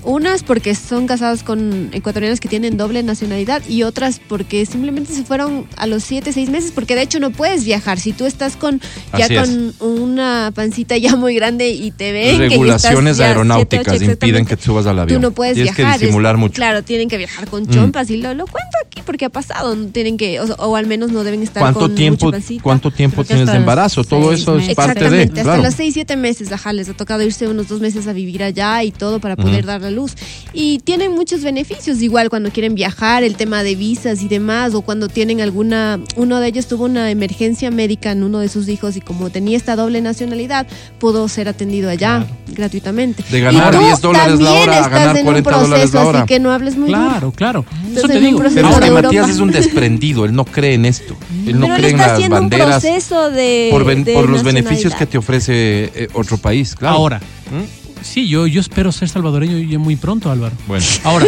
Speaker 8: Unas porque son casadas con ecuatorianos que tienen doble nacionalidad y otras porque simplemente se fueron a los 7, 6 meses, porque de hecho no puedes viajar. Si tú estás con ya
Speaker 5: Así es.
Speaker 8: con una pancita ya muy grande y te ven que
Speaker 5: Regulaciones
Speaker 8: estás ya
Speaker 5: aeronáuticas
Speaker 8: siete, ocho,
Speaker 5: impiden
Speaker 8: exactamente,
Speaker 5: que te subas al avión.
Speaker 8: Tú no puedes
Speaker 5: Tienes
Speaker 8: viajar.
Speaker 5: que disimular
Speaker 8: es-
Speaker 5: mucho.
Speaker 8: Claro, tienen que viajar con
Speaker 5: Mm.
Speaker 8: chompas y lo, lo cuento aquí porque ha pasado. no Tienen que, o, o al menos no deben estar
Speaker 5: ¿Cuánto
Speaker 8: con
Speaker 5: tiempo,
Speaker 8: mucha pancita.
Speaker 5: ¿Cuánto tiempo
Speaker 6: Creo que
Speaker 5: tienes de
Speaker 6: hasta los
Speaker 5: embarazo? Todo
Speaker 6: seis
Speaker 5: eso es
Speaker 6: meses.
Speaker 5: parte
Speaker 8: Exactamente,
Speaker 5: de.
Speaker 8: hasta
Speaker 5: Claro.
Speaker 8: los 6, 7 meses, ajá, les ha tocado irse unos dos meses a vivir allá y todo para poder dar la luz. Y tienen muchos beneficios, igual cuando quieren viajar, el tema de visas y demás, o cuando tienen alguna, uno de ellos tuvo una emergencia médica en uno de sus hijos y como tenía esta doble nacionalidad, pudo ser atendido allá gratuitamente.
Speaker 5: De ganar
Speaker 8: y tú
Speaker 5: 10 dólares la
Speaker 8: también
Speaker 5: hora a
Speaker 8: estás
Speaker 5: ganar
Speaker 8: en
Speaker 5: 40
Speaker 8: un
Speaker 5: dólares la
Speaker 8: proceso,
Speaker 5: hora.
Speaker 8: Así que no hables muy duro.
Speaker 1: Claro, claro. Eso
Speaker 8: Entonces,
Speaker 1: te
Speaker 8: en un
Speaker 1: digo.
Speaker 8: proceso
Speaker 5: Pero es
Speaker 8: Ahora
Speaker 5: que
Speaker 8: Europa.
Speaker 5: Matías es un desprendido, él no cree en esto. Él no
Speaker 7: Pero
Speaker 5: cree
Speaker 7: le
Speaker 5: en
Speaker 7: está
Speaker 5: las
Speaker 7: haciendo un
Speaker 5: banderas.
Speaker 7: proceso de.
Speaker 5: por, ben-
Speaker 7: de
Speaker 5: por los beneficios que
Speaker 7: nacionalidad.
Speaker 5: te ofrece eh, otro país, claro.
Speaker 1: Ahora,
Speaker 5: ¿Mm?
Speaker 1: sí, yo, yo espero ser salvadoreño ya muy pronto, Álvaro.
Speaker 5: Bueno,
Speaker 4: ah,
Speaker 1: Ahora,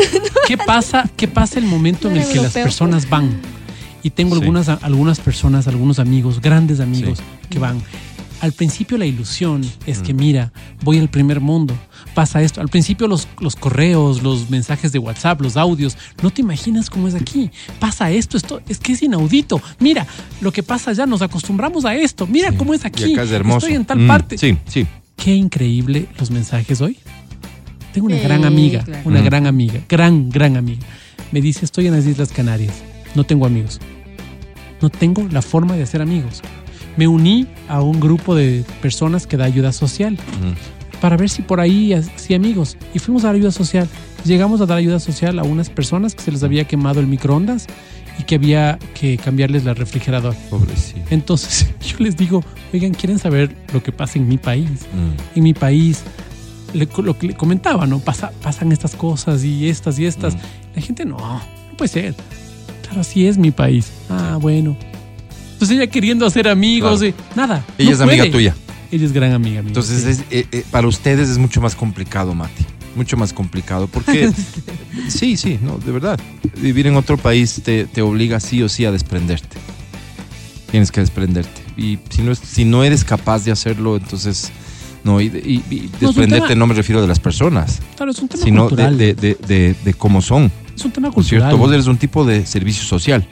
Speaker 1: ¿qué pasa? ¿Qué pasa el momento en el que las personas van? Y tengo
Speaker 5: Sí.
Speaker 1: algunas, algunas personas, algunos amigos, grandes amigos que van. Al principio la ilusión es
Speaker 5: Mm.
Speaker 1: que mira, voy al primer mundo, pasa esto. Al principio los, los correos, los mensajes de WhatsApp, los audios, no te imaginas cómo es aquí. Pasa esto, esto es que es inaudito. Mira, lo que pasa allá, nos acostumbramos a esto. Mira cómo es aquí.
Speaker 5: y acá es hermoso.
Speaker 1: Estoy en tal
Speaker 5: Mm,
Speaker 1: parte.
Speaker 5: Sí, sí.
Speaker 1: Qué increíble los mensajes hoy. Tengo una
Speaker 6: Sí,
Speaker 1: gran amiga,
Speaker 6: claro.
Speaker 1: una
Speaker 5: Mm.
Speaker 1: gran amiga, gran, gran amiga. Me dice, estoy en las Islas Canarias, no tengo amigos. No tengo la forma de hacer amigos. Me uní a un grupo de personas que da ayuda social
Speaker 5: Ujú.
Speaker 1: para ver si por ahí sí amigos. Y fuimos a dar ayuda social. Llegamos a dar ayuda social a unas personas que se les había quemado el microondas y que había que cambiarles el refrigerador.
Speaker 5: Pobrecito.
Speaker 1: Entonces yo les digo, oigan, ¿quieren saber lo que pasa en mi país?
Speaker 5: Mm.
Speaker 1: en mi país, le- lo que le comentaba, ¿no? Pasa- pasan estas cosas y estas y estas.
Speaker 5: Mm.
Speaker 1: La gente no, no puede ser. Claro, así es mi país. Ah, bueno. Entonces ella queriendo hacer amigos,
Speaker 5: Claro.
Speaker 1: y nada.
Speaker 5: Ella
Speaker 1: no
Speaker 5: es amiga
Speaker 1: puede.
Speaker 5: tuya.
Speaker 1: Ella es gran amiga. mía,
Speaker 5: Entonces,
Speaker 1: sí.
Speaker 5: es, eh, eh, para ustedes es mucho más complicado, Mati. Mucho más complicado. Porque, sí, sí, no, de verdad. Vivir en otro país te, te obliga sí o sí a desprenderte. Tienes que desprenderte. Y si no, es- si no eres capaz de hacerlo, entonces. No, y, de- y- y desprenderte
Speaker 1: tema-
Speaker 5: no me refiero de las personas,
Speaker 1: claro, es un tema
Speaker 5: sino de,
Speaker 1: cultural.
Speaker 5: de, de, de- de cómo son.
Speaker 1: es un tema
Speaker 5: ¿no es
Speaker 1: cultural.
Speaker 5: cierto? Vos eres un tipo de servicio social.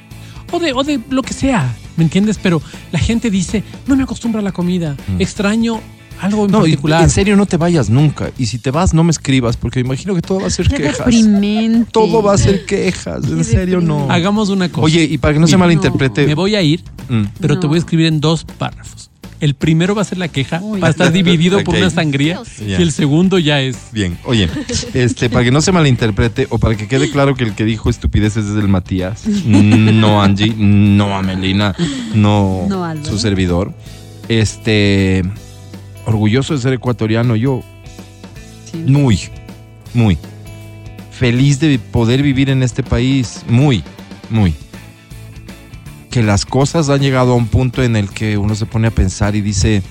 Speaker 1: o, de, o de lo que sea, ¿me entiendes? Pero la gente dice, no me acostumbro a la comida,
Speaker 5: Mm.
Speaker 1: extraño algo en
Speaker 5: No, y-
Speaker 1: particular.
Speaker 5: en serio, no te vayas nunca. Y si te vas, no me escribas, porque imagino que todo va a ser quejas.
Speaker 6: Deprimente.
Speaker 5: Todo va a ser quejas. En
Speaker 6: Qué
Speaker 5: serio, no.
Speaker 1: Hagamos una cosa.
Speaker 5: Oye, y para que no se
Speaker 1: Mira,
Speaker 5: malinterprete.
Speaker 1: me voy a ir,
Speaker 5: Mm.
Speaker 1: pero te
Speaker 6: No.
Speaker 1: voy a escribir en dos párrafos. El primero va a ser la queja,
Speaker 6: Uy.
Speaker 1: va a estar dividido por
Speaker 5: Ok.
Speaker 1: una sangría,
Speaker 8: Dios.
Speaker 5: Ya.
Speaker 1: y el segundo ya es.
Speaker 5: Bien, oye, este, para que no se malinterprete o para que quede claro que el que dijo estupideces es el Matías, no Angie, no Amelina, no,
Speaker 6: No, Álvaro.
Speaker 5: su servidor. Este, orgulloso de ser ecuatoriano, yo
Speaker 6: Sí.
Speaker 5: muy, muy feliz de poder vivir en este país, muy, muy. Que las cosas han llegado a un punto en el que uno se pone a pensar y dice,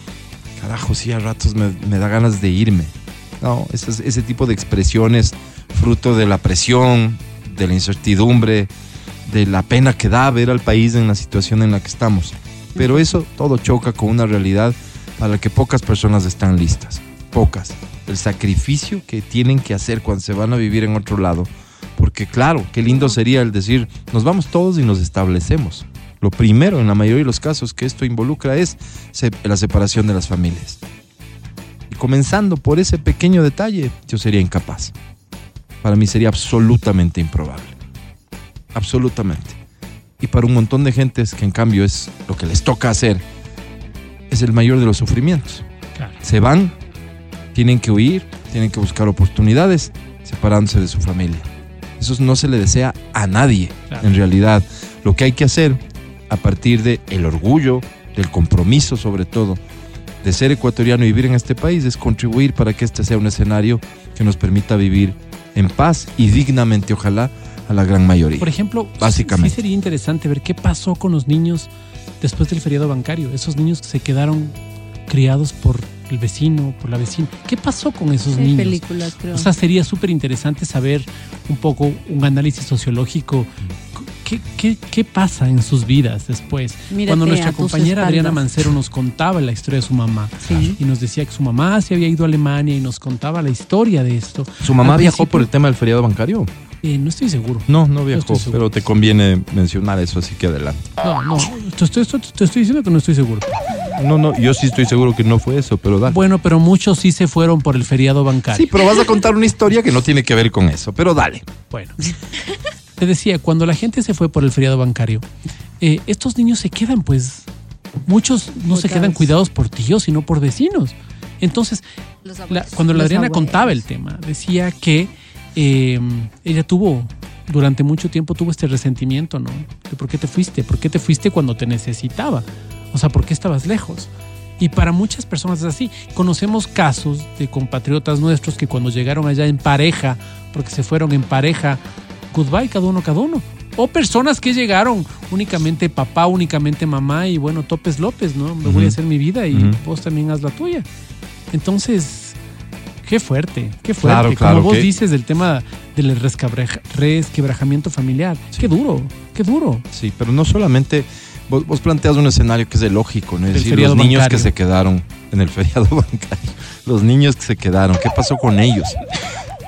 Speaker 5: carajo, sí, a ratos me, me da ganas de irme. No, esas- ese tipo de expresiones, fruto de la presión, de la incertidumbre, de la pena que da ver al país en la situación en la que estamos. Pero eso todo choca con una realidad para la que pocas personas están listas. Pocas. El sacrificio que tienen que hacer cuando se van a vivir en otro lado. Porque claro, qué lindo sería el decir, nos vamos todos y nos establecemos. Lo primero, en la mayoría de los casos que esto involucra, es se- la separación de las familias. Y comenzando por ese pequeño detalle, yo sería incapaz. Para mí sería absolutamente improbable. Absolutamente. Y para un montón de gentes que en cambio es lo que les toca hacer, es el mayor de los sufrimientos.
Speaker 1: Claro.
Speaker 5: Se van, tienen que huir, tienen que buscar oportunidades separándose de su familia. Eso no se le desea a nadie,
Speaker 1: Claro.
Speaker 5: en realidad. Lo que hay que hacer a partir de el orgullo, del compromiso sobre todo, de ser ecuatoriano y vivir en este país es contribuir para que este sea un escenario que nos permita vivir en paz y dignamente, ojalá, a la gran mayoría.
Speaker 1: Por ejemplo,
Speaker 5: Básicamente.
Speaker 1: sí sería interesante ver qué pasó con los niños después del feriado bancario. Esos niños que se quedaron criados por el vecino, por la vecina. ¿Qué pasó con esos
Speaker 6: Hay
Speaker 1: niños?
Speaker 6: películas, creo.
Speaker 1: O sea, sería súper interesante saber un poco un análisis sociológico. ¿Qué, qué, qué pasa en sus vidas después?
Speaker 6: Mírate
Speaker 1: Cuando
Speaker 6: a
Speaker 1: nuestra
Speaker 6: tus
Speaker 1: compañera Adriana
Speaker 6: espaldas.
Speaker 1: Mancero nos contaba la historia de su mamá
Speaker 6: Sí.
Speaker 1: y nos decía que su mamá se había ido a Alemania y nos contaba la historia de esto.
Speaker 5: ¿Su mamá
Speaker 1: Al
Speaker 5: viajó
Speaker 1: principio-
Speaker 5: por el tema del feriado bancario?
Speaker 1: Eh, no estoy seguro.
Speaker 5: No, no
Speaker 1: viajó,
Speaker 5: viajó,
Speaker 1: estoy seguro.
Speaker 5: pero te conviene mencionar eso, así que adelante.
Speaker 1: No, no, te estoy, estoy- te estoy diciendo que no estoy seguro.
Speaker 5: No, no, yo sí estoy seguro que no fue eso, pero dale.
Speaker 1: Bueno, pero muchos sí se fueron por el feriado bancario.
Speaker 5: sí, pero vas a contar una historia que no tiene que ver con eso, pero dale.
Speaker 1: Bueno, te decía, cuando la gente se fue por el feriado bancario, eh, estos niños se quedan, pues, muchos no se quedan cuidados por tíos, sino por vecinos. Entonces,
Speaker 6: Los
Speaker 1: la-
Speaker 6: abuelos.
Speaker 1: cuando la
Speaker 6: Los
Speaker 1: Adriana
Speaker 6: abuelos.
Speaker 1: contaba el tema, decía que eh, ella tuvo, durante mucho tiempo tuvo este resentimiento, ¿no? De por qué te fuiste, por qué te fuiste cuando te necesitaba, o sea, por qué estabas lejos. Y para muchas personas es así. Conocemos casos de compatriotas nuestros que cuando llegaron allá en pareja, porque se fueron en pareja, goodbye, cada uno, cada uno. O personas que llegaron únicamente papá, únicamente mamá y bueno, Topes López, ¿no? Me voy a
Speaker 5: Ujú.
Speaker 1: hacer mi vida y
Speaker 5: Ujú.
Speaker 1: vos también haz la tuya. Entonces, qué fuerte, qué fuerte.
Speaker 5: Claro, claro,
Speaker 1: Como vos
Speaker 5: que-
Speaker 1: dices del tema del resquebraja- resquebrajamiento familiar. Qué duro, qué duro.
Speaker 5: Sí, pero no solamente. Vos, vos planteas un escenario que es de lógico, ¿no? Es
Speaker 1: Del
Speaker 5: decir,
Speaker 1: feriado
Speaker 5: los niños
Speaker 1: bancario.
Speaker 5: que se quedaron en el feriado bancario, los niños que se quedaron, ¿qué pasó con ellos?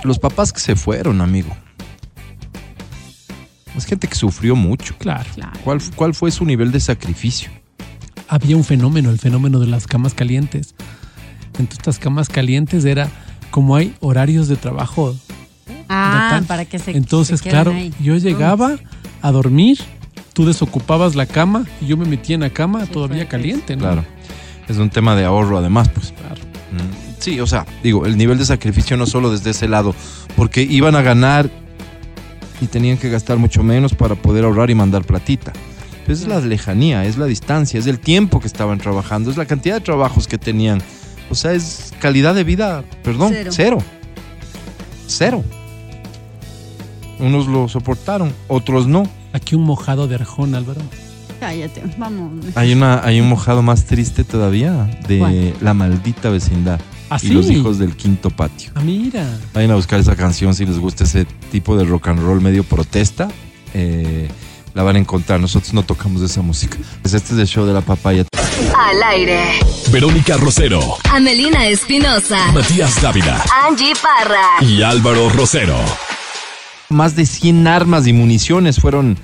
Speaker 5: Los papás que se fueron, amigo. Es gente que sufrió mucho.
Speaker 1: Claro.
Speaker 5: ¿Cuál, cuál fue su nivel de sacrificio?
Speaker 1: Había un fenómeno, el fenómeno de las camas calientes. Entonces, estas camas calientes era como hay horarios de trabajo.
Speaker 6: Ah,
Speaker 1: natal.
Speaker 6: para que se
Speaker 1: Entonces,
Speaker 6: se queden
Speaker 1: claro,
Speaker 6: ahí.
Speaker 1: yo llegaba a dormir, tú desocupabas la cama y yo me metía en la cama todavía
Speaker 6: fuerte.
Speaker 1: caliente, ¿no?
Speaker 5: Claro. Es un tema de ahorro, además, pues.
Speaker 1: Claro.
Speaker 5: Mm, Sí, o sea, digo, el nivel de sacrificio no solo desde ese lado, porque iban a ganar y tenían que gastar mucho menos para poder ahorrar y mandar platita. Pues es la lejanía, es la distancia, es el tiempo que estaban trabajando, es la cantidad de trabajos que tenían. O sea, es calidad de vida, perdón,
Speaker 6: Cero.
Speaker 5: cero. Cero. Unos lo soportaron, otros no.
Speaker 1: Aquí un mojado de arjón, Álvaro.
Speaker 6: Cállate, vamos.
Speaker 5: Hay, una, hay un mojado más triste todavía de
Speaker 6: ¿Cuál?
Speaker 5: la maldita vecindad
Speaker 1: Así.
Speaker 5: y los hijos del quinto patio.
Speaker 1: Ah, mira.
Speaker 5: Vayan a buscar esa canción si les gusta ese tipo de rock and roll medio protesta. eh, la van a encontrar. Nosotros no tocamos esa música. Pues este es el show de la papaya.
Speaker 9: Al aire.
Speaker 4: Verónica Rosero,
Speaker 9: Amelina Espinosa.
Speaker 4: Matías Dávila
Speaker 9: Angie Parra.
Speaker 4: y Álvaro Rosero.
Speaker 5: Más de 100 armas y municiones fueron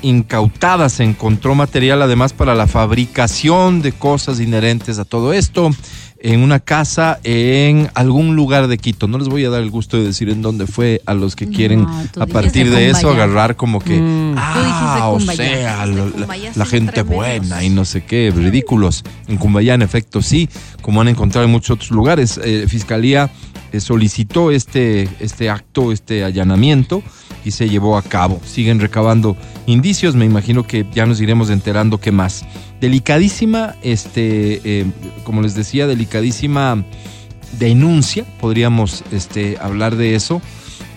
Speaker 5: incautadas. Se encontró material además para la fabricación de cosas inherentes a todo esto en una casa en algún lugar de Quito. No les voy a dar el gusto de decir en dónde fue a los que
Speaker 6: No,
Speaker 5: quieren
Speaker 6: tú
Speaker 5: a
Speaker 6: dijiste
Speaker 5: partir de eso
Speaker 6: Cumbayá.
Speaker 5: agarrar como que
Speaker 1: Mm.
Speaker 5: ah,
Speaker 6: Tú
Speaker 5: o
Speaker 6: dijiste Cumbayá.
Speaker 5: sea,
Speaker 6: Dijiste
Speaker 5: lo-
Speaker 6: Cumbayá,
Speaker 5: la,
Speaker 6: son
Speaker 5: la gente
Speaker 6: tremendos.
Speaker 5: buena y no sé qué, ridículos. En Cumbayá en efecto sí, como han encontrado en muchos otros lugares, Eh, fiscalía eh, solicitó este este acto, este allanamiento y se llevó a cabo. Siguen recabando indicios, me imagino que ya nos iremos enterando qué más. Delicadísima, este, eh, como les decía, delicadísima denuncia, podríamos este, hablar de eso.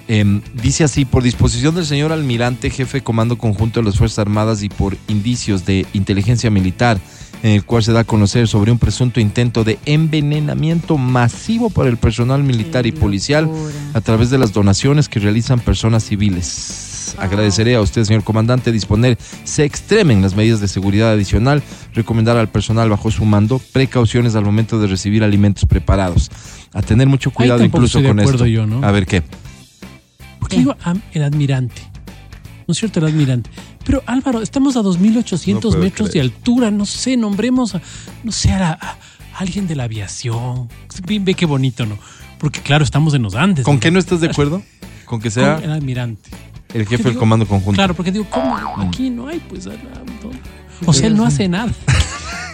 Speaker 5: Em, dice así, por disposición del señor almirante, jefe de comando conjunto de las Fuerzas Armadas y por indicios de inteligencia militar, en el cual se da a conocer sobre un presunto intento de envenenamiento masivo para el personal militar y policial a través de las donaciones que realizan personas civiles. Agradeceré a usted, señor comandante, disponer, se extremen las medidas de seguridad adicional, recomendar al personal bajo su mando precauciones al momento de recibir alimentos preparados. A tener mucho cuidado
Speaker 1: tampoco
Speaker 5: incluso
Speaker 1: estoy de
Speaker 5: con esto.
Speaker 1: acuerdo yo, ¿no?
Speaker 5: A ver qué.
Speaker 1: Porque
Speaker 6: ¿Qué?
Speaker 1: digo am- el admirante. ¿No es cierto? El admirante. Pero Álvaro, estamos a 2.800
Speaker 5: No puedo
Speaker 1: metros de
Speaker 5: creer.
Speaker 1: altura. No sé, nombremos, a, no sé, a, la- a alguien de la aviación. Ve, ve qué bonito, ¿no? Porque claro, estamos en los Andes.
Speaker 5: ¿Con
Speaker 1: ¿no?
Speaker 5: qué no estás de acuerdo? Con que sea
Speaker 1: Con el admirante.
Speaker 5: el
Speaker 1: Porque
Speaker 5: jefe del
Speaker 1: digo-
Speaker 5: comando conjunto. Mm.
Speaker 1: Claro, porque digo, ¿cómo? Aquí no hay, pues... a la- no. O sea, él no hace nada.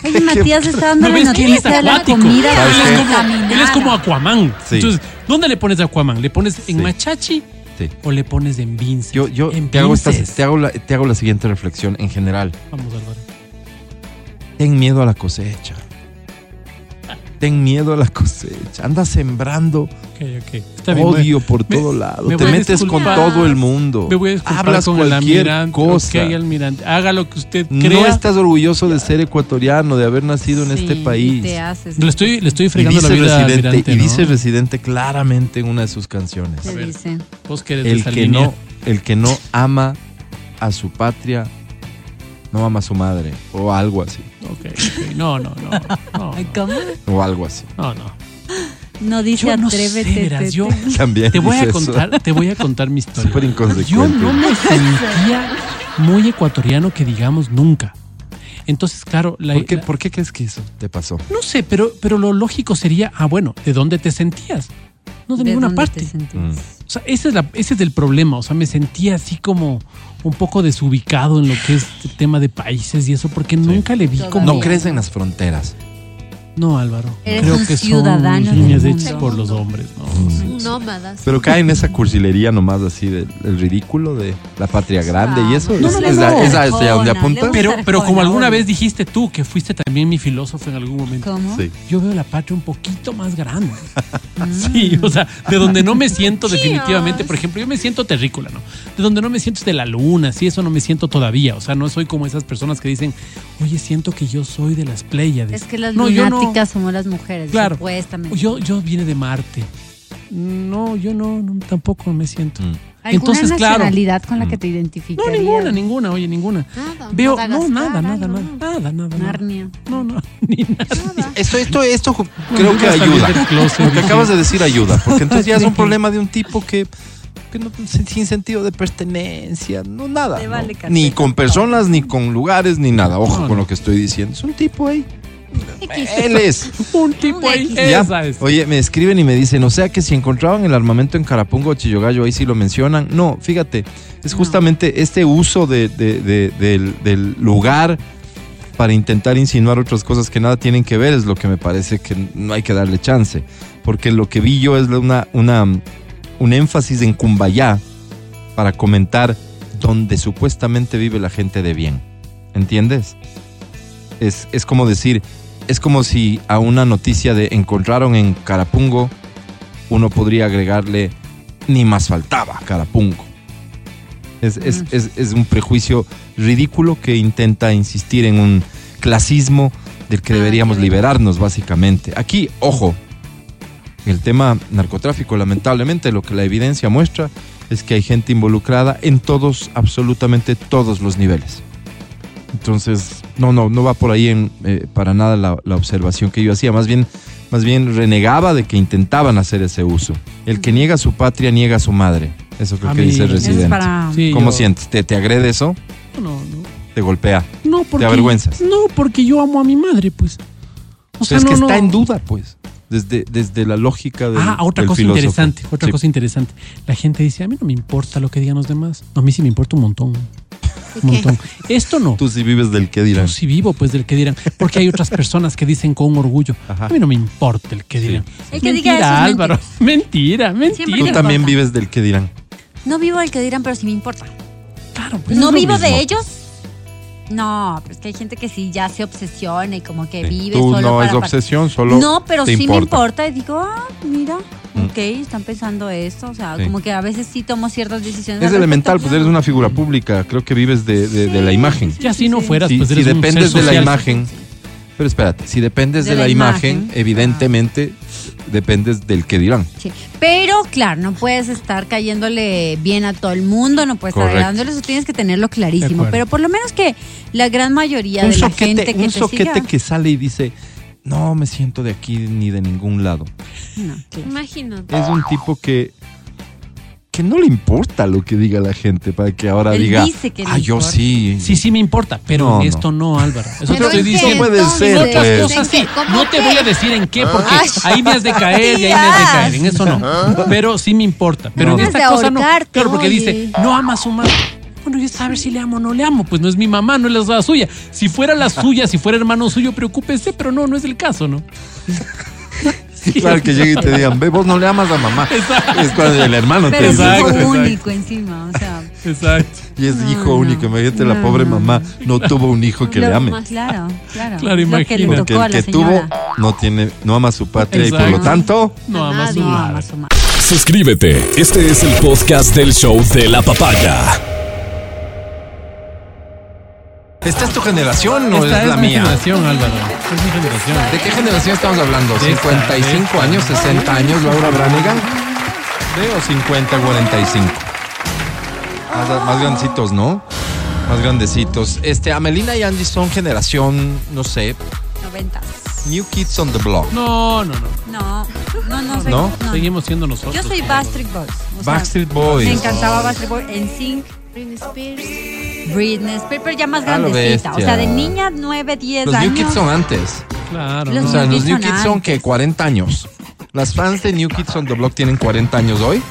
Speaker 6: Ay, Matías está dando
Speaker 1: Pero
Speaker 6: la
Speaker 1: es que él es
Speaker 6: noticia de la
Speaker 1: acuático.
Speaker 6: comida.
Speaker 5: ¿Sabes
Speaker 6: para
Speaker 5: qué?
Speaker 1: él, es como,
Speaker 6: caminar.
Speaker 1: él es como Aquaman.
Speaker 5: Sí.
Speaker 1: Entonces, ¿dónde le pones Aquaman? ¿Le pones en
Speaker 5: Sí.
Speaker 1: Machachi
Speaker 5: Sí.
Speaker 1: o le pones en Vince?
Speaker 5: Yo, yo
Speaker 1: en
Speaker 5: te, hago esta-
Speaker 1: Vinces.
Speaker 5: te hago la, te hago la siguiente reflexión en general.
Speaker 1: Vamos, Álvaro.
Speaker 5: Ten miedo a la cosecha. ten miedo a la cosecha, anda sembrando
Speaker 1: Ok, ok. Está bien.
Speaker 5: odio
Speaker 1: me-
Speaker 5: por
Speaker 1: me-
Speaker 5: todo lado,
Speaker 1: me
Speaker 5: te
Speaker 1: voy a
Speaker 5: metes con
Speaker 1: disculpar.
Speaker 5: todo el mundo,
Speaker 1: Me voy a disculpar
Speaker 5: hablas
Speaker 1: con el
Speaker 5: cualquier
Speaker 1: almirante.
Speaker 5: cosa.
Speaker 1: Ok, almirante. Haga lo que usted crea.
Speaker 5: No estás orgulloso de ser ecuatoriano, de haber nacido en
Speaker 6: Sí,
Speaker 5: este
Speaker 6: y
Speaker 5: país.
Speaker 6: te haces.
Speaker 1: Le estoy, le estoy
Speaker 5: Y
Speaker 1: fregando
Speaker 5: dice,
Speaker 1: la vida al
Speaker 5: residente,
Speaker 1: almirante.
Speaker 5: y
Speaker 1: ¿no?
Speaker 5: dice residente claramente en una de sus canciones.
Speaker 6: Te
Speaker 1: ver.
Speaker 6: dice.
Speaker 1: Vos que eres de
Speaker 5: el
Speaker 1: esa
Speaker 5: que
Speaker 1: línea.
Speaker 5: no el que no ama a su patria no ama a su madre o algo así
Speaker 1: Ok, ok. No, no, no. No,
Speaker 6: Ay,
Speaker 1: no.
Speaker 6: ¿Cómo?
Speaker 5: o algo así
Speaker 1: no, no.
Speaker 6: No dice
Speaker 1: Yo no sé,
Speaker 6: atrévete.
Speaker 1: verás,
Speaker 6: te-
Speaker 1: yo-
Speaker 6: te-
Speaker 5: también
Speaker 1: Te voy a
Speaker 5: dice eso.
Speaker 1: contar, te voy a contar mi historia.
Speaker 5: Súper inconsecuente.
Speaker 1: Yo no me sentía muy ecuatoriano que digamos nunca. Entonces, claro, la,
Speaker 5: ¿Por qué,
Speaker 1: la-
Speaker 5: por qué crees que eso te pasó?
Speaker 1: no sé, pero, pero lo lógico sería, ah, bueno, ¿de dónde te sentías? No de,
Speaker 6: ¿de
Speaker 1: ninguna
Speaker 6: dónde
Speaker 1: parte.
Speaker 6: te sentías?
Speaker 5: Mm.
Speaker 1: O sea, ese es, la- ese es el problema. O sea, me sentía así como un poco desubicado en lo que es el tema de países y eso, porque nunca le vi como.
Speaker 5: No
Speaker 6: Bien.
Speaker 5: crees en las fronteras.
Speaker 1: No, Álvaro.
Speaker 6: Eres
Speaker 1: creo
Speaker 6: un
Speaker 1: que
Speaker 6: ciudadano
Speaker 1: son
Speaker 6: del
Speaker 1: líneas
Speaker 6: mundo.
Speaker 1: hechas por los hombres, ¿no?
Speaker 8: Nómadas.
Speaker 5: Pero cae en esa cursilería nomás así del el ridículo de la patria grande y eso.
Speaker 6: Vamos,
Speaker 5: ¿Es-
Speaker 6: le
Speaker 5: es a-
Speaker 6: gusta
Speaker 5: es a-
Speaker 6: el
Speaker 5: es a donde
Speaker 6: cola,
Speaker 5: apunta?
Speaker 6: le gusta
Speaker 1: Pero,
Speaker 6: Estar
Speaker 1: pero
Speaker 6: con
Speaker 1: como
Speaker 6: la
Speaker 1: alguna
Speaker 6: olla.
Speaker 1: vez dijiste tú que fuiste también mi filósofo en algún momento,
Speaker 6: ¿Cómo?
Speaker 5: Sí.
Speaker 1: yo veo la patria un poquito más grande. Sí, o sea, de donde no me siento definitivamente, por ejemplo, yo me siento terrícola, ¿no? De donde no me siento es de la luna, sí, eso no me siento todavía. O sea, no soy como esas personas que dicen, oye, siento que yo soy de las Pléyades.
Speaker 6: Es que las
Speaker 1: No, yo no-
Speaker 6: lunáticas somos las mujeres,
Speaker 1: Claro.
Speaker 6: supuestamente.
Speaker 1: Yo, yo vine de Marte. No, yo no, no, tampoco me siento.
Speaker 5: Mm.
Speaker 6: ¿Alguna
Speaker 1: Entonces, claro. Mm.
Speaker 6: nacionalidad con la que te identificas?
Speaker 1: No, ninguna, ninguna, oye, ninguna.
Speaker 8: Nada,
Speaker 1: Veo, no,
Speaker 8: Madagascar,
Speaker 1: nada, nada,
Speaker 8: algo,
Speaker 1: nada,
Speaker 8: no.
Speaker 1: nada, nada.
Speaker 6: Narnia.
Speaker 1: No, no, ni nada.
Speaker 5: Esto, esto, esto ju- creo
Speaker 1: yo
Speaker 5: que
Speaker 1: ya salí
Speaker 5: ayuda.
Speaker 1: del closet,
Speaker 5: Lo que
Speaker 1: dije.
Speaker 5: acabas de decir ayuda, porque entonces ya es un problema de un tipo que, que no- sin, sin sentido de pertenencia, no nada.
Speaker 6: Te
Speaker 5: ¿no?
Speaker 6: vale carpeta.
Speaker 5: Ni con personas, ni con lugares, ni nada. Ojo
Speaker 1: No,
Speaker 5: con
Speaker 1: no.
Speaker 5: lo que estoy diciendo. Es un tipo ahí. Él es.
Speaker 1: Un tipo ahí,
Speaker 5: Ya.
Speaker 1: esa es.
Speaker 5: Oye, me escriben y me dicen, o sea que si encontraban el armamento en Carapungo o Chillogallo, ahí sí lo mencionan. No, fíjate, es
Speaker 6: No.
Speaker 5: justamente este uso de- de- de- del, del lugar para intentar insinuar otras cosas que nada tienen que ver es lo que me parece que no hay que darle chance. Porque lo que vi yo es la- una, una, un énfasis en Cumbayá para comentar donde supuestamente vive la gente de bien. ¿Entiendes? Es, es como decir, es como si a una noticia de encontraron en Carapungo, uno podría agregarle, ni más faltaba Carapungo. Es, es-
Speaker 6: Mm.
Speaker 5: es- es un prejuicio ridículo que intenta insistir en un clasismo del que deberíamos liberarnos, básicamente. Aquí, ojo, el tema narcotráfico, lamentablemente, lo que la evidencia muestra es que hay gente involucrada en todos, absolutamente todos los niveles. Entonces, no, no, no va por ahí en, eh, para nada la, la observación que yo hacía. Más bien, más bien renegaba de que intentaban hacer ese uso. El que niega su patria niega a su madre. Eso creo que
Speaker 1: Amigo.
Speaker 5: dice el
Speaker 1: Eso es
Speaker 6: Eso es
Speaker 5: residente.
Speaker 6: para...
Speaker 1: Sí,
Speaker 5: ¿Cómo
Speaker 1: yo-
Speaker 5: sientes? ¿Te, ¿Te agrede eso?
Speaker 1: No, no.
Speaker 5: ¿Te golpea?
Speaker 1: No, porque.
Speaker 5: avergüenzas?
Speaker 1: No, porque yo amo a mi madre, pues. O
Speaker 5: es
Speaker 1: no,
Speaker 5: que
Speaker 1: no.
Speaker 5: está en duda, pues. Desde, desde la lógica del
Speaker 1: Ah, otra
Speaker 5: del
Speaker 1: cosa
Speaker 5: filósofo.
Speaker 1: interesante, otra
Speaker 5: Sí.
Speaker 1: cosa interesante. La gente dice, a mí no me importa lo que digan los demás. No, a mí sí me importa un montón. Un montón. Esto no.
Speaker 5: Tú sí vives del que dirán.
Speaker 1: Yo sí vivo, pues, del que dirán. Porque hay otras personas que dicen con orgullo,
Speaker 5: Ajá.
Speaker 1: a mí no me importa el que
Speaker 5: Sí.
Speaker 1: dirán.
Speaker 6: El que diga eso es
Speaker 1: Álvaro. Mentira,
Speaker 6: Siempre
Speaker 5: Tú
Speaker 1: mentira.
Speaker 6: que-
Speaker 5: también
Speaker 6: importa.
Speaker 5: vives del que dirán.
Speaker 6: No vivo del que dirán, pero sí me importa.
Speaker 1: Claro, pues, es
Speaker 6: ¿No
Speaker 1: lo
Speaker 6: vivo de
Speaker 1: mismo.
Speaker 6: ellos? No, pero es que hay gente que sí ya se obsesiona y como que vive
Speaker 5: Tú
Speaker 6: solo
Speaker 5: no
Speaker 6: para
Speaker 5: es obsesión, solo
Speaker 6: No, pero
Speaker 5: te
Speaker 6: sí me
Speaker 5: importa.
Speaker 6: importa y digo, ah, mira,
Speaker 5: Mm.
Speaker 6: ok, están pensando esto, o sea,
Speaker 5: Sí.
Speaker 6: como que a veces sí tomo ciertas decisiones.
Speaker 5: Es
Speaker 6: al
Speaker 5: elemental,
Speaker 6: respecto.
Speaker 5: pues eres una figura pública, creo que vives de, de- de la imagen.
Speaker 1: Ya si no
Speaker 6: Sí.
Speaker 1: fueras,
Speaker 5: Si,
Speaker 1: pues
Speaker 5: si
Speaker 1: eres un
Speaker 5: dependes
Speaker 1: ser
Speaker 5: de la
Speaker 1: social.
Speaker 5: imagen, pero espérate, si dependes de, la, imagen,
Speaker 6: Ah.
Speaker 5: evidentemente dependes del que dirán.
Speaker 6: Sí. Pero claro, no puedes estar cayéndole bien a todo el mundo, no puedes
Speaker 5: Correcto.
Speaker 6: estar agradándoles, eso tienes que tenerlo
Speaker 1: De
Speaker 6: clarísimo.
Speaker 1: acuerdo.
Speaker 6: Pero por lo menos que la gran mayoría
Speaker 5: Un
Speaker 6: de la
Speaker 5: soquete,
Speaker 6: gente que
Speaker 5: un
Speaker 6: te
Speaker 5: soquete
Speaker 6: siga-
Speaker 5: que sale y dice, no me siento de aquí ni de ningún lado.
Speaker 6: No, claro.
Speaker 8: Imagínate.
Speaker 5: Es un tipo que que no le importa lo que diga la gente para que ahora
Speaker 6: Él
Speaker 5: diga,
Speaker 6: dice que le
Speaker 5: ah, yo
Speaker 6: importa".
Speaker 5: sí.
Speaker 1: Sí, sí me importa, pero
Speaker 5: No,
Speaker 1: en
Speaker 5: no.
Speaker 1: esto no, Álvaro. Eso te
Speaker 8: Pero
Speaker 1: estoy
Speaker 8: es que
Speaker 1: diciendo.
Speaker 5: No puede ser,
Speaker 8: entonces,
Speaker 5: pues.
Speaker 1: Otras
Speaker 8: ¿en
Speaker 1: cosas
Speaker 8: qué?
Speaker 1: sí.
Speaker 8: ¿Cómo
Speaker 1: No te
Speaker 8: qué?
Speaker 1: voy a decir en qué, porque ahí me has de caer y ahí me has de caer. En eso no. Pero sí me importa. Pero
Speaker 5: No.
Speaker 1: en esta
Speaker 8: Ganas de
Speaker 1: cosa no.
Speaker 8: ahorcarte,
Speaker 1: Claro, porque
Speaker 8: oye.
Speaker 1: dice, no ama a su madre. Bueno, yo saber si le amo o no le amo. Pues no es mi mamá, no es la suya. Si fuera la suya, si fuera hermano suyo, preocúpese, pero no, no es el caso, ¿no? Sí,
Speaker 5: Claro que llegue y te digan, ve, vos no le amas a mamá.
Speaker 1: Exacto.
Speaker 5: Es cuando el hermano te
Speaker 6: Pero es
Speaker 5: dice.
Speaker 1: Exacto,
Speaker 6: hijo
Speaker 1: exacto.
Speaker 6: único encima, o sea.
Speaker 1: Exacto.
Speaker 5: Y es
Speaker 6: No,
Speaker 5: hijo
Speaker 6: no.
Speaker 5: único. Imagínate, la
Speaker 6: No,
Speaker 5: pobre
Speaker 6: no.
Speaker 5: mamá no tuvo un hijo que le
Speaker 6: Lo
Speaker 5: ame.
Speaker 6: más Claro, claro.
Speaker 1: Claro,
Speaker 6: Es lo que le
Speaker 1: imagínate.
Speaker 6: tocó
Speaker 5: Porque
Speaker 6: a
Speaker 5: el
Speaker 6: la
Speaker 5: que tuvo
Speaker 6: señora.
Speaker 5: no tiene, no ama su patria y por lo
Speaker 1: Exacto.
Speaker 5: tanto,
Speaker 1: No,
Speaker 8: A
Speaker 1: amas
Speaker 8: nadie.
Speaker 1: no.
Speaker 6: Vamos, Omar.
Speaker 4: Suscríbete. Este es el podcast del show de la papaya.
Speaker 5: ¿esta es tu generación o
Speaker 1: Esta
Speaker 5: es, la
Speaker 1: mi
Speaker 5: mía?
Speaker 1: generación, Álvaro. Esta es mi generación.
Speaker 5: ¿De qué generación estamos hablando?
Speaker 1: De esta,
Speaker 5: ¿55
Speaker 1: de
Speaker 5: años, 60 años, Laura Branigan? ¿De o 50, 45? Ah, Más, más grandecitos, ¿no? Más grandecitos. Este, Amelina y Andy son generación, no sé,
Speaker 6: Noventas.
Speaker 5: New Kids on the Block.
Speaker 1: No, no, no.
Speaker 6: No, no, no. soy-
Speaker 5: ¿No?
Speaker 6: no.
Speaker 1: Seguimos siendo nosotros.
Speaker 6: Yo soy Backstreet Boys. o sea,
Speaker 5: Backstreet
Speaker 6: Me
Speaker 5: Boys.
Speaker 6: encantaba Backstreet Boys en Sync,
Speaker 8: Britney Spears.
Speaker 6: Britney Spears, pero ya más
Speaker 5: A Ah, lo
Speaker 6: grandecita. O
Speaker 5: bestia.
Speaker 6: sea, de niña, 9, 10
Speaker 5: Los
Speaker 6: años.
Speaker 5: New Kids son antes.
Speaker 1: Claro.
Speaker 6: Los-
Speaker 5: O sea,
Speaker 6: New
Speaker 5: los
Speaker 6: Kids
Speaker 5: New
Speaker 6: on
Speaker 5: Kids son
Speaker 6: antes.
Speaker 5: que 40 años. Las fans de New Kids on the Block tienen 40 años hoy.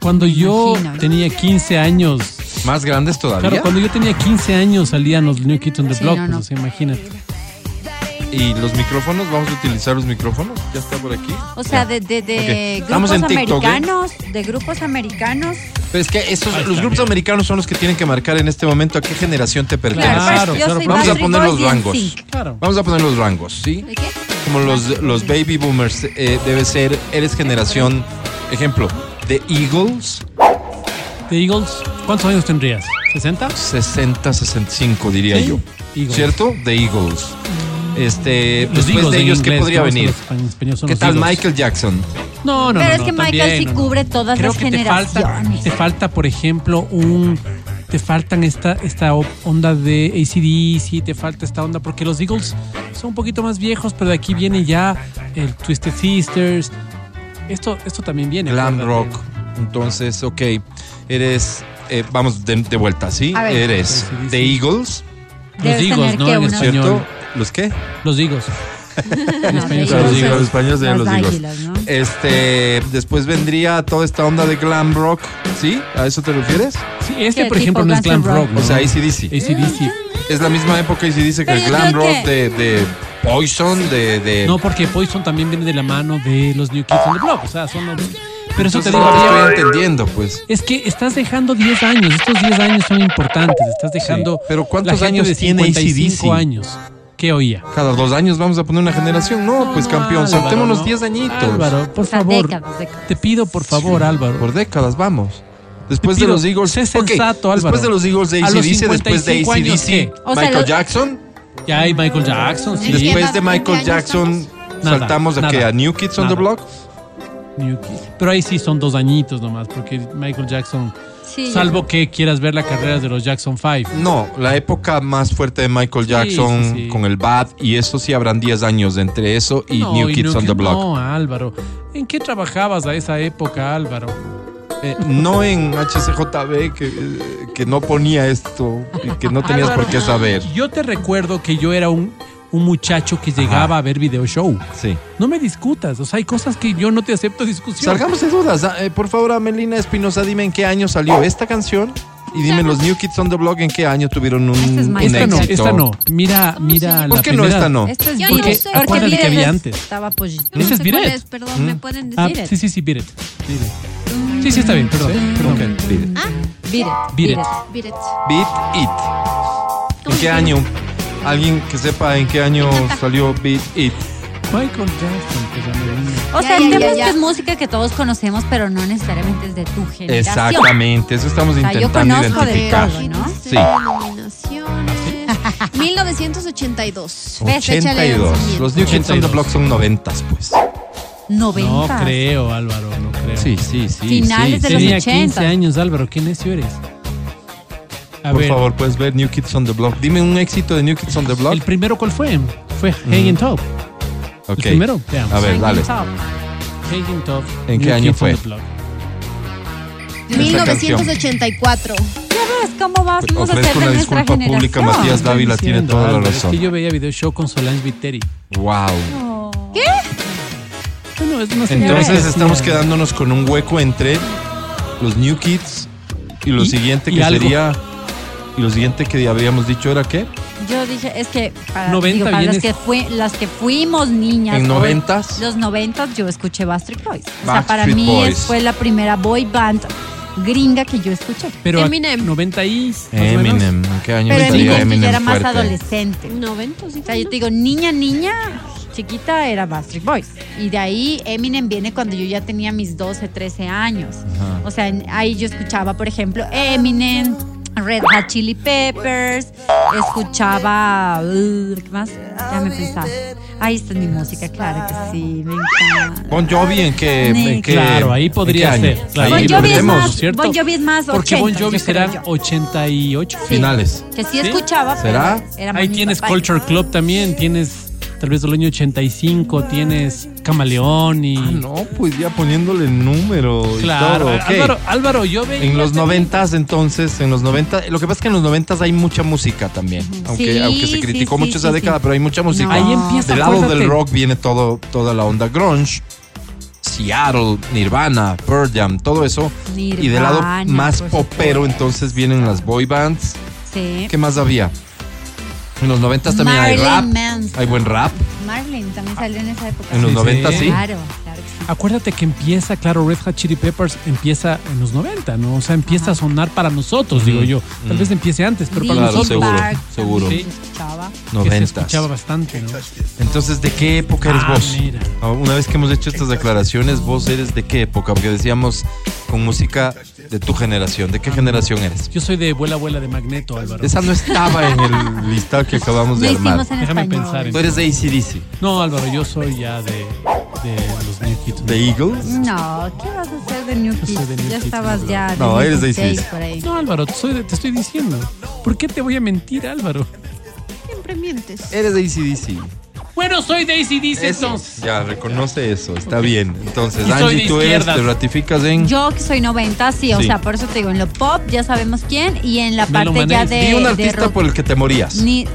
Speaker 1: Cuando yo
Speaker 6: Imagino, ¿no?
Speaker 1: tenía 15 años,
Speaker 5: Más grandes todavía.
Speaker 1: Claro, cuando yo tenía 15 años salían los New Kids on the
Speaker 6: Sí,
Speaker 1: Block,
Speaker 6: no,
Speaker 1: pues,
Speaker 6: no.
Speaker 1: o sea, imagínate.
Speaker 5: Y los micrófonos, vamos a utilizar los micrófonos. Ya está por aquí.
Speaker 6: O sea, de, de, de
Speaker 5: Ok. Estamos
Speaker 6: grupos
Speaker 5: en TikTok, ¿eh?
Speaker 6: americanos, de grupos americanos.
Speaker 5: Pero es que esos,
Speaker 1: Ahí está,
Speaker 5: los grupos
Speaker 1: mira.
Speaker 5: americanos son los que tienen que marcar en este momento a qué generación te perteneces.
Speaker 6: Claro,
Speaker 1: Claro,
Speaker 6: pues, yo
Speaker 1: claro,
Speaker 6: soy
Speaker 5: vamos a
Speaker 6: Backstreet
Speaker 5: poner
Speaker 6: Boys
Speaker 5: los
Speaker 6: y en
Speaker 5: rangos.
Speaker 6: Sync.
Speaker 1: Claro.
Speaker 5: Vamos a poner los rangos, ¿sí?
Speaker 6: ¿De qué?
Speaker 5: Como los, los baby boomers, eh, debe ser, eres generación, ejemplo, de Eagles,
Speaker 1: The Eagles, ¿cuántos años tendrías? ¿60?
Speaker 5: 60, 65, diría
Speaker 1: Sí,
Speaker 5: yo.
Speaker 1: Eagles.
Speaker 5: ¿Cierto? De Eagles.
Speaker 6: Mm.
Speaker 5: Este,
Speaker 1: Los
Speaker 5: después
Speaker 1: Eagles
Speaker 5: de
Speaker 1: en
Speaker 5: ellos, ¿qué
Speaker 1: inglés,
Speaker 5: podría
Speaker 1: ¿no? Son
Speaker 5: venir?
Speaker 1: los- en español son
Speaker 5: ¿Qué
Speaker 1: los
Speaker 5: tal
Speaker 1: Eagles.
Speaker 5: Michael Jackson?
Speaker 1: No, no,
Speaker 6: Pero
Speaker 1: no,
Speaker 6: es que
Speaker 1: no,
Speaker 6: Michael
Speaker 1: también,
Speaker 6: sí
Speaker 1: no, no.
Speaker 6: cubre todas
Speaker 1: Creo
Speaker 6: las
Speaker 1: que te falta,
Speaker 6: generaciones.
Speaker 1: te falta, por ejemplo, un... Te faltan esta, esta o- onda de ACDC, te falta esta onda, porque los Eagles son un poquito más viejos, pero de aquí viene ya el Twisted Sisters. Esto, esto también viene.
Speaker 5: Glam
Speaker 1: acuérdate.
Speaker 5: rock. Entonces, ok, eres, eh, vamos de, de vuelta, ¿sí?
Speaker 6: A ver.
Speaker 5: Eres
Speaker 1: Sí, sí,
Speaker 5: The
Speaker 1: sí.
Speaker 5: Eagles,
Speaker 1: Los
Speaker 6: Debes
Speaker 1: Eagles,
Speaker 6: tener
Speaker 1: ¿no?
Speaker 6: que
Speaker 1: En
Speaker 6: uno-
Speaker 1: español.
Speaker 5: ¿cierto? ¿Los qué?
Speaker 1: Los Eagles.
Speaker 6: No, de
Speaker 1: español son los
Speaker 6: ellos,
Speaker 1: Eagles,
Speaker 5: los españoles serían
Speaker 6: las
Speaker 5: los Eagles.
Speaker 6: águilas, ¿no?
Speaker 5: Este, después vendría toda esta onda de glam rock, ¿sí? ¿A eso te refieres?
Speaker 1: Sí, este,
Speaker 6: ¿Qué tipo
Speaker 1: por ejemplo, no es
Speaker 6: Guns N'
Speaker 1: glam rock.
Speaker 6: Rock?
Speaker 1: ¿no?
Speaker 5: O sea, ACDC.
Speaker 1: ACDC.
Speaker 5: Es la misma época ACDC que
Speaker 6: Pero
Speaker 5: el
Speaker 6: yo
Speaker 5: glam
Speaker 6: creo
Speaker 5: rock
Speaker 6: que-
Speaker 5: de, de Poison, de... de
Speaker 1: No, porque Poison también viene de la mano de los New Kids on the Block. O sea, son los. Pero eso te
Speaker 5: Entonces,
Speaker 1: digo,
Speaker 5: no te
Speaker 1: Adrián,
Speaker 5: estoy entendiendo, pues.
Speaker 1: es que estás dejando 10 años. Estos 10 años son importantes. Estás dejando.
Speaker 5: pero
Speaker 1: la
Speaker 5: ¿cuántos
Speaker 1: gente
Speaker 5: años
Speaker 1: de
Speaker 5: tiene
Speaker 1: 55
Speaker 5: AC/DC?
Speaker 1: años. ¿Qué oía?
Speaker 5: Cada dos años vamos a poner una generación. No, pues campeón,
Speaker 1: Álvaro,
Speaker 5: saltemos los
Speaker 1: no.
Speaker 5: 10 añitos.
Speaker 1: Álvaro, por
Speaker 6: O sea,
Speaker 1: favor.
Speaker 6: décadas, décadas.
Speaker 1: Te pido, por favor, Álvaro.
Speaker 5: Por décadas, vamos. Después
Speaker 1: Te
Speaker 5: de
Speaker 1: pido,
Speaker 5: los Eagles...
Speaker 1: sé
Speaker 5: ok,
Speaker 1: sensato, Álvaro.
Speaker 5: Después de los Eagles de
Speaker 1: A los
Speaker 5: ACDC, después de
Speaker 1: 55 años,
Speaker 5: ACDC,
Speaker 1: ¿qué?
Speaker 6: O sea,
Speaker 5: Michael
Speaker 6: los-
Speaker 5: Jackson.
Speaker 1: Ya hay Michael Jackson, sí.
Speaker 8: Es que
Speaker 5: Después
Speaker 8: más
Speaker 5: de
Speaker 8: de
Speaker 5: Michael
Speaker 8: 20 años
Speaker 5: Jackson,
Speaker 1: Nada,
Speaker 5: saltamos a,
Speaker 1: nada,
Speaker 5: que a New Kids on the
Speaker 1: nada.
Speaker 5: Block.
Speaker 1: New Kids. Pero ahí sí son dos añitos nomás, porque Michael Jackson.
Speaker 6: Sí, yo
Speaker 1: Salvo que quieras ver la carrera de los Jackson 5.
Speaker 5: No, la época más fuerte de Michael Jackson
Speaker 1: sí, sí.
Speaker 5: con el Bad y eso sí habrán 10 años entre eso y
Speaker 1: No,
Speaker 5: New
Speaker 1: y
Speaker 5: Kids
Speaker 1: no-
Speaker 5: on the Block.
Speaker 1: No, Álvaro. ¿En qué trabajabas a esa época, Álvaro?
Speaker 5: Eh, No, en HCJB que, eh, que no ponía esto y que no tenías por qué saber.
Speaker 1: Yo te recuerdo que yo era un, un muchacho que llegaba a ver video show.
Speaker 5: Sí.
Speaker 1: No me discutas. O sea, hay cosas que yo no te acepto discusión.
Speaker 5: Salgamos de dudas. Ah, eh, por favor, Amelina Espinosa, dime en qué año salió esta canción y dime los New Kids on the Block en qué año tuvieron un,
Speaker 6: Esta es
Speaker 5: un
Speaker 6: Michael
Speaker 1: esta no,
Speaker 5: éxito.
Speaker 1: esta no. Mira, mira
Speaker 5: ¿Por
Speaker 1: la
Speaker 5: qué no
Speaker 1: primera.
Speaker 5: esta no?
Speaker 6: Esto es
Speaker 8: Yo
Speaker 6: Beatles.
Speaker 8: no
Speaker 1: Porque
Speaker 8: sé,
Speaker 1: acuérdate
Speaker 8: porque
Speaker 1: que había
Speaker 8: Beatles
Speaker 1: antes.
Speaker 6: Estaba apoyado.
Speaker 8: No
Speaker 1: Ese
Speaker 8: sé
Speaker 1: es
Speaker 8: cuál
Speaker 1: Biret.
Speaker 8: es, perdón, ¿me pueden
Speaker 1: Ah,
Speaker 8: decir?
Speaker 1: sí, sí, sí, Biret. Biret. Sí, sí, está bien, perdón. perdón.
Speaker 5: Ok, beat it.
Speaker 6: Beat it,
Speaker 1: Beat
Speaker 6: beat
Speaker 1: it.
Speaker 6: it.
Speaker 8: Beat it.
Speaker 5: Beat It. ¿En qué año? Alguien que sepa en qué año salió Beat It.
Speaker 1: Michael Jackson, que ya me vino.
Speaker 6: O
Speaker 8: Ya, ya,
Speaker 6: sea, el
Speaker 8: ya,
Speaker 6: tema es
Speaker 8: ya.
Speaker 6: que es música que todos conocemos, pero no necesariamente es de tu generación.
Speaker 5: Exactamente, eso estamos
Speaker 6: O sea, yo
Speaker 5: intentando
Speaker 6: conozco de
Speaker 5: identificar.
Speaker 6: todo, ¿no?
Speaker 5: Sí.
Speaker 8: Nominaciones. 1982. Fecha de
Speaker 5: 82.
Speaker 8: lanzamiento.
Speaker 5: Los New Kids on the
Speaker 1: 82.
Speaker 5: Block son 90, pues.
Speaker 6: 90.
Speaker 1: No creo, Álvaro, no creo.
Speaker 5: sí, sí.
Speaker 6: Finales de los
Speaker 1: Tenía
Speaker 6: 80.
Speaker 1: 15 años, Álvaro. ¿Qué necio eres? A
Speaker 5: Por
Speaker 1: ver,
Speaker 5: favor, puedes ver New Kids on the Block. Dime un éxito de New Kids on the Block.
Speaker 1: ¿el primero cuál fue? Fue
Speaker 5: Mm.
Speaker 1: Hanging Top.
Speaker 5: Ok.
Speaker 1: El primero, veamos.
Speaker 5: A ver, dale.
Speaker 6: Top.
Speaker 1: Hanging Top.
Speaker 5: ¿En qué
Speaker 1: New
Speaker 5: año
Speaker 1: Kids on
Speaker 5: fue?
Speaker 1: the Block.
Speaker 8: 1984.
Speaker 6: ¿Ves cómo vas? Vamos a hacer
Speaker 5: Pues Ofrezco
Speaker 6: de
Speaker 5: una
Speaker 6: nuestra
Speaker 5: disculpa
Speaker 6: generación.
Speaker 5: pública, Matías Dávila tiene
Speaker 1: Diciendo,
Speaker 5: toda la
Speaker 1: Álvaro, Es que
Speaker 5: razón.
Speaker 1: yo veía video show con Solange Viteri.
Speaker 5: Wow.
Speaker 1: Bueno, es una señora que
Speaker 5: Entonces
Speaker 1: hacía-
Speaker 5: estamos quedándonos con un hueco entre los New Kids y lo
Speaker 1: Y-
Speaker 5: siguiente
Speaker 1: y
Speaker 5: que
Speaker 1: algo.
Speaker 5: sería. Y lo siguiente que habíamos dicho era qué?
Speaker 6: Yo dije, es que para,
Speaker 1: 90
Speaker 6: digo, para las,
Speaker 1: vienes-
Speaker 6: que fui- las que fuimos niñas.
Speaker 5: En
Speaker 6: o-
Speaker 5: noventas.
Speaker 6: Los 90 yo escuché Backstreet Boys. O sea,
Speaker 5: Backstreet
Speaker 6: para mí es-
Speaker 5: Boys.
Speaker 6: fue la primera boy band gringa que yo escuché.
Speaker 1: Pero a-
Speaker 8: Eminem.
Speaker 1: 90 y... más o menos.
Speaker 5: Eminem. ¿En qué año
Speaker 6: Pero
Speaker 5: estaría
Speaker 6: Eminem, yo ya
Speaker 5: Eminem
Speaker 6: era más
Speaker 5: fuerte?
Speaker 6: adolescente.
Speaker 8: 90, sí.
Speaker 6: O sea, yo te digo, niña, niña, chiquita era Backstreet Boys. Y de ahí Eminem viene cuando yo ya tenía mis 12, 13 años.
Speaker 5: Ajá.
Speaker 6: O sea, en- ahí yo escuchaba, por ejemplo, Eminem, Red Hot Chili Peppers, escuchaba... uh, ¿Qué más? Ya me pensaba. Ahí está mi música, claro que sí, me encanta.
Speaker 5: Bon Jovi en que.
Speaker 6: Nick.
Speaker 5: En qué-
Speaker 1: Claro, ahí
Speaker 5: en qué
Speaker 1: podría
Speaker 5: año?
Speaker 1: ser, claro.
Speaker 5: Ahí
Speaker 6: Bon
Speaker 5: lo
Speaker 6: Jovi es
Speaker 5: veremos.
Speaker 6: más- Bon Jovi es más
Speaker 1: Porque Bon
Speaker 6: 80,
Speaker 1: Jovi
Speaker 6: yo creo
Speaker 1: serán
Speaker 6: yo.
Speaker 1: 88.
Speaker 5: Finales.
Speaker 6: Que sí escuchaba,
Speaker 5: ¿Será?
Speaker 6: pero era más
Speaker 1: Ahí
Speaker 6: mi
Speaker 1: tienes
Speaker 6: papá.
Speaker 1: Culture Club también, tienes tal vez del año 85, tienes Camaleón y...
Speaker 5: Ah, no, pues ya poniéndole número
Speaker 1: Claro,
Speaker 5: y todo. ok.
Speaker 1: Álvaro, Álvaro, yo veía
Speaker 5: En los
Speaker 1: también-
Speaker 5: noventas, entonces, en los 90, lo que pasa es que en los noventas hay mucha música también, aunque,
Speaker 6: Sí,
Speaker 5: aunque se criticó
Speaker 6: sí,
Speaker 5: mucho
Speaker 6: sí,
Speaker 5: esa
Speaker 6: sí,
Speaker 5: década,
Speaker 6: sí.
Speaker 5: pero hay mucha música.
Speaker 1: Ahí empieza,
Speaker 5: Del lado
Speaker 1: acuérdate.
Speaker 5: del rock viene todo, toda la onda grunge, Seattle, Nirvana, Pearl Jam, todo eso. y del lado
Speaker 6: Nirvana,
Speaker 5: más
Speaker 6: por
Speaker 5: popero, entonces vienen las boy bands.
Speaker 6: Sí.
Speaker 5: ¿Qué más había? En los noventas también hay
Speaker 6: Marilyn
Speaker 5: rap,
Speaker 6: Manson.
Speaker 5: hay buen rap.
Speaker 6: Marlene también salió en esa época.
Speaker 5: En los
Speaker 1: Sí,
Speaker 5: noventas sí.
Speaker 6: Claro, claro que sí.
Speaker 1: Acuérdate que empieza, claro, Red Hot Chili Peppers empieza en los 90, ¿no? O sea, empieza a sonar para nosotros, digo yo. Tal vez empiece antes, pero para
Speaker 5: Claro,
Speaker 1: nosotros.
Speaker 5: seguro,
Speaker 6: Park
Speaker 5: seguro.
Speaker 6: también se escuchaba.
Speaker 1: que se
Speaker 5: Noventas.
Speaker 1: escuchaba bastante, ¿no?
Speaker 5: Entonces, ¿de qué época eres
Speaker 1: Ah,
Speaker 5: vos?
Speaker 1: mira.
Speaker 5: Ah, Una vez que hemos hecho estas declaraciones, ¿vos eres de qué época? Porque decíamos con música de tu generación. ¿De qué generación eres?
Speaker 1: Yo soy de Vuela Vuela de Magneto, Álvaro.
Speaker 5: Esa no estaba en el listado que acabamos
Speaker 6: Lo
Speaker 5: de armar.
Speaker 6: hicimos en
Speaker 1: Déjame
Speaker 6: español.
Speaker 1: pensar en-
Speaker 5: Tú eres de ACDC.
Speaker 1: No, Álvaro, yo soy ya de, de los New Kids.
Speaker 5: ¿De Eagles?
Speaker 6: No, ¿qué vas a hacer de New
Speaker 1: Yo soy
Speaker 6: Kids?
Speaker 1: de New
Speaker 6: ya
Speaker 1: Kids,
Speaker 6: estabas
Speaker 1: no,
Speaker 6: ya. de
Speaker 5: No, eres de
Speaker 6: 16
Speaker 5: 16.
Speaker 6: por ahí.
Speaker 1: No, Álvaro, soy de- te estoy diciendo. ¿Por qué te voy a mentir, Álvaro?
Speaker 8: Siempre mientes.
Speaker 5: Eres de ACDC.
Speaker 1: Bueno, soy de ACDC
Speaker 5: Eso.
Speaker 1: entonces.
Speaker 5: Ya, reconoce eso. Está bien. Entonces,
Speaker 1: Y soy
Speaker 5: Angie,
Speaker 1: de
Speaker 5: tú eres,
Speaker 1: izquierdas.
Speaker 5: te ratificas en...
Speaker 6: Yo que soy 90, sí, o
Speaker 5: Sí.
Speaker 6: sea, por eso te digo, en lo pop ya sabemos quién y en la parte ya
Speaker 1: Melomanía.
Speaker 6: de.
Speaker 5: Di un
Speaker 6: Eh, de
Speaker 5: artista
Speaker 6: rock.
Speaker 5: por el que te morías. Si
Speaker 6: Ni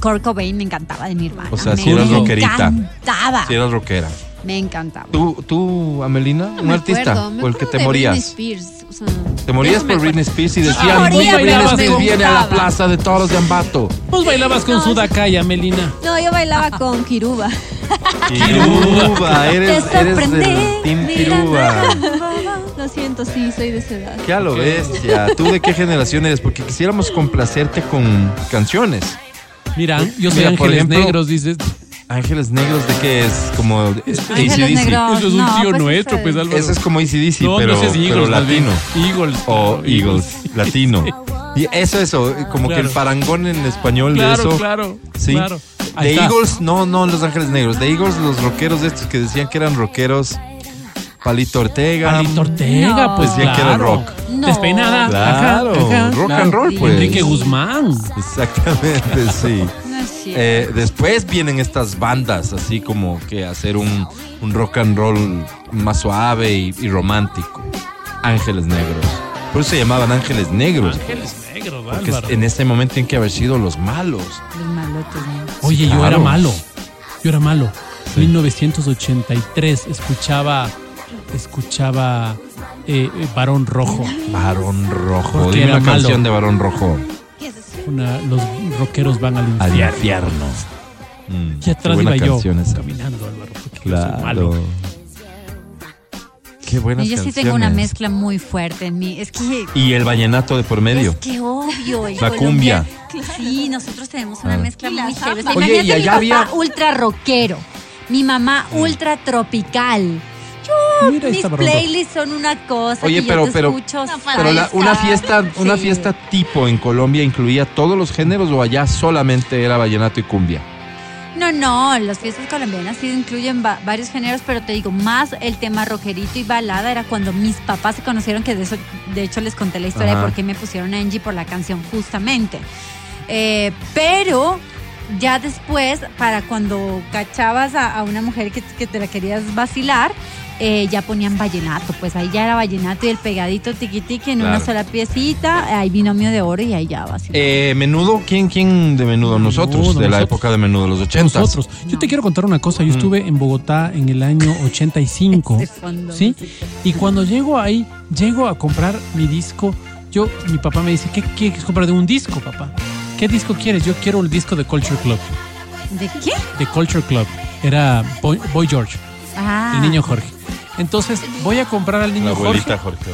Speaker 6: Kurt Cobain me encantaba de mi hermana.
Speaker 5: O sea,
Speaker 6: me
Speaker 5: si eras rockerita.
Speaker 6: encantaba.
Speaker 5: eras rockera.
Speaker 6: Me encantaba.
Speaker 5: ¿Tú, tú Amelina?
Speaker 8: No
Speaker 5: ¿Un
Speaker 8: me
Speaker 5: artista
Speaker 8: acuerdo, me
Speaker 5: por el que
Speaker 8: acuerdo
Speaker 5: te
Speaker 8: de
Speaker 5: morías?
Speaker 8: Britney Spears, o sea,
Speaker 5: Te morías
Speaker 8: eso me
Speaker 5: por Britney
Speaker 8: acuerdo.
Speaker 5: Spears y
Speaker 6: me Ah,
Speaker 5: decían,
Speaker 6: moría,
Speaker 5: Britney
Speaker 6: pero
Speaker 5: Spears
Speaker 6: me
Speaker 5: viene a la
Speaker 6: gustaba".
Speaker 5: plaza de toros de Ambato.
Speaker 1: Vos bailabas con Sudakaya, Melina.
Speaker 7: No, yo bailaba con Kiruba.
Speaker 5: Kiruba, Ah, eres,
Speaker 6: Te
Speaker 5: eres del
Speaker 6: sorprendí,
Speaker 5: Team
Speaker 6: mira,
Speaker 5: Kiruba.
Speaker 7: Lo siento, sí, soy de esa edad.
Speaker 5: Qué a lo bestia. ¿Tú de qué generación eres? Porque quisiéramos complacerte con canciones.
Speaker 1: Mira, yo soy
Speaker 5: Mira, por
Speaker 1: Ángeles
Speaker 5: ejemplo-
Speaker 1: Negros, dices.
Speaker 5: Ángeles Negros, ¿de qué es? Como
Speaker 6: Ángeles
Speaker 5: ACDC.
Speaker 6: Negros.
Speaker 1: Eso es un
Speaker 6: no,
Speaker 1: tío
Speaker 6: pues
Speaker 1: nuestro,
Speaker 6: eso
Speaker 1: pues,
Speaker 6: es-
Speaker 1: Álvaro.
Speaker 5: Eso es como ACDC,
Speaker 1: no,
Speaker 5: pero,
Speaker 1: no sé si
Speaker 5: pero
Speaker 1: Eagles, más bien.
Speaker 5: latino.
Speaker 1: Eagles.
Speaker 5: O
Speaker 1: claro,
Speaker 5: Eagles, latino. Y eso, eso, como que
Speaker 1: Claro.
Speaker 5: el parangón en español de
Speaker 1: Claro,
Speaker 5: eso.
Speaker 1: claro.
Speaker 5: Sí.
Speaker 1: Claro. Ahí
Speaker 5: The
Speaker 1: está.
Speaker 5: Eagles, no, no, Los Ángeles Negros. The Eagles, los rockeros estos que decían que eran rockeros. Palito Ortega.
Speaker 1: Palito Ortega,
Speaker 6: No.
Speaker 1: pues
Speaker 5: Decían
Speaker 1: claro.
Speaker 5: que era rock.
Speaker 6: No.
Speaker 1: Despeinada.
Speaker 5: Claro,
Speaker 1: Ajá, ajá.
Speaker 5: rock and roll, pues.
Speaker 1: Enrique Guzmán.
Speaker 5: Exactamente, sí.
Speaker 6: No es cierto.
Speaker 5: Eh, después vienen estas bandas, así como que hacer un, un rock and roll más suave y, y romántico. Ángeles Negros. Por eso se llamaban Ángeles Negros.
Speaker 1: Ángeles Negros,
Speaker 5: Porque
Speaker 1: Álvaro.
Speaker 5: en ese momento tienen que haber sido los malos.
Speaker 6: Los malotes, ¿no?
Speaker 1: Oye, yo
Speaker 5: Claro.
Speaker 1: era malo. Yo era malo. 1983 escuchaba escuchaba eh, eh, Barón Rojo,
Speaker 5: Varón Rojo.
Speaker 1: Porque
Speaker 5: Dime
Speaker 1: era
Speaker 5: una
Speaker 1: malo.
Speaker 5: canción de Varón Rojo.
Speaker 1: una- los rockeros van al
Speaker 5: Al
Speaker 1: infierno.
Speaker 5: infierno. Mm,
Speaker 1: Y atrás
Speaker 5: qué buena
Speaker 1: iba yo
Speaker 5: canción esa.
Speaker 1: caminando, Álvaro, porque yo soy
Speaker 5: Claro.
Speaker 1: malo.
Speaker 5: Qué buenas
Speaker 6: Y yo sí
Speaker 5: canciones.
Speaker 6: tengo una mezcla muy fuerte en mí. Es que.
Speaker 5: Y el vallenato de por medio.
Speaker 6: Es que obvio. el
Speaker 5: La
Speaker 6: colombiano-
Speaker 5: cumbia.
Speaker 6: Claro, Sí, nosotros tenemos una
Speaker 5: Ah.
Speaker 6: mezcla muy heavy. O sea,
Speaker 5: Oye,
Speaker 6: imagínate
Speaker 5: y allá
Speaker 6: mi papá
Speaker 5: había- Mm.
Speaker 6: ultra rockero. Mi mamá ultra tropical. Yo,
Speaker 1: Mira, ahí
Speaker 6: Ah, mis
Speaker 1: está Barón Rojo.
Speaker 6: playlists son una cosa.
Speaker 5: Oye,
Speaker 6: que
Speaker 5: pero-
Speaker 6: yo te
Speaker 5: pero-
Speaker 6: escucho
Speaker 5: Pero la- una
Speaker 6: salsa.
Speaker 5: fiesta, una
Speaker 6: Sí.
Speaker 5: fiesta tipo en Colombia incluía todos los géneros o allá solamente era vallenato y cumbia.
Speaker 6: No, no, las fiestas colombianas sí incluyen va- varios géneros, pero te digo, más el tema rockerito y balada era cuando mis papás se conocieron, que de, eso, de hecho les conté la historia
Speaker 5: Ajá.
Speaker 6: de por qué me pusieron a Angie por la canción justamente. Eh, pero ya después, para cuando cachabas a, a una mujer que, que te la querías vacilar, eh, ya ponían vallenato, pues ahí ya era vallenato y el pegadito tiqui tiqui en una
Speaker 5: Claro.
Speaker 6: sola piecita, hay binomio de oro y ahí ya vacilaba.
Speaker 5: Eh, menudo, ¿quién, quién de menudo? Nosotros,
Speaker 1: Menudo,
Speaker 5: de la
Speaker 1: nosotros.
Speaker 5: época de menudo, los ochentas.
Speaker 1: Nosotros. Yo te
Speaker 6: No.
Speaker 1: quiero contar una cosa. Yo estuve en Bogotá en el año 85.
Speaker 6: Este fondo
Speaker 1: ¿Sí?
Speaker 6: musical.
Speaker 1: Y cuando llego ahí, llego a comprar mi disco. Yo, mi papá me dice, ¿qué quieres comprar de un disco, papá? ¿Qué disco quieres? Yo quiero el disco de Culture Club.
Speaker 5: Eh,
Speaker 6: ¿De qué?
Speaker 1: De Culture Club. Era Boy, Boy George,
Speaker 6: Ah.
Speaker 1: el niño Jorge. Entonces voy a comprar al niño Jorge.
Speaker 5: Jorge.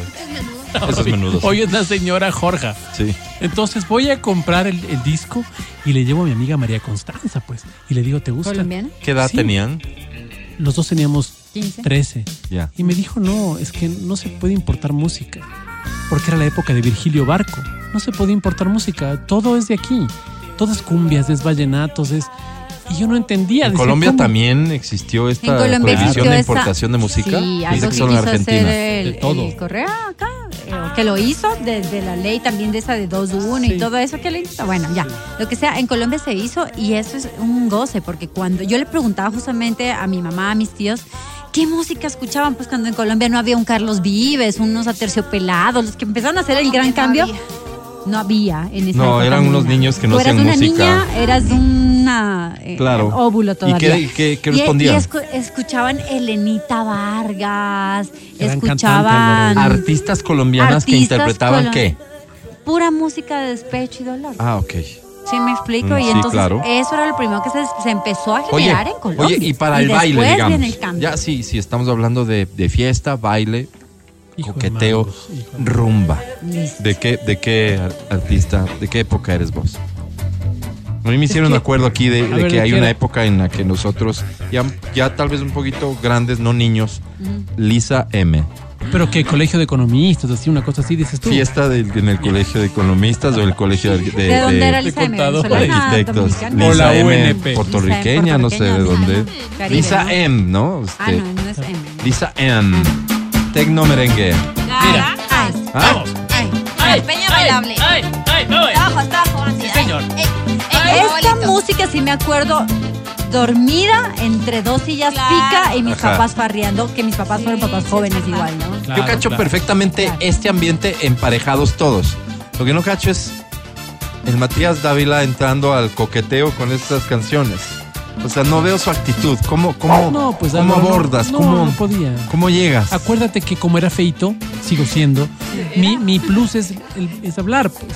Speaker 5: Esos menudos.
Speaker 1: Hoy es la señora Jorja.
Speaker 5: Sí.
Speaker 1: Entonces voy a comprar el, el disco y le llevo a mi amiga María Constanza, pues. Y le digo, ¿te gusta?
Speaker 6: ¿Colombiana?
Speaker 5: ¿Qué edad
Speaker 1: Sí.
Speaker 5: tenían?
Speaker 1: Los dos teníamos
Speaker 6: 15.
Speaker 1: 13.
Speaker 5: Ya.
Speaker 1: Y me dijo, no, es que no se puede importar música. Porque era la época de Virgilio Barco. No se podía importar música. Todo es de aquí. Todo es cumbias, es vallenatos, es... Y yo no entendía.
Speaker 5: ¿En
Speaker 1: decía,
Speaker 5: Colombia
Speaker 1: ¿cómo?
Speaker 5: también existió esta
Speaker 6: En Colombia existió
Speaker 5: prohibición de
Speaker 6: esa-
Speaker 5: importación de música?
Speaker 6: Sí,
Speaker 5: Dice
Speaker 6: algo
Speaker 5: que
Speaker 6: que
Speaker 5: solo en
Speaker 6: quiso hacer
Speaker 5: Argentina.
Speaker 6: el,
Speaker 1: De todo.
Speaker 6: el Correa acá, eh, o que lo hizo desde la ley también de esa de 2-1
Speaker 1: Sí.
Speaker 6: y todo eso que le hizo. Bueno, ya, lo que sea, en Colombia se hizo y eso es un goce, porque cuando yo le preguntaba justamente a mi mamá, a mis tíos, ¿qué música escuchaban? Pues cuando en Colombia no había un Carlos Vives, unos aterciopelados, los que empezaron a hacer el gran cambio. No había en esa
Speaker 5: No,
Speaker 6: época
Speaker 5: eran unos
Speaker 6: ninguna.
Speaker 5: niños que no
Speaker 6: Tú eras
Speaker 5: hacían
Speaker 6: una
Speaker 5: música.
Speaker 6: niña, eras una eh,
Speaker 5: Claro.
Speaker 6: óvulo
Speaker 5: ¿Y qué-
Speaker 6: todavía.
Speaker 5: y qué- qué
Speaker 6: Y- y
Speaker 5: respondían?
Speaker 6: escu- escuchaban Elenita Vargas,
Speaker 1: Gran
Speaker 6: escuchaban
Speaker 1: cantante, Álvaro.
Speaker 5: Artistas colombianas que
Speaker 6: Artistas
Speaker 5: interpretaban
Speaker 6: colom-
Speaker 5: qué?
Speaker 6: pura música de despecho y dolor.
Speaker 5: Ah, ok.
Speaker 6: ¿Sí me explico?
Speaker 5: Mm,
Speaker 6: y
Speaker 5: sí,
Speaker 6: entonces
Speaker 5: claro.
Speaker 6: eso era lo primero que se, se empezó a
Speaker 5: Oye,
Speaker 6: generar en Colombia.
Speaker 5: oye, y para el baile,
Speaker 6: después
Speaker 5: digamos.
Speaker 6: viene el cambio.
Speaker 5: ya, sí, sí, estamos hablando de, de fiesta, baile,
Speaker 1: Hijo de
Speaker 5: coqueteo,
Speaker 1: mangos, hijo de-
Speaker 5: rumba.
Speaker 6: Listo.
Speaker 5: ¿De qué, ¿De qué ar- artista, de qué época eres vos? A mí me hicieron un acuerdo aquí de, de
Speaker 1: ver,
Speaker 5: que
Speaker 1: ¿de
Speaker 5: hay
Speaker 1: qué
Speaker 5: una
Speaker 1: era?
Speaker 5: época en la que nosotros, ya, ya tal vez un poquito grandes, no niños, Lisa M.
Speaker 1: Pero que colegio de economistas, así, una cosa así, dices tú.
Speaker 5: Fiesta del- en el colegio de economistas o el colegio de,
Speaker 6: ¿De, dónde era Ah, Lisa M?
Speaker 1: contadores.
Speaker 5: de
Speaker 6: ¿Venezolana,
Speaker 5: arquitectos.
Speaker 6: dominicana?
Speaker 1: O
Speaker 5: Lisa
Speaker 1: la
Speaker 5: M,
Speaker 1: UNP.
Speaker 5: puertorriqueña, no sé de
Speaker 6: puertorriqueña,
Speaker 5: dónde.
Speaker 6: Caribe, ¿no?
Speaker 5: Lisa M, ¿no?
Speaker 6: Ah,
Speaker 5: Este,
Speaker 6: no, no es M.
Speaker 5: Lisa M. Tecno merengue.
Speaker 1: Mira.
Speaker 6: Ay,
Speaker 5: Ah,
Speaker 1: ¡Ay!
Speaker 9: Peña bailable.
Speaker 1: ¡Ay! ¡Ay! ¡Ay! señor.
Speaker 6: Esta música sí me acuerdo dormida entre dos sillas pica y mis
Speaker 5: Ajá.
Speaker 6: papás farreando, que mis papás fueron papás jóvenes igual, ¿no?
Speaker 5: Yo cacho perfectamente este ambiente emparejados todos. Lo que no cacho es el Matías Dávila entrando al coqueteo con estas canciones. O sea, no veo su actitud. ¿Cómo, cómo,
Speaker 1: No, pues
Speaker 5: cómo
Speaker 1: Álvaro, no-
Speaker 5: abordas?
Speaker 1: no,
Speaker 5: ¿Cómo,
Speaker 1: no podía.
Speaker 5: ¿Cómo llegas?
Speaker 1: Acuérdate que como era feito, sigo siendo, mi, mi plus es, el- es hablar, pues.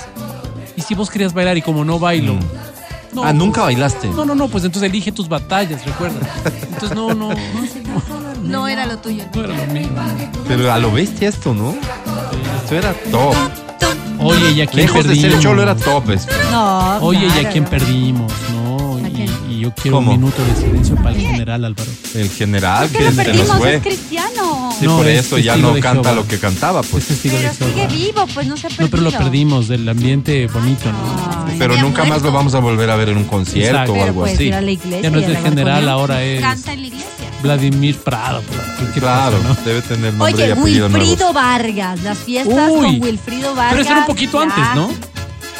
Speaker 1: Y si vos querías bailar y como no bailo. no,
Speaker 5: ah, nunca
Speaker 1: pues,
Speaker 5: bailaste.
Speaker 1: No, no, no, pues entonces elige tus batallas, recuerda. Entonces no, no, no,
Speaker 8: No era lo tuyo.
Speaker 1: no era lo mío.
Speaker 5: Pero a lo bestia esto, ¿no? Esto era top.
Speaker 1: Oye, ¿y a quién
Speaker 5: Lejos de
Speaker 1: perdimos?
Speaker 5: ser cholo era top. es-
Speaker 6: No.
Speaker 1: Oye, ¿y a
Speaker 6: claro.
Speaker 1: quién perdimos? No, y, y yo quiero
Speaker 5: ¿Cómo?
Speaker 1: un minuto de silencio para el general Álvaro.
Speaker 5: El general
Speaker 6: ¿Qué
Speaker 5: que
Speaker 6: lo
Speaker 5: se nos
Speaker 6: perdimos?
Speaker 5: fue.
Speaker 6: Es cristiano.
Speaker 5: Sí,
Speaker 1: No,
Speaker 5: por
Speaker 1: es
Speaker 5: eso ya
Speaker 1: testigo
Speaker 5: no
Speaker 1: de
Speaker 5: canta
Speaker 1: Jehová.
Speaker 5: lo que cantaba,
Speaker 1: Es
Speaker 5: pues.
Speaker 1: testigo de
Speaker 6: Pero sigue
Speaker 1: Jehová.
Speaker 6: vivo, pues no se ha perdido.
Speaker 1: No, pero lo perdimos del ambiente bonito, ¿no?
Speaker 6: Ay,
Speaker 5: Pero nunca más lo vamos a volver a ver en un concierto
Speaker 1: Exacto.
Speaker 5: o
Speaker 6: pero
Speaker 5: algo
Speaker 6: puedes
Speaker 5: así.
Speaker 6: ir a la iglesia.
Speaker 1: Ya no es
Speaker 6: y
Speaker 1: el
Speaker 6: alabar con
Speaker 1: general,
Speaker 6: él.
Speaker 1: ahora es
Speaker 6: en la iglesia.
Speaker 1: Vladimir Prado. pues, ¿qué pasa,
Speaker 5: Claro,
Speaker 1: no?
Speaker 5: debe tener nombre y
Speaker 6: Oye,
Speaker 5: apellido nuevos.
Speaker 6: Wilfrido Vargas, las fiestas
Speaker 1: Uy.
Speaker 6: con Wilfrido Vargas.
Speaker 1: Pero eso era un poquito
Speaker 6: ya.
Speaker 1: antes, ¿no?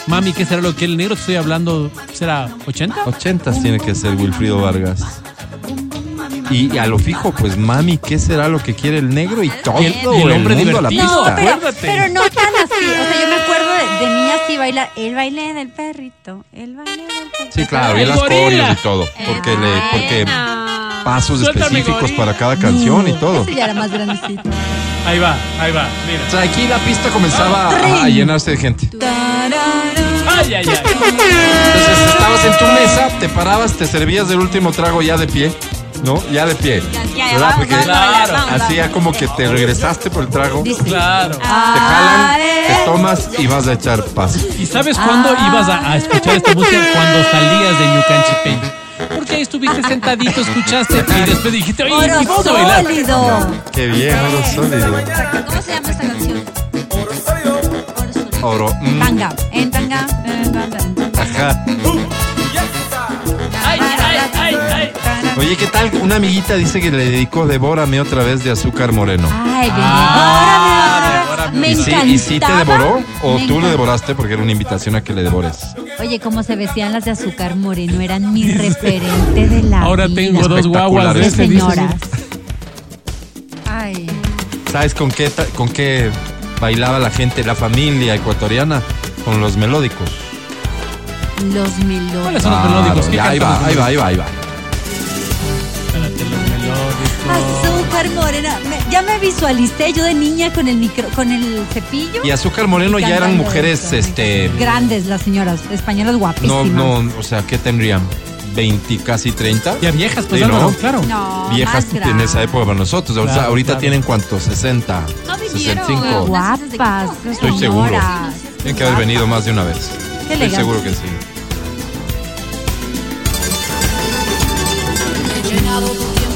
Speaker 1: Mami, ¿qué será lo que el negro? Estoy hablando, ¿será 80?
Speaker 5: 80 tiene que ser Wilfrido Vargas. Y, y a lo fijo, pues mami, ¿qué será lo que quiere el negro y todo
Speaker 1: Y el- y el hombre
Speaker 5: mundo a la
Speaker 1: divertido.
Speaker 6: No,
Speaker 5: pista?
Speaker 6: pero,
Speaker 1: Acuérdate.
Speaker 6: pero no tan así. O sea, yo me acuerdo de, de niña así bailar. El baile del perrito. El baile del perrito.
Speaker 5: Sí, claro, y
Speaker 1: El
Speaker 5: las
Speaker 1: gorila.
Speaker 5: coreos y todo. Porque, le, porque pasos
Speaker 1: Suéltame,
Speaker 5: específicos
Speaker 1: gorila.
Speaker 5: para cada canción y todo.
Speaker 6: Ese ya era más grandecito.
Speaker 1: Ahí va, ahí va, mira.
Speaker 5: O sea, aquí la pista comenzaba a, a llenarse de gente.
Speaker 1: Ay, ay, ay.
Speaker 5: Entonces estabas en tu mesa, te parabas, te servías del último trago ya de pie, ¿no? Ya de pie. ¿Verdad? Porque
Speaker 1: claro.
Speaker 5: hacía como que te regresaste por el trago, te
Speaker 1: Claro.
Speaker 6: Ah,
Speaker 5: jalan, te tomas y vas a echar paso.
Speaker 1: ¿Y sabes cuándo
Speaker 6: Ah.
Speaker 1: ibas a, a escuchar esta música? Cuando salías de Ñucanchipeña. Porque ahí estuviste sentadito, escuchaste y después dijiste, oye,
Speaker 6: Oro
Speaker 1: ¿y puedo bailar?
Speaker 6: sólido.
Speaker 5: Qué bien, oro sólido.
Speaker 6: ¿Cómo se llama esta canción?
Speaker 5: Oro. mm,
Speaker 6: Tanga. En tanga. en tanga, en tanga.
Speaker 5: ajá. Oye, ¿qué tal? Una amiguita dice que le dedicó Devórame otra vez de azúcar moreno.
Speaker 6: Ay, bien.
Speaker 1: Ah,
Speaker 6: Ahora
Speaker 1: devórame.
Speaker 6: me
Speaker 5: ¿Y
Speaker 6: encantaba.
Speaker 5: sí, ¿Y sí te devoró? ¿O
Speaker 6: Me
Speaker 5: tú le
Speaker 6: encantaba.
Speaker 5: devoraste porque era una invitación a que le devores?
Speaker 6: Oye, como se vestían las de azúcar moreno, eran mi referente de la
Speaker 1: Ahora
Speaker 6: vida.
Speaker 1: tengo dos guaguas de
Speaker 6: Qué
Speaker 5: este
Speaker 1: ese, dices.
Speaker 6: señoras. Ay,
Speaker 5: ¿Sabes con qué, ta- con qué bailaba la gente, la familia ecuatoriana? Con los melódicos.
Speaker 6: los
Speaker 1: ¿Cuáles
Speaker 6: melones.
Speaker 1: son los melódicos? ¿Qué
Speaker 5: ya, ahí
Speaker 1: cantan
Speaker 5: va,
Speaker 1: los
Speaker 5: ahí va, ahí va, ahí va.
Speaker 1: Espérate, los melódicos.
Speaker 6: Azúcar morena. Me- ya me visualicé yo de niña con el micro, con el cepillo.
Speaker 5: Y Azúcar Moreno ya eran
Speaker 6: Cantando
Speaker 5: mujeres,
Speaker 6: esto.
Speaker 5: este...
Speaker 6: Grandes las señoras, españolas
Speaker 5: No,
Speaker 6: guapísimas.
Speaker 5: no, o sea, ¿qué tendrían? 20, casi 30.
Speaker 1: Ya viejas, pues
Speaker 5: Sí, ¿no?
Speaker 1: Álvaro, claro.
Speaker 6: No,
Speaker 5: Viejas
Speaker 6: más
Speaker 5: en esa época para nosotros. Ahorita,
Speaker 1: Claro,
Speaker 5: ahorita
Speaker 1: claro.
Speaker 5: tienen cuánto, 60,
Speaker 10: No vinieron.
Speaker 5: 65.
Speaker 6: Guapas. qué
Speaker 5: Estoy seguro.
Speaker 6: señoras.
Speaker 5: Tienen que haber venido más de una vez.
Speaker 6: Qué
Speaker 5: Estoy
Speaker 6: elegante.
Speaker 5: seguro que sí.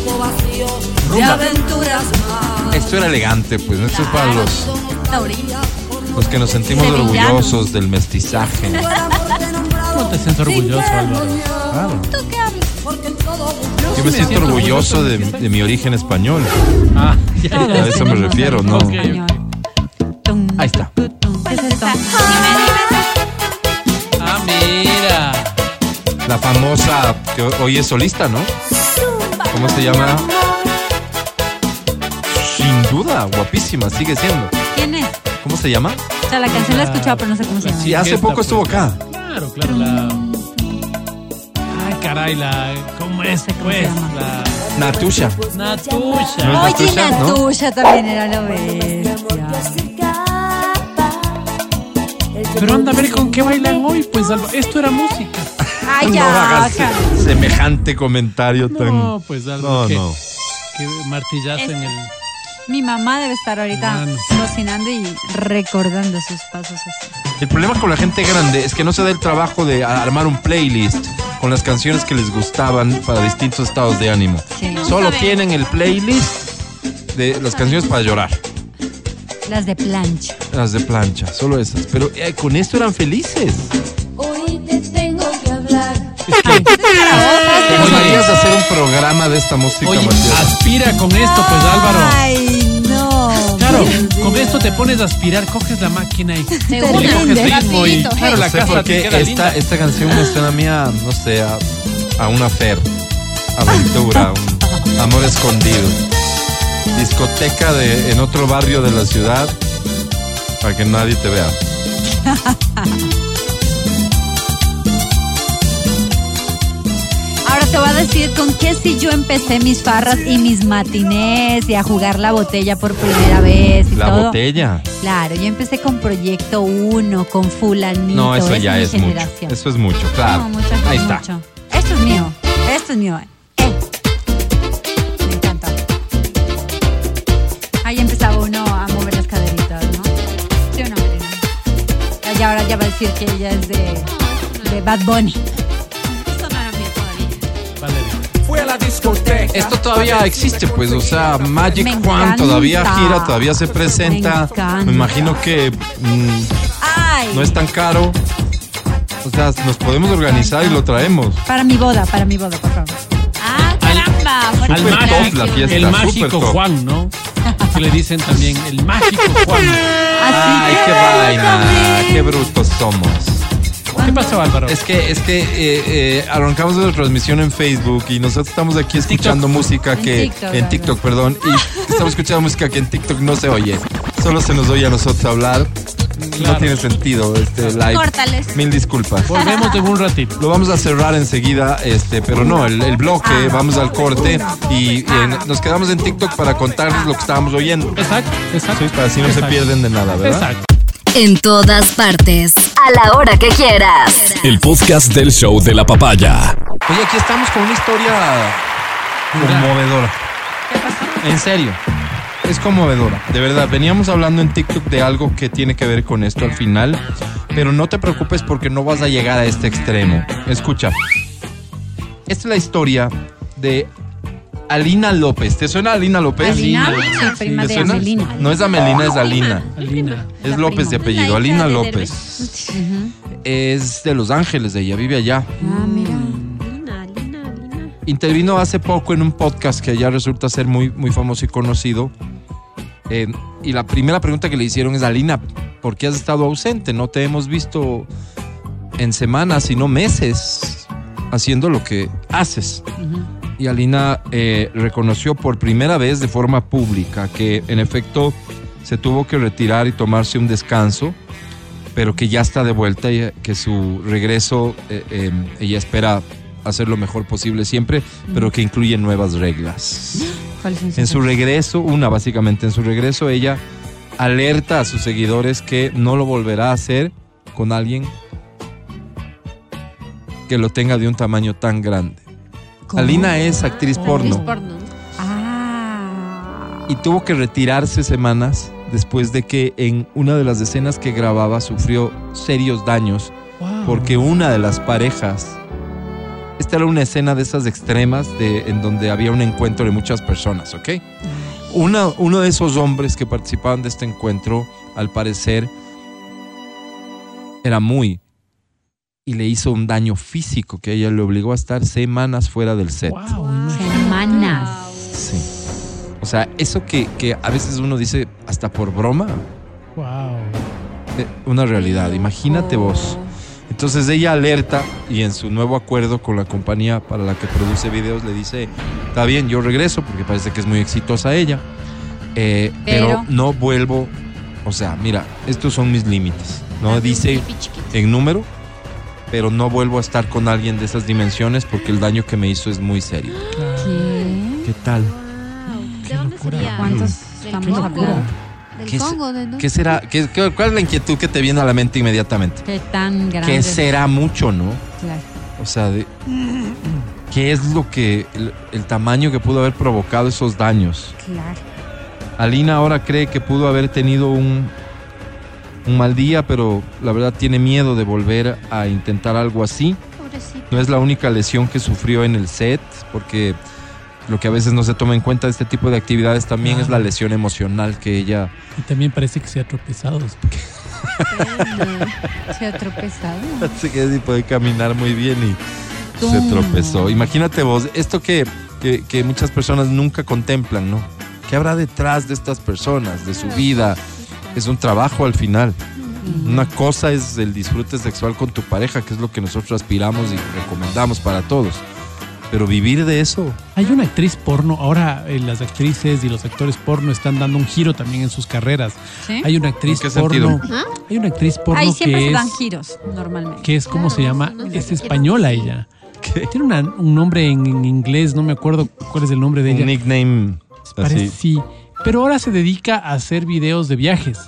Speaker 5: Rumba. Esto era elegante, pues. ¿no? Esto es para los,
Speaker 6: Taurino.
Speaker 5: los que nos sentimos
Speaker 6: Sevillanos.
Speaker 5: orgullosos del mestizaje.
Speaker 1: No te sientas orgulloso, Álvaro.
Speaker 5: Claro.
Speaker 6: ¿Tú qué hablas?
Speaker 5: Yo me siento orgulloso de, de mi origen español.
Speaker 1: Ah, ya, ya.
Speaker 5: A eso me
Speaker 6: tenemos
Speaker 5: refiero, ¿no?
Speaker 6: algún español. Tum,
Speaker 5: Ahí está.
Speaker 6: tu, tum. ¿Qué es esto?
Speaker 1: Ah, mira.
Speaker 5: La famosa que ho- hoy es solista, ¿no? ¿Cómo se llama? Sin duda, guapísima, sigue siendo.
Speaker 6: ¿Quién es?
Speaker 5: ¿Cómo se llama?
Speaker 6: O sea, la canción la he escuchado, pero no sé cómo se llama.
Speaker 5: Sí, hace poco estuvo
Speaker 1: pues.
Speaker 5: acá.
Speaker 1: Claro, claro, la. Ay, caray, la. ¿Cómo es?
Speaker 6: sé cómo
Speaker 1: Pues,
Speaker 6: se llama.
Speaker 1: la.
Speaker 5: Natusha.
Speaker 1: Natusha.
Speaker 5: ¿No es
Speaker 6: Oye,
Speaker 5: Natusha, no?
Speaker 6: Natusha también era la bestia.
Speaker 1: Pero anda a ver con qué bailan hoy, pues Álvaro. Esto era música.
Speaker 6: Ay,
Speaker 5: No
Speaker 6: ya.
Speaker 5: hagas
Speaker 6: Carlos.
Speaker 5: semejante comentario tan.
Speaker 1: No, pues Álvaro.
Speaker 5: No,
Speaker 1: qué-
Speaker 5: no.
Speaker 1: Qué martillazo en el.
Speaker 6: Mi mamá debe estar ahorita
Speaker 1: Mano.
Speaker 6: cocinando y recordando sus pasos así.
Speaker 5: El problema con la gente grande es que no se da el trabajo de a- armar un playlist con las canciones que les gustaban para distintos estados de ánimo.
Speaker 6: Sí.
Speaker 5: Solo tienen el playlist de las canciones para llorar,
Speaker 6: Las de plancha.
Speaker 5: las de plancha, solo esas. Pero eh, con esto eran felices.
Speaker 10: Hoy te tengo que hablar.
Speaker 5: ¿Nos a hacer un programa de esta música,
Speaker 1: Oye,
Speaker 5: Matías?
Speaker 1: aspira con esto, pues Álvaro.
Speaker 6: Ay, no.
Speaker 1: Claro, con esto te pones a aspirar, coges la máquina y te
Speaker 10: una.
Speaker 1: coges ritmo y
Speaker 10: Rapidito,
Speaker 1: claro, la
Speaker 5: No sé
Speaker 1: casa
Speaker 5: por
Speaker 1: te
Speaker 5: qué
Speaker 1: queda linda.
Speaker 5: esta, esta canción me suena a mí a, no sé, a, a una fer, aventura, un amor escondido. Discoteca de, en otro barrio de la ciudad para que nadie te vea.
Speaker 6: Ahora te voy a decir con qué si yo empecé mis farras y mis matinés y a jugar la botella por primera vez y
Speaker 5: La
Speaker 6: todo.
Speaker 5: botella.
Speaker 6: Claro, yo empecé con Proyecto 1, con Fulanito.
Speaker 5: No, eso
Speaker 6: es
Speaker 5: ya
Speaker 6: mi
Speaker 5: es mucho.
Speaker 6: generación.
Speaker 5: Eso es mucho, claro.
Speaker 6: No, mucho,
Speaker 5: Ahí
Speaker 6: mucho.
Speaker 5: está.
Speaker 6: Esto es mío. Esto es mío. Eh. Me encanta. Ahí empezaba uno a mover las caderitas, ¿no? Sí o no, Melina? Ya- Ya ahora ya va a decir que ella es de, de Bad Bunny.
Speaker 1: Valeria.
Speaker 5: Eh, Esto todavía existe, pues, o sea, Magic
Speaker 6: Me
Speaker 5: Juan
Speaker 6: encanta.
Speaker 5: todavía gira, todavía se presenta.
Speaker 6: encanta.
Speaker 5: Me imagino que mm,
Speaker 6: ¡Ay!
Speaker 5: no es tan caro. O sea, nos podemos organizar y lo traemos.
Speaker 6: Para mi boda, para mi boda, por favor. ¡Ah, caramba! Bueno,
Speaker 1: Al
Speaker 5: Súper
Speaker 1: mágico,
Speaker 5: top la fiesta,
Speaker 1: el mágico
Speaker 5: súper top.
Speaker 1: Juan, ¿no? Que le dicen también el mágico Juan.
Speaker 5: Ay,
Speaker 6: así
Speaker 5: qué
Speaker 6: que
Speaker 5: vaina, qué brutos somos.
Speaker 1: ¿Qué pasó, Álvaro?
Speaker 5: Es que, es que eh, eh, arrancamos la transmisión en Facebook y nosotros estamos aquí escuchando música
Speaker 6: En
Speaker 5: que
Speaker 6: TikTok,
Speaker 5: en TikTok, perdón, y estamos escuchando música que en TikTok no se oye. Solo se nos oye a nosotros hablar. No
Speaker 1: Claro.
Speaker 5: tiene sentido este live.
Speaker 10: Córtales.
Speaker 5: Mil disculpas.
Speaker 1: Volvemos de un ratito.
Speaker 5: Lo vamos a cerrar enseguida, este, pero no, el, el bloque, vamos al corte y, y en- nos quedamos en TikTok para contarles lo que estábamos oyendo.
Speaker 1: Exacto, exacto.
Speaker 5: Sí, para así no se
Speaker 1: Exacto.
Speaker 5: pierden de nada, ¿verdad?
Speaker 1: Exacto.
Speaker 9: En todas partes. A la hora que quieras.
Speaker 4: El podcast del show de la papaya.
Speaker 5: Oye, Pues aquí estamos con una historia conmovedora. En serio. Es conmovedora. De verdad, veníamos hablando en TikTok de algo que tiene que ver con esto al final. Pero no te preocupes porque no vas a llegar a este extremo. Escucha. Esta es la historia de Alina López. ¿Te suena Alina López?
Speaker 6: Alina, sí, prima
Speaker 5: ¿Te
Speaker 6: de
Speaker 5: suena?
Speaker 6: Amelina.
Speaker 5: No es Amelina, es Alina.
Speaker 1: Alina.
Speaker 5: Es López de apellido.
Speaker 10: La hija
Speaker 5: Alina
Speaker 10: de
Speaker 5: López. Es de Los Ángeles, ella vive allá.
Speaker 6: Ah, mira.
Speaker 7: Lina, Lina, Lina.
Speaker 5: intervino hace poco en un podcast que ya resulta ser muy, muy famoso y conocido. Eh, y la primera pregunta que le hicieron es, Alina, ¿por qué has estado ausente? No te hemos visto en semanas, sino meses, haciendo lo que haces. Y Alina eh, reconoció por primera vez de forma pública que en efecto se tuvo que retirar y tomarse un descanso, pero que ya está de vuelta y eh, que su regreso eh, eh, ella espera hacer lo mejor posible siempre, pero que incluye nuevas reglas.
Speaker 6: ¿Cuáles son sus
Speaker 5: En su regreso, una básicamente, en su regreso ella alerta a sus seguidores que no lo volverá a hacer con alguien que lo tenga de un tamaño tan grande.
Speaker 6: ¿Cómo?
Speaker 5: Alina es actriz porno
Speaker 6: Ah.
Speaker 5: y tuvo que retirarse semanas después de que en una de las escenas que grababa sufrió serios daños
Speaker 1: Wow.
Speaker 5: porque una de las parejas esta era una escena de esas extremas de, en donde había un encuentro de muchas personas, ¿ok? Una- uno de esos hombres que participaban de este encuentro, al parecer, era muy y le hizo un daño físico que ella le obligó a estar semanas fuera del set.
Speaker 1: Wow,
Speaker 6: Semanas.
Speaker 5: Sí. O sea, eso que, que a veces uno dice hasta por broma,
Speaker 1: wow.
Speaker 5: eh, una realidad. Imagínate vos. Entonces ella alerta y en su nuevo acuerdo con la compañía para la que produce videos le dice, está bien, yo regreso porque parece que es muy exitosa ella, eh, pero,
Speaker 6: Pero-
Speaker 5: no vuelvo, o sea, mira, estos son mis límites, ¿no? Dice en número, pero no vuelvo a estar con alguien de esas dimensiones porque el daño que me hizo es muy serio.
Speaker 6: ¿Qué?
Speaker 5: ¿Qué tal?
Speaker 8: ¿De dónde
Speaker 1: locura.
Speaker 8: sería?
Speaker 6: ¿Cuántos
Speaker 8: Del
Speaker 6: estamos
Speaker 8: Congo.
Speaker 6: hablando?
Speaker 8: Del
Speaker 5: ¿Qué es-
Speaker 8: Congo, ¿de dónde?
Speaker 5: ¿Qué será? ¿Qué- qué- ¿Cuál es la inquietud que te viene a la mente inmediatamente?
Speaker 6: ¿Qué tan grande?
Speaker 5: ¿Qué será mucho, no?
Speaker 6: Claro.
Speaker 5: O sea, de, ¿qué es lo que, el, el tamaño que pudo haber provocado esos daños?
Speaker 6: Claro.
Speaker 5: Alina ahora cree que pudo haber tenido un, un mal día, pero la verdad tiene miedo de volver a intentar algo así.
Speaker 8: Pobrecito.
Speaker 5: No es la única lesión que sufrió en el set, porque lo que a veces no se toma en cuenta de este tipo de actividades también es la lesión emocional que ella...
Speaker 1: Y también parece que se ha tropezado. después.
Speaker 6: Se ha tropezado.
Speaker 5: Así que sí puede caminar muy bien y se
Speaker 6: Toma.
Speaker 5: tropezó. Imagínate vos, esto que, que- que muchas personas nunca contemplan, ¿no? ¿Qué habrá detrás de estas personas, de su vida? Es un trabajo al final. Una cosa es el disfrute sexual con tu pareja, que es lo que nosotros aspiramos y recomendamos para todos. Pero vivir de eso,
Speaker 1: Hay una actriz porno. Ahora eh, las actrices y los actores porno están dando un giro también en sus carreras.
Speaker 6: ¿Sí?
Speaker 1: Hay una actriz
Speaker 5: qué
Speaker 1: porno.
Speaker 5: sentido?
Speaker 8: ¿Ah?
Speaker 1: Hay una actriz porno
Speaker 6: Ahí siempre
Speaker 1: que
Speaker 6: se
Speaker 1: es
Speaker 6: dan giros, normalmente.
Speaker 1: que es como se llama,
Speaker 8: no sé
Speaker 1: es
Speaker 8: qué
Speaker 1: española
Speaker 8: quiero
Speaker 1: ella. Tiene una- un nombre en, en inglés, no me acuerdo cuál es el nombre de
Speaker 5: un
Speaker 1: ella.
Speaker 5: nickname
Speaker 1: Parece-
Speaker 5: así.
Speaker 1: sí, pero ahora se dedica a hacer videos de viajes.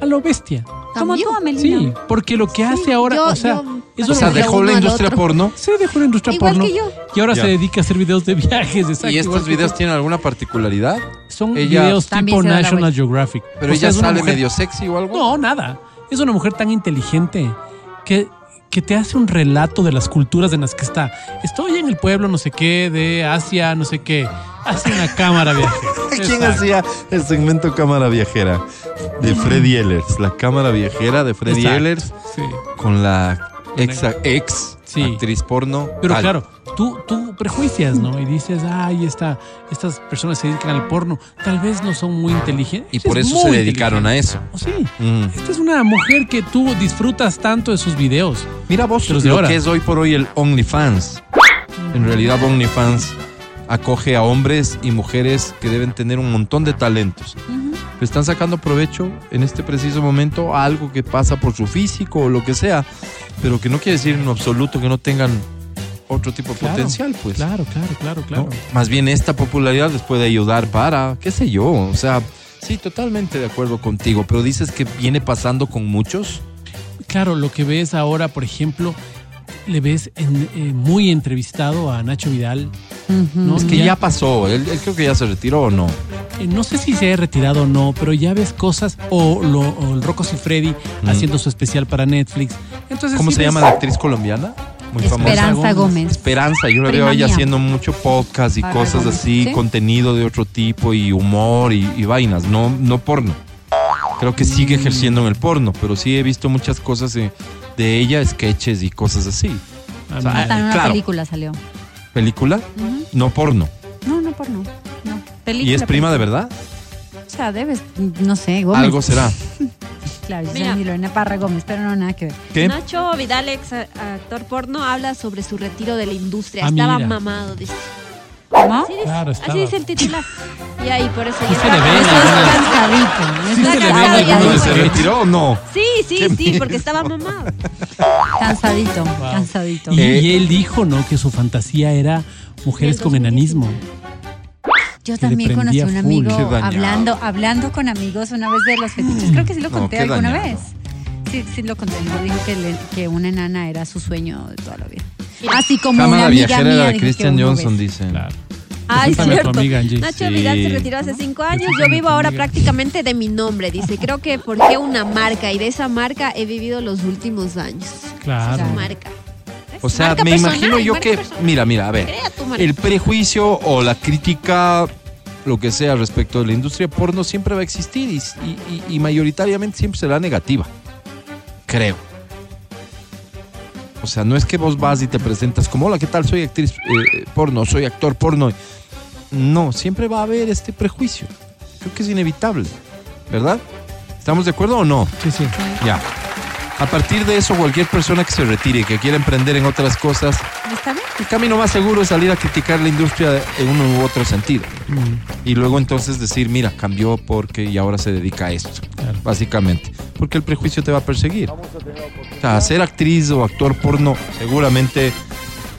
Speaker 1: A lo bestia.
Speaker 6: Como
Speaker 8: ¿También?
Speaker 6: tú, Amelina.
Speaker 1: Sí, porque lo que hace
Speaker 8: Sí,
Speaker 1: ahora,
Speaker 8: yo-
Speaker 1: o sea,
Speaker 8: yo
Speaker 1: es
Speaker 5: O sea,
Speaker 1: una
Speaker 8: de-
Speaker 5: dejó
Speaker 8: uno
Speaker 5: la
Speaker 8: al
Speaker 5: industria
Speaker 8: otro.
Speaker 5: porno.
Speaker 1: se dejó la industria
Speaker 8: Igual
Speaker 1: porno
Speaker 8: que yo.
Speaker 1: y ahora
Speaker 5: Ya.
Speaker 1: se dedica a hacer videos de viajes. exacto,
Speaker 5: Y
Speaker 1: igual
Speaker 5: estos
Speaker 1: que
Speaker 5: videos
Speaker 1: yo.
Speaker 5: tienen alguna particularidad,
Speaker 1: son
Speaker 5: ella-
Speaker 1: videos
Speaker 6: También
Speaker 1: tipo
Speaker 6: se da la
Speaker 1: National
Speaker 6: vuelta.
Speaker 1: Geographic.
Speaker 5: pero
Speaker 1: O sea,
Speaker 5: ella
Speaker 1: es una
Speaker 5: sale
Speaker 1: mujer-
Speaker 5: medio sexy o algo.
Speaker 1: No, nada. Es una mujer tan inteligente que, que te hace un relato de las culturas en las que está. Estoy en el pueblo no sé qué, de Asia, no sé qué. Hace una cámara viaje.
Speaker 5: ¿Quién
Speaker 1: Exacto.
Speaker 5: hacía el segmento Cámara Viajera? De Freddy Ehlers. La Cámara Viajera de Freddy
Speaker 1: Exacto.
Speaker 5: Ehlers
Speaker 1: Sí.
Speaker 5: con la ex, ex
Speaker 1: Sí.
Speaker 5: actriz porno.
Speaker 1: Pero
Speaker 5: Al-
Speaker 1: claro, tú, tú prejuicias, ¿no? Y dices, ay, esta, estas personas se dedican al porno. Tal vez no son muy inteligentes.
Speaker 5: Y por eso se dedicaron a eso.
Speaker 1: Oh, Sí.
Speaker 5: Mm.
Speaker 1: Esta es una mujer que tú disfrutas tanto de sus videos.
Speaker 5: Mira vos
Speaker 1: Pero de
Speaker 5: lo
Speaker 1: ahora.
Speaker 5: que es hoy por hoy el OnlyFans. En realidad OnlyFans acoge a hombres y mujeres que deben tener un montón de talentos. Que están sacando provecho en este preciso momento a algo que pasa por su físico o lo que sea, pero que no quiere decir en absoluto que no tengan otro tipo de
Speaker 1: Claro,
Speaker 5: potencial, pues.
Speaker 1: Claro, claro, claro,
Speaker 5: ¿no?
Speaker 1: claro.
Speaker 5: Más bien esta popularidad les puede ayudar para, qué sé yo, o sea, sí, totalmente de acuerdo contigo, pero dices que viene pasando con muchos.
Speaker 1: Claro, lo que ves ahora, por ejemplo, le ves en- eh, muy entrevistado a Nacho Vidal. ¿no?
Speaker 5: Es que ya pasó, él, él creo que ya se retiró o no.
Speaker 1: eh, no sé si se ha retirado o no, pero ya ves cosas. O, lo, o el Rocco Freddy
Speaker 5: Mm.
Speaker 1: haciendo su especial para Netflix. Entonces,
Speaker 5: ¿Cómo
Speaker 1: sí
Speaker 5: se
Speaker 1: ves-
Speaker 5: llama la actriz colombiana? Muy famosa.
Speaker 6: Esperanza
Speaker 1: González.
Speaker 6: Gómez.
Speaker 5: Esperanza, yo la
Speaker 6: Prima
Speaker 5: veo a ella
Speaker 6: mía.
Speaker 5: haciendo mucho podcast y
Speaker 6: Ah,
Speaker 5: cosas
Speaker 6: Gómez,
Speaker 5: así,
Speaker 6: ¿sí?
Speaker 5: contenido de otro tipo y humor y, y vainas, no, no porno. Creo que sigue
Speaker 6: Mm.
Speaker 5: ejerciendo en el porno, pero sí he visto muchas cosas de, de ella, sketches y cosas así.
Speaker 1: Ah,
Speaker 5: O sea, eh,
Speaker 6: Hasta en una
Speaker 5: claro.
Speaker 6: película salió.
Speaker 5: ¿Película?
Speaker 6: Ujú.
Speaker 5: No porno.
Speaker 6: No, no por no. no. Película,
Speaker 5: ¿Y es prima de verdad?
Speaker 6: O sea, debes, no sé, Gómez.
Speaker 5: Algo será.
Speaker 6: Claro, yo
Speaker 7: Mira.
Speaker 6: soy Lorena Parra Gómez, pero no, nada que ver.
Speaker 5: ¿Qué?
Speaker 7: Nacho Vidal, ex eh, actor porno, habla sobre su retiro de la industria.
Speaker 1: Ah,
Speaker 7: Estaba
Speaker 1: mira.
Speaker 7: mamado, dice.
Speaker 6: ¿No?
Speaker 7: Así dice,
Speaker 1: Claro, estaba.
Speaker 7: así dice el titular. Y ahí, por eso ya
Speaker 1: se
Speaker 7: está
Speaker 1: le ve en
Speaker 6: Eso es
Speaker 7: cansado.
Speaker 1: algunas-
Speaker 6: cansadito. Eso
Speaker 1: Sí se
Speaker 6: es
Speaker 1: le ve en
Speaker 6: cansado, ya
Speaker 1: algunos
Speaker 6: digo,
Speaker 5: ¿Se
Speaker 1: Bueno.
Speaker 5: retiró o no?
Speaker 7: Sí, sí, sí, porque estaba mamado.
Speaker 6: Cansadito, cansadito.
Speaker 1: Y,
Speaker 5: Eh.
Speaker 1: y él dijo, ¿no? Que su fantasía era mujeres con enanismo.
Speaker 6: Yo
Speaker 1: que le
Speaker 6: también conocí
Speaker 1: prendía
Speaker 6: a un
Speaker 1: full.
Speaker 6: amigo
Speaker 5: Qué dañado. Mm.
Speaker 6: hablando, hablando con amigos una vez de los fetiches. Creo que sí lo
Speaker 5: No,
Speaker 6: conté
Speaker 5: qué
Speaker 6: alguna
Speaker 5: dañado.
Speaker 6: vez. Sí, sí lo conté. No dijo que, le- que una enana era su sueño de toda la vida. Así como una
Speaker 5: Cámara
Speaker 6: amiga
Speaker 5: viajera
Speaker 6: mía
Speaker 5: era
Speaker 6: dijo que
Speaker 5: Christian
Speaker 6: una
Speaker 5: Johnson,
Speaker 6: vez.
Speaker 5: dicen.
Speaker 1: Preséntame a
Speaker 7: Ay,
Speaker 1: tu
Speaker 7: Ah, cierto.
Speaker 1: amiga, Angie.
Speaker 7: Nacho
Speaker 5: Sí.
Speaker 7: Vidal se retiró hace cinco años. Yo vivo ahora prácticamente de mi nombre, dice. Creo que porque una marca y de esa marca he vivido los últimos años.
Speaker 1: Claro.
Speaker 7: Esa marca.
Speaker 5: O sea,
Speaker 7: Marca
Speaker 5: me
Speaker 7: personal,
Speaker 5: imagino yo
Speaker 7: marca
Speaker 5: que,
Speaker 7: personal.
Speaker 5: mira, mira, a ver,
Speaker 7: Crea tu marca.
Speaker 5: el prejuicio o la crítica, lo que sea respecto de la industria porno siempre va a existir y, y- y- y mayoritariamente siempre será negativa, creo. O sea, no es que vos vas y te presentas como, hola, ¿qué tal? Soy actriz eh, porno, soy actor porno. No, siempre va a haber este prejuicio. Creo que es inevitable, ¿verdad? ¿Estamos de acuerdo o no?
Speaker 1: Sí, sí.
Speaker 5: Ya. A partir de eso, cualquier persona que se retire, que quiera emprender en otras cosas,
Speaker 6: ¿Está bien?
Speaker 5: el camino más seguro es salir a criticar la industria en uno u otro sentido.
Speaker 6: Mm.
Speaker 5: Y luego entonces decir, mira, cambió porque y ahora se dedica a esto,
Speaker 1: Claro.
Speaker 5: básicamente. Porque el prejuicio te va a perseguir. O sea, ser actriz o actor porno seguramente,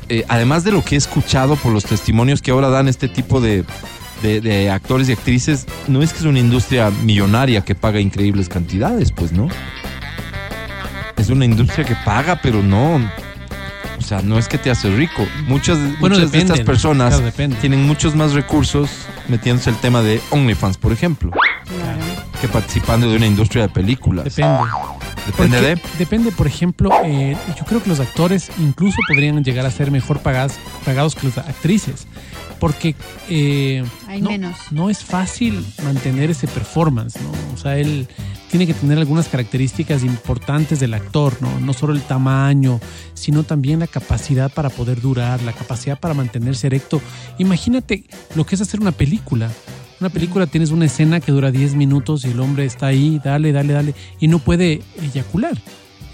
Speaker 5: eh, además de lo que he escuchado por los testimonios que ahora dan este tipo de, de- de actores y actrices, no es que es una industria millonaria que paga increíbles cantidades, pues no. Es una industria que paga, pero no. O sea, no es que te hace rico. Muchas,
Speaker 1: Bueno,
Speaker 5: muchas de
Speaker 1: depende,
Speaker 5: estas
Speaker 1: ¿no?
Speaker 5: personas
Speaker 1: Claro, depende.
Speaker 5: tienen muchos más recursos metiéndose el tema de OnlyFans, por ejemplo,
Speaker 6: Claro.
Speaker 5: que participando de una industria de películas.
Speaker 1: Depende.
Speaker 5: Depende de.
Speaker 1: Porque Depende, por ejemplo, eh, yo creo que los actores incluso podrían llegar a ser mejor pagadas- pagados que las actrices. Porque eh,
Speaker 6: Hay
Speaker 1: no,
Speaker 6: menos.
Speaker 1: no es fácil mantener ese performance, ¿no? O sea, él tiene que tener algunas características importantes del actor, ¿no? No solo el tamaño, sino también la capacidad para poder durar, la capacidad para mantenerse erecto. Imagínate lo que es hacer una película. Una película tienes una escena que dura 10 minutos y el hombre está ahí, dale, dale, dale, y no puede eyacular.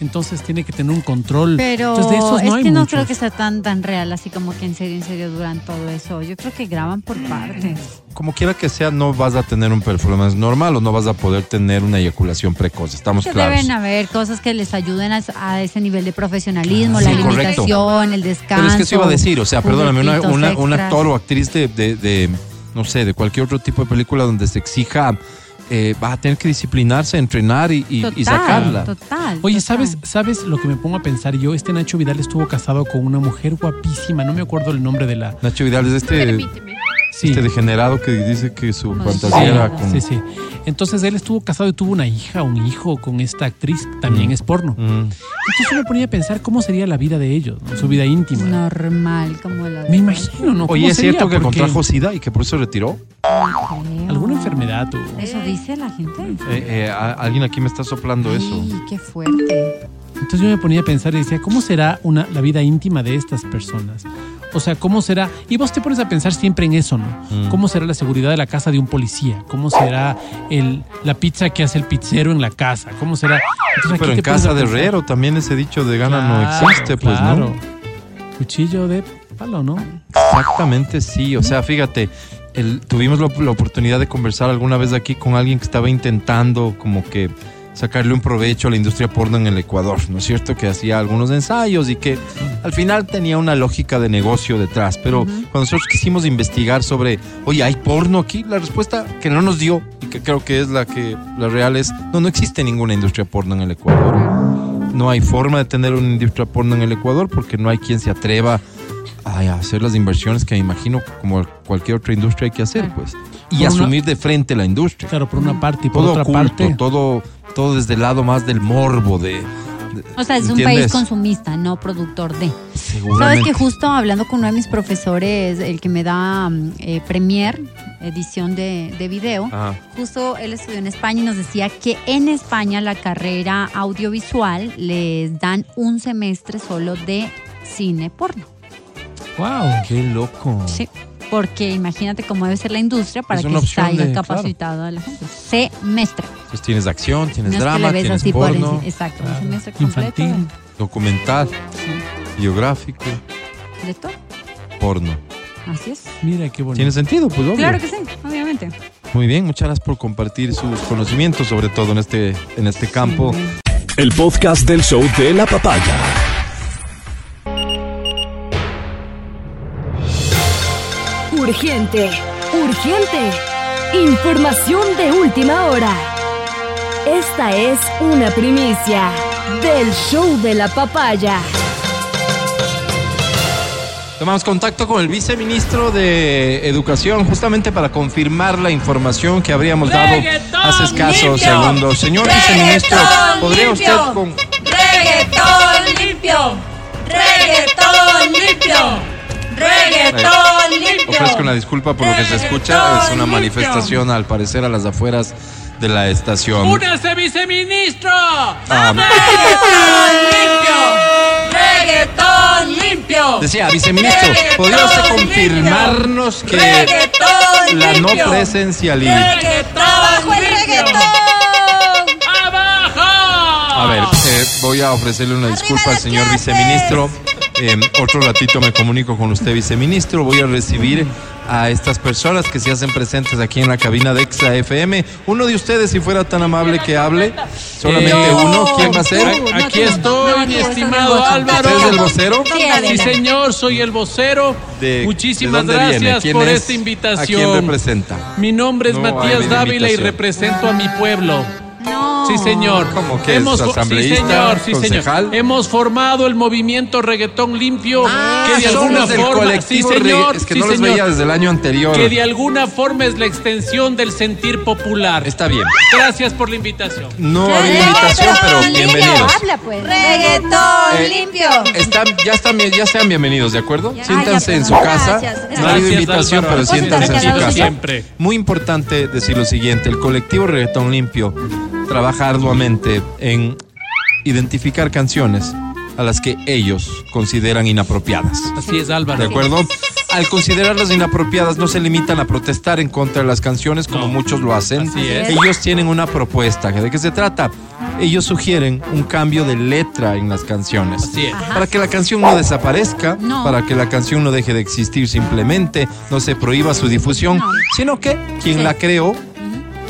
Speaker 1: Entonces tiene que tener un control.
Speaker 6: Pero
Speaker 1: Entonces, de esos
Speaker 6: es
Speaker 1: hay
Speaker 6: que no
Speaker 1: muchos.
Speaker 6: creo que sea tan tan real, así como que en serio, en serio duran todo eso. Yo creo que graban por partes.
Speaker 5: Como quiera que sea, no vas a tener un performance normal o no vas a poder tener una eyaculación precoz. Estamos
Speaker 6: Que
Speaker 5: claros.
Speaker 6: deben haber cosas que les ayuden a, a ese nivel de profesionalismo, la
Speaker 5: Sí, correcto.
Speaker 6: alimentación, el descanso.
Speaker 5: Pero es que eso iba a decir, o sea, perdóname, una-
Speaker 6: juguetitos
Speaker 5: una- un
Speaker 6: extras.
Speaker 5: actor o actriz de, de- de, no sé, de cualquier otro tipo de película donde se exija, eh, vas a tener que disciplinarse, entrenar y, y- y
Speaker 6: Total,
Speaker 5: sacarla.
Speaker 6: Total.
Speaker 1: Oye,
Speaker 6: total.
Speaker 1: ¿sabes, ¿sabes lo que me pongo a pensar yo? Este Nacho Vidal estuvo casado con una mujer guapísima, no me acuerdo el nombre de la...
Speaker 5: Nacho Vidal es este,
Speaker 1: Sí,
Speaker 5: este degenerado que dice que su
Speaker 6: Con
Speaker 5: fantasía
Speaker 1: Sí,
Speaker 6: Así
Speaker 5: era con...
Speaker 1: sí, sí. Entonces él estuvo casado y tuvo una hija, un hijo con esta actriz, también
Speaker 5: Mm.
Speaker 1: es porno.
Speaker 5: Mm.
Speaker 1: Entonces yo me ponía a pensar cómo sería la vida de ellos, ¿no? su vida íntima.
Speaker 6: Normal, como la de-
Speaker 1: Me imagino, ¿no?
Speaker 5: Oye,
Speaker 1: ¿Cómo
Speaker 5: ¿es
Speaker 1: sería?
Speaker 5: cierto que
Speaker 1: Porque
Speaker 5: contrajo SIDA y que por eso retiró?
Speaker 6: Creo.
Speaker 1: alguna enfermedad o...
Speaker 6: Eso dice la gente.
Speaker 5: Eh, eh, a- alguien aquí me está soplando eso.
Speaker 6: Ay, qué fuerte.
Speaker 1: Entonces yo me ponía a pensar y decía, ¿cómo será una, la vida íntima de estas personas? O sea, ¿cómo será? Y vos te pones a pensar siempre en eso, ¿no?
Speaker 5: Mm.
Speaker 1: ¿Cómo será la seguridad de la casa de un policía? ¿Cómo será el, la pizza que hace el pizzero en la casa? ¿Cómo será? Entonces, aquí
Speaker 5: Pero en
Speaker 1: te pones
Speaker 5: casa
Speaker 1: a
Speaker 5: de
Speaker 1: pensar,
Speaker 5: Herrero también ese dicho de gana no
Speaker 1: claro,
Speaker 5: existe, pues
Speaker 1: claro.
Speaker 5: no.
Speaker 1: Cuchillo de palo, ¿no?
Speaker 5: Exactamente, sí. O sea, fíjate, el- tuvimos la, la oportunidad de conversar alguna vez aquí con alguien que estaba intentando como que sacarle un provecho a la industria porno en el Ecuador, ¿no es cierto? Que hacía algunos ensayos y que al final tenía una lógica de negocio detrás, pero cuando nosotros quisimos investigar sobre, oye, ¿hay porno aquí? La respuesta que no nos dio y que creo que es la que la real es, no, no existe ninguna industria porno en el Ecuador. No hay forma de tener una industria porno en el Ecuador porque no hay quien se atreva a hacer las inversiones que me imagino como cualquier otra industria hay que hacer, pues. Y
Speaker 1: Por una-
Speaker 5: asumir de frente la industria.
Speaker 1: Claro, por una parte y por
Speaker 5: todo
Speaker 1: otra
Speaker 5: oculto,
Speaker 1: parte.
Speaker 5: todo, todo desde el lado más del morbo de...
Speaker 6: O sea, es un
Speaker 5: ¿Entiendes?
Speaker 6: país consumista, no productor de. Sabes
Speaker 5: Seguramente.
Speaker 6: que justo hablando con uno de mis profesores, el que me da mm, eh, Premiere, edición de, de video,
Speaker 5: Ajá.
Speaker 6: justo él estudió en España y nos decía que en España la carrera audiovisual les dan un semestre solo de cine porno.
Speaker 1: Wow.
Speaker 5: Qué loco.
Speaker 6: Sí. Porque imagínate cómo debe ser la industria para
Speaker 5: Es
Speaker 6: que
Speaker 5: una opción
Speaker 6: salga
Speaker 5: de-
Speaker 6: capacitado a la gente. Semestre.
Speaker 5: Entonces tienes acción, tienes
Speaker 6: no
Speaker 5: drama,
Speaker 6: es que le ves
Speaker 5: tienes
Speaker 6: así por
Speaker 5: porno,
Speaker 6: encima. Exacto,
Speaker 1: Claro.
Speaker 6: un semestre completo.
Speaker 1: Infantil.
Speaker 5: documental, biográfico,
Speaker 6: De, de todo.
Speaker 5: porno.
Speaker 6: Así es.
Speaker 1: Mira qué bonito.
Speaker 5: ¿Tiene sentido? Pues obvio.
Speaker 6: Claro que sí, obviamente.
Speaker 5: Muy bien, muchas gracias por compartir sus conocimientos, sobre todo en este, en este campo.
Speaker 4: El podcast del show de la papaya.
Speaker 9: Urgente, urgente. Información de última hora. Esta es una primicia. del show de la papaya.
Speaker 5: Tomamos contacto con el viceministro de Educación justamente para confirmar la información que habríamos dado hace escasos
Speaker 11: limpio!
Speaker 5: segundos. Señor viceministro, ¿podría usted con...
Speaker 11: Reggaetón limpio. Reggaetón limpio. Reggaetón limpio.
Speaker 5: Ofrezco una disculpa por lo que se escucha. Es una manifestación, al parecer, a las afueras de la estación.
Speaker 1: ¡Únase, viceministro!
Speaker 5: Ah,
Speaker 11: Reggaetón limpio.
Speaker 5: Decía, viceministro, ¿podría usted
Speaker 11: Reggaetón
Speaker 5: confirmarnos
Speaker 11: limpio.
Speaker 5: que
Speaker 11: Reggaetón
Speaker 5: la no
Speaker 11: limpio.
Speaker 5: presencialidad?
Speaker 11: Reggaetón ¡Abajo el reggaetón! ¡Abajo!
Speaker 5: A ver, eh, voy a ofrecerle una disculpa al señor viceministro. Eh, otro ratito me comunico con usted, viceministro. Voy a recibir a estas personas que se hacen presentes aquí en la cabina de Exa FM. Uno de ustedes, si fuera tan amable que hable, solamente
Speaker 1: Eh,
Speaker 5: uno. ¿Quién va a ser?
Speaker 1: Aquí estoy, mi estimado Álvaro.
Speaker 5: ¿Usted es el vocero?
Speaker 1: Sí, señor, soy el vocero.
Speaker 5: De-
Speaker 1: Muchísimas
Speaker 5: ¿de dónde viene?
Speaker 1: gracias
Speaker 5: ¿Quién
Speaker 1: por
Speaker 5: es?
Speaker 1: esta
Speaker 5: ¿A quién
Speaker 1: invitación.
Speaker 5: representa?
Speaker 1: Mi nombre es
Speaker 5: No, ahí
Speaker 1: Matías
Speaker 5: viene
Speaker 1: Dávila y
Speaker 5: invitación.
Speaker 1: represento a mi pueblo.
Speaker 6: No.
Speaker 1: Sí, señor.
Speaker 5: ¿Cómo que es?
Speaker 1: fo-
Speaker 5: ¿Asambleísta?
Speaker 1: sí, señor, sí,
Speaker 5: ¿Concejal?
Speaker 1: señor. Hemos formado el movimiento reggaetón limpio
Speaker 5: Ah,
Speaker 1: que de
Speaker 5: son
Speaker 1: alguna
Speaker 5: los del
Speaker 1: forma, sí,
Speaker 5: colectivo
Speaker 1: señor,
Speaker 5: regga- Es que
Speaker 1: sí,
Speaker 5: no los
Speaker 1: señor,
Speaker 5: veía desde el año anterior.
Speaker 1: que de alguna forma es la extensión del sentir popular.
Speaker 5: Está bien.
Speaker 1: Gracias por la invitación.
Speaker 5: No había invitación, pero bienvenidos.
Speaker 6: Habla pues.
Speaker 11: Reggaetón
Speaker 5: Eh,
Speaker 11: limpio.
Speaker 5: Están, ya, están, bien- ya sean bienvenidos, ¿de acuerdo?
Speaker 6: Ah,
Speaker 5: Siéntanse
Speaker 6: ya,
Speaker 5: en su
Speaker 6: perdón.
Speaker 5: casa.
Speaker 6: Gracias,
Speaker 5: No ha habido
Speaker 1: gracias,
Speaker 5: invitación,
Speaker 1: Álvaro.
Speaker 5: pero
Speaker 1: Así
Speaker 5: siéntanse en su
Speaker 1: estará
Speaker 5: casa.
Speaker 1: siempre.
Speaker 5: Muy importante decir lo siguiente, el colectivo Reggaetón Limpio trabaja arduamente en identificar canciones a las que ellos consideran inapropiadas.
Speaker 1: Así es, Álvaro.
Speaker 5: ¿De acuerdo? Al considerarlas inapropiadas, no se limitan a protestar en contra de las canciones como muchos lo hacen.
Speaker 1: Así es.
Speaker 5: Ellos tienen una propuesta. ¿De qué se trata? Ellos sugieren un cambio de letra en las canciones.
Speaker 1: Así es.
Speaker 5: Para que la canción no desaparezca,
Speaker 6: No.
Speaker 5: para que la canción no deje de existir simplemente, no se prohíba su difusión,
Speaker 6: No.
Speaker 5: sino que quien
Speaker 6: Sí.
Speaker 5: la creó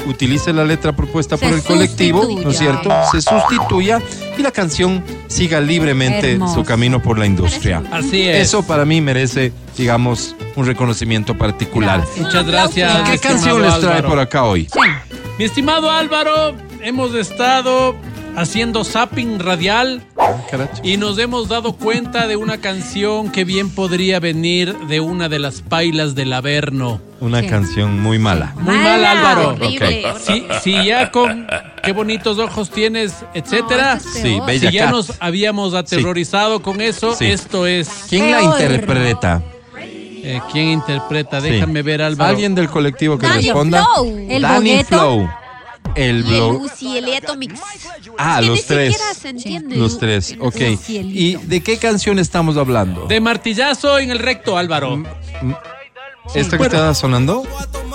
Speaker 5: utilice la letra propuesta
Speaker 6: Se
Speaker 5: por el colectivo, ¿no es
Speaker 6: sustituya.
Speaker 5: cierto? Se sustituya y la canción siga libremente
Speaker 6: Hermoso.
Speaker 5: su camino por la industria.
Speaker 1: Así es.
Speaker 5: Eso para mí merece, digamos, un reconocimiento particular.
Speaker 1: Muchas gracias.
Speaker 5: ¿Qué
Speaker 1: estimado
Speaker 5: canción les trae
Speaker 1: Álvaro.
Speaker 5: por acá hoy?
Speaker 1: Mi estimado Álvaro, hemos estado haciendo zapping radial
Speaker 5: Caracho.
Speaker 1: y nos hemos dado cuenta de una canción que bien podría venir de una de las pailas del Averno.
Speaker 5: Una
Speaker 6: Sí.
Speaker 5: canción muy mala.
Speaker 1: Muy mal,
Speaker 6: Mala,
Speaker 1: Álvaro.
Speaker 7: horrible.
Speaker 1: Si, si ya con qué bonitos ojos tienes, etcétera.
Speaker 8: No,
Speaker 5: Sí, Bella
Speaker 1: si ya
Speaker 5: Cat.
Speaker 1: nos habíamos aterrorizado con eso,
Speaker 5: Sí.
Speaker 1: esto es.
Speaker 5: ¿Quién la
Speaker 6: Peor.
Speaker 5: interpreta?
Speaker 1: eh, ¿Quién interpreta?
Speaker 5: Sí.
Speaker 1: Déjame ver, Álvaro.
Speaker 5: Alguien del colectivo que
Speaker 8: Dani
Speaker 5: responda.
Speaker 8: Flow.
Speaker 6: El
Speaker 5: Dani
Speaker 6: Bogueto.
Speaker 5: Flow. El
Speaker 8: Y el
Speaker 5: blog.
Speaker 8: Uzi, el Eto Mix.
Speaker 5: Ah,
Speaker 8: Que ni
Speaker 5: los tres.
Speaker 8: siquiera se entiende.
Speaker 5: Los tres, ok.
Speaker 6: Cielito.
Speaker 5: ¿Y de qué canción estamos hablando?
Speaker 1: De martillazo en el recto, Álvaro.
Speaker 5: Mm. ¿Esta que está sonando?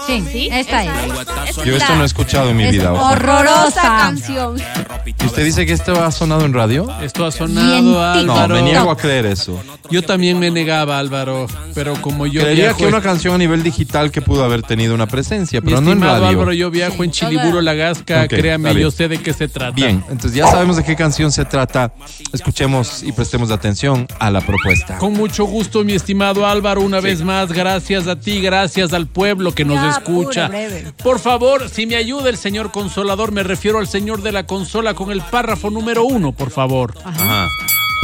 Speaker 6: Sí, esta es.
Speaker 5: Yo esto no he escuchado en mi
Speaker 6: Es
Speaker 5: vida. ojo.
Speaker 6: horrorosa
Speaker 8: canción.
Speaker 5: ¿Y ¿Usted dice que esto ha sonado en radio?
Speaker 1: Esto ha
Speaker 6: Bien
Speaker 1: sonado,
Speaker 5: No,
Speaker 1: Álvaro.
Speaker 5: me niego a creer eso.
Speaker 1: Yo también me negaba, Álvaro, pero como yo
Speaker 5: Creería
Speaker 1: viajo,
Speaker 5: que una canción a nivel digital que pudo haber tenido una presencia,
Speaker 1: mi
Speaker 5: pero no en
Speaker 1: estimado
Speaker 5: radio.
Speaker 1: Álvaro, yo viajo en Chiliburo, La Gasca,
Speaker 5: Ok, está
Speaker 1: créame,
Speaker 5: bien.
Speaker 1: yo sé de qué se trata.
Speaker 5: Bien, entonces ya sabemos de qué canción se trata. Escuchemos y prestemos atención a la propuesta.
Speaker 1: Con mucho gusto, mi estimado Álvaro, una vez más, gracias a ti, gracias al pueblo que nos
Speaker 6: Ya,
Speaker 1: escucha.
Speaker 6: pura breve.
Speaker 1: Por favor, si me ayuda el señor consolador, me refiero al señor de la consola con el párrafo número uno, por favor.
Speaker 5: Ajá.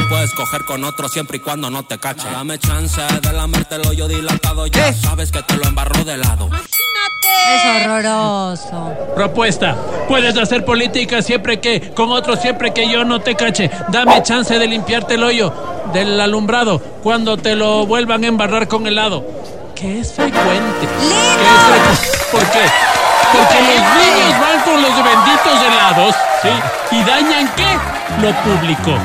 Speaker 12: Puedes coger con otro siempre y cuando no te cache. Dame chance de lamerte el hoyo dilatado. Ya sabes que te lo embarró de lado.
Speaker 6: Es horroroso.
Speaker 1: Propuesta. Puedes hacer política siempre que, con otro siempre que yo no te cache. Dame chance de limpiarte el hoyo del alumbrado cuando te lo vuelvan a embarrar con helado. Que es frecuente. Que es frecu- ¿Por qué? Porque los niños van con los benditos helados, ¿sí? ¿Y dañan qué? Lo público.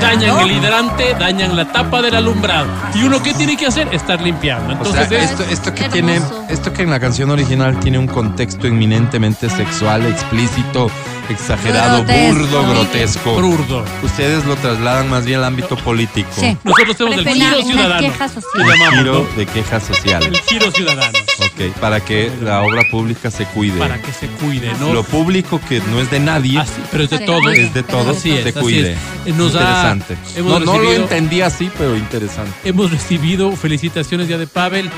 Speaker 1: Dañan el hidrante, dañan la tapa del alumbrado. ¿Y uno qué tiene que hacer? Estar limpiando.
Speaker 5: O sea,
Speaker 1: Entonces es-
Speaker 5: esto, esto que tiene, esto que en la canción original tiene un contexto eminentemente sexual, explícito, exagerado,
Speaker 6: Grotesco.
Speaker 5: burdo, grotesco.
Speaker 1: Burdo.
Speaker 5: Ustedes lo trasladan más bien al ámbito político.
Speaker 6: Sí.
Speaker 1: Nosotros tenemos el
Speaker 6: Preferimos
Speaker 1: giro ciudadano.
Speaker 6: quejas
Speaker 1: que
Speaker 6: sociales.
Speaker 1: llamamos,
Speaker 5: Giro
Speaker 1: ¿no?
Speaker 5: de queja social.
Speaker 1: El giro ciudadano.
Speaker 5: Ok, para que la obra pública se cuide.
Speaker 1: para que se cuide, ¿no?
Speaker 5: Lo público que no es de nadie.
Speaker 1: Así, pero es de
Speaker 6: Sí.
Speaker 1: todos.
Speaker 5: Es de todos,
Speaker 1: Así es,
Speaker 5: se
Speaker 1: así
Speaker 5: cuide.
Speaker 1: es. Eh, Nos ha-
Speaker 5: interesante.
Speaker 1: hemos
Speaker 5: no, no lo
Speaker 1: recibido-
Speaker 5: entendí así, pero interesante.
Speaker 1: Hemos recibido felicitaciones ya de Pavel.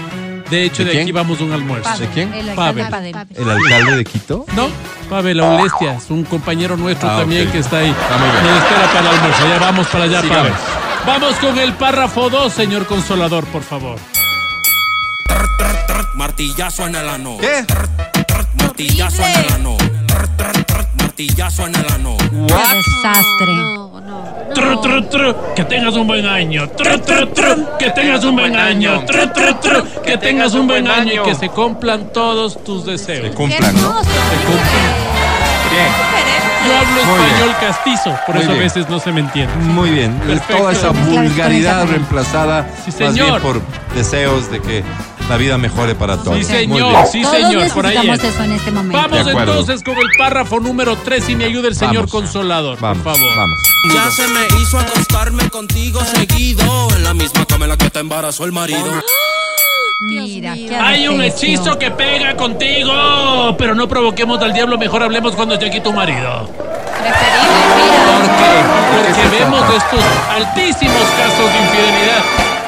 Speaker 1: De hecho,
Speaker 5: ¿De
Speaker 1: de,
Speaker 5: quién?
Speaker 1: aquí vamos a un almuerzo.
Speaker 5: ¿De quién?
Speaker 6: El alcalde
Speaker 1: Pavel.
Speaker 6: Pavel.
Speaker 5: ¿El alcalde de Quito?
Speaker 1: No, Pavel Aulestia, es un compañero nuestro
Speaker 5: Ah,
Speaker 1: también
Speaker 5: ok.
Speaker 1: que está ahí.
Speaker 5: muy bien.
Speaker 1: Nos espera para el almuerzo. Ya vamos para allá,
Speaker 5: Sigamos.
Speaker 1: Pavel. Vamos con el párrafo 2, señor consolador, por favor.
Speaker 12: Martillazo en el ano. ¿Qué? Martillazo en el ano. Martillazo en el ano.
Speaker 6: Qué desastre.
Speaker 1: Tru, tru, tru, que tengas un buen año. Tru, tru, tru, que tengas un buen año. Tru, tru, tru, que tengas un buen año y que se cumplan todos tus deseos. Se
Speaker 5: cumplan, ¿no?
Speaker 1: Yo hablo
Speaker 5: Muy bien.
Speaker 1: español castizo, por
Speaker 5: Muy
Speaker 1: eso a
Speaker 5: bien.
Speaker 1: veces no se me entiende.
Speaker 5: Muy bien.
Speaker 1: Perfecto.
Speaker 5: Toda esa
Speaker 1: Tienes que haber
Speaker 5: vulgaridad
Speaker 1: comenzado.
Speaker 5: reemplazada
Speaker 1: Sí,
Speaker 5: más
Speaker 1: señor.
Speaker 5: bien por deseos de que la vida mejore para todos. Muy
Speaker 1: Sí, señor,
Speaker 5: bien.
Speaker 1: sí,
Speaker 6: Todos
Speaker 1: señor, por ahí.
Speaker 6: necesitamos
Speaker 1: es.
Speaker 6: eso en este momento.
Speaker 1: Vamos
Speaker 5: De acuerdo.
Speaker 1: entonces con el párrafo número 3 y me ayuda el señor
Speaker 5: Vamos.
Speaker 1: consolador,
Speaker 5: Vamos,
Speaker 1: por favor.
Speaker 5: vamos.
Speaker 12: Ya se me hizo acostarme contigo seguido. En la misma cama en la que te embarazó el marido.
Speaker 6: Mira, qué
Speaker 1: Hay un
Speaker 6: advertencia.
Speaker 1: hechizo que pega contigo, pero no provoquemos al diablo, mejor hablemos cuando esté aquí tu marido. Porque vemos estos altísimos casos de infidelidad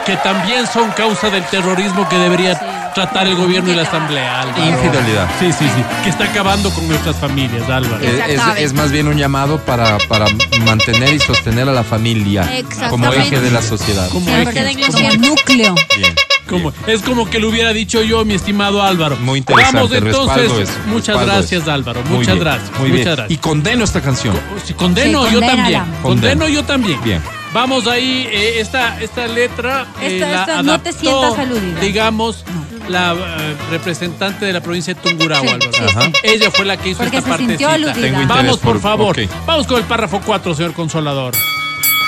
Speaker 1: que también son causa del terrorismo que debería tratar el gobierno y la asamblea, Álvaro.
Speaker 5: Infidelidad.
Speaker 1: Sí, sí, sí, que está acabando con nuestras familias, Álvaro.
Speaker 5: Eh, Es, es más bien un llamado para, para mantener y sostener a la familia como
Speaker 1: Exactamente.
Speaker 5: eje de la sociedad.
Speaker 1: Como
Speaker 6: Siempre
Speaker 1: eje,
Speaker 6: queden
Speaker 1: como
Speaker 6: como
Speaker 1: eje.
Speaker 6: núcleo.
Speaker 5: Bien.
Speaker 1: Como- es como que lo hubiera dicho yo, mi estimado Álvaro.
Speaker 5: Muy interesante.
Speaker 1: Vamos entonces.
Speaker 5: respaldo eso,
Speaker 1: muchas
Speaker 5: respaldo
Speaker 1: gracias,
Speaker 5: eso.
Speaker 1: Álvaro.
Speaker 5: Muy
Speaker 1: muchas
Speaker 5: bien,
Speaker 1: gracias.
Speaker 5: muy
Speaker 1: muchas
Speaker 5: bien.
Speaker 1: gracias.
Speaker 5: Y condeno esta canción.
Speaker 1: Si condeno,
Speaker 6: Sí,
Speaker 1: yo
Speaker 6: condénala.
Speaker 1: también.
Speaker 6: Condena.
Speaker 1: Condeno yo también.
Speaker 5: Bien.
Speaker 1: Vamos ahí, eh, esta, esta letra. eh,
Speaker 6: Esta-
Speaker 1: la
Speaker 6: esta, no te
Speaker 1: adaptó,
Speaker 6: sientas aludida.
Speaker 1: Digamos, la eh, representante de la provincia de Tungurahua,
Speaker 6: Sí,
Speaker 1: Álvaro.
Speaker 6: sí,
Speaker 5: Ajá.
Speaker 6: sí.
Speaker 1: Ella fue la que hizo
Speaker 6: Porque
Speaker 1: esta
Speaker 6: se sintió
Speaker 1: partecita.
Speaker 6: aludida. Tengo
Speaker 5: interés
Speaker 1: Vamos, por,
Speaker 5: por-
Speaker 1: favor.
Speaker 5: ok.
Speaker 1: Vamos con el párrafo 4, señor Consolador.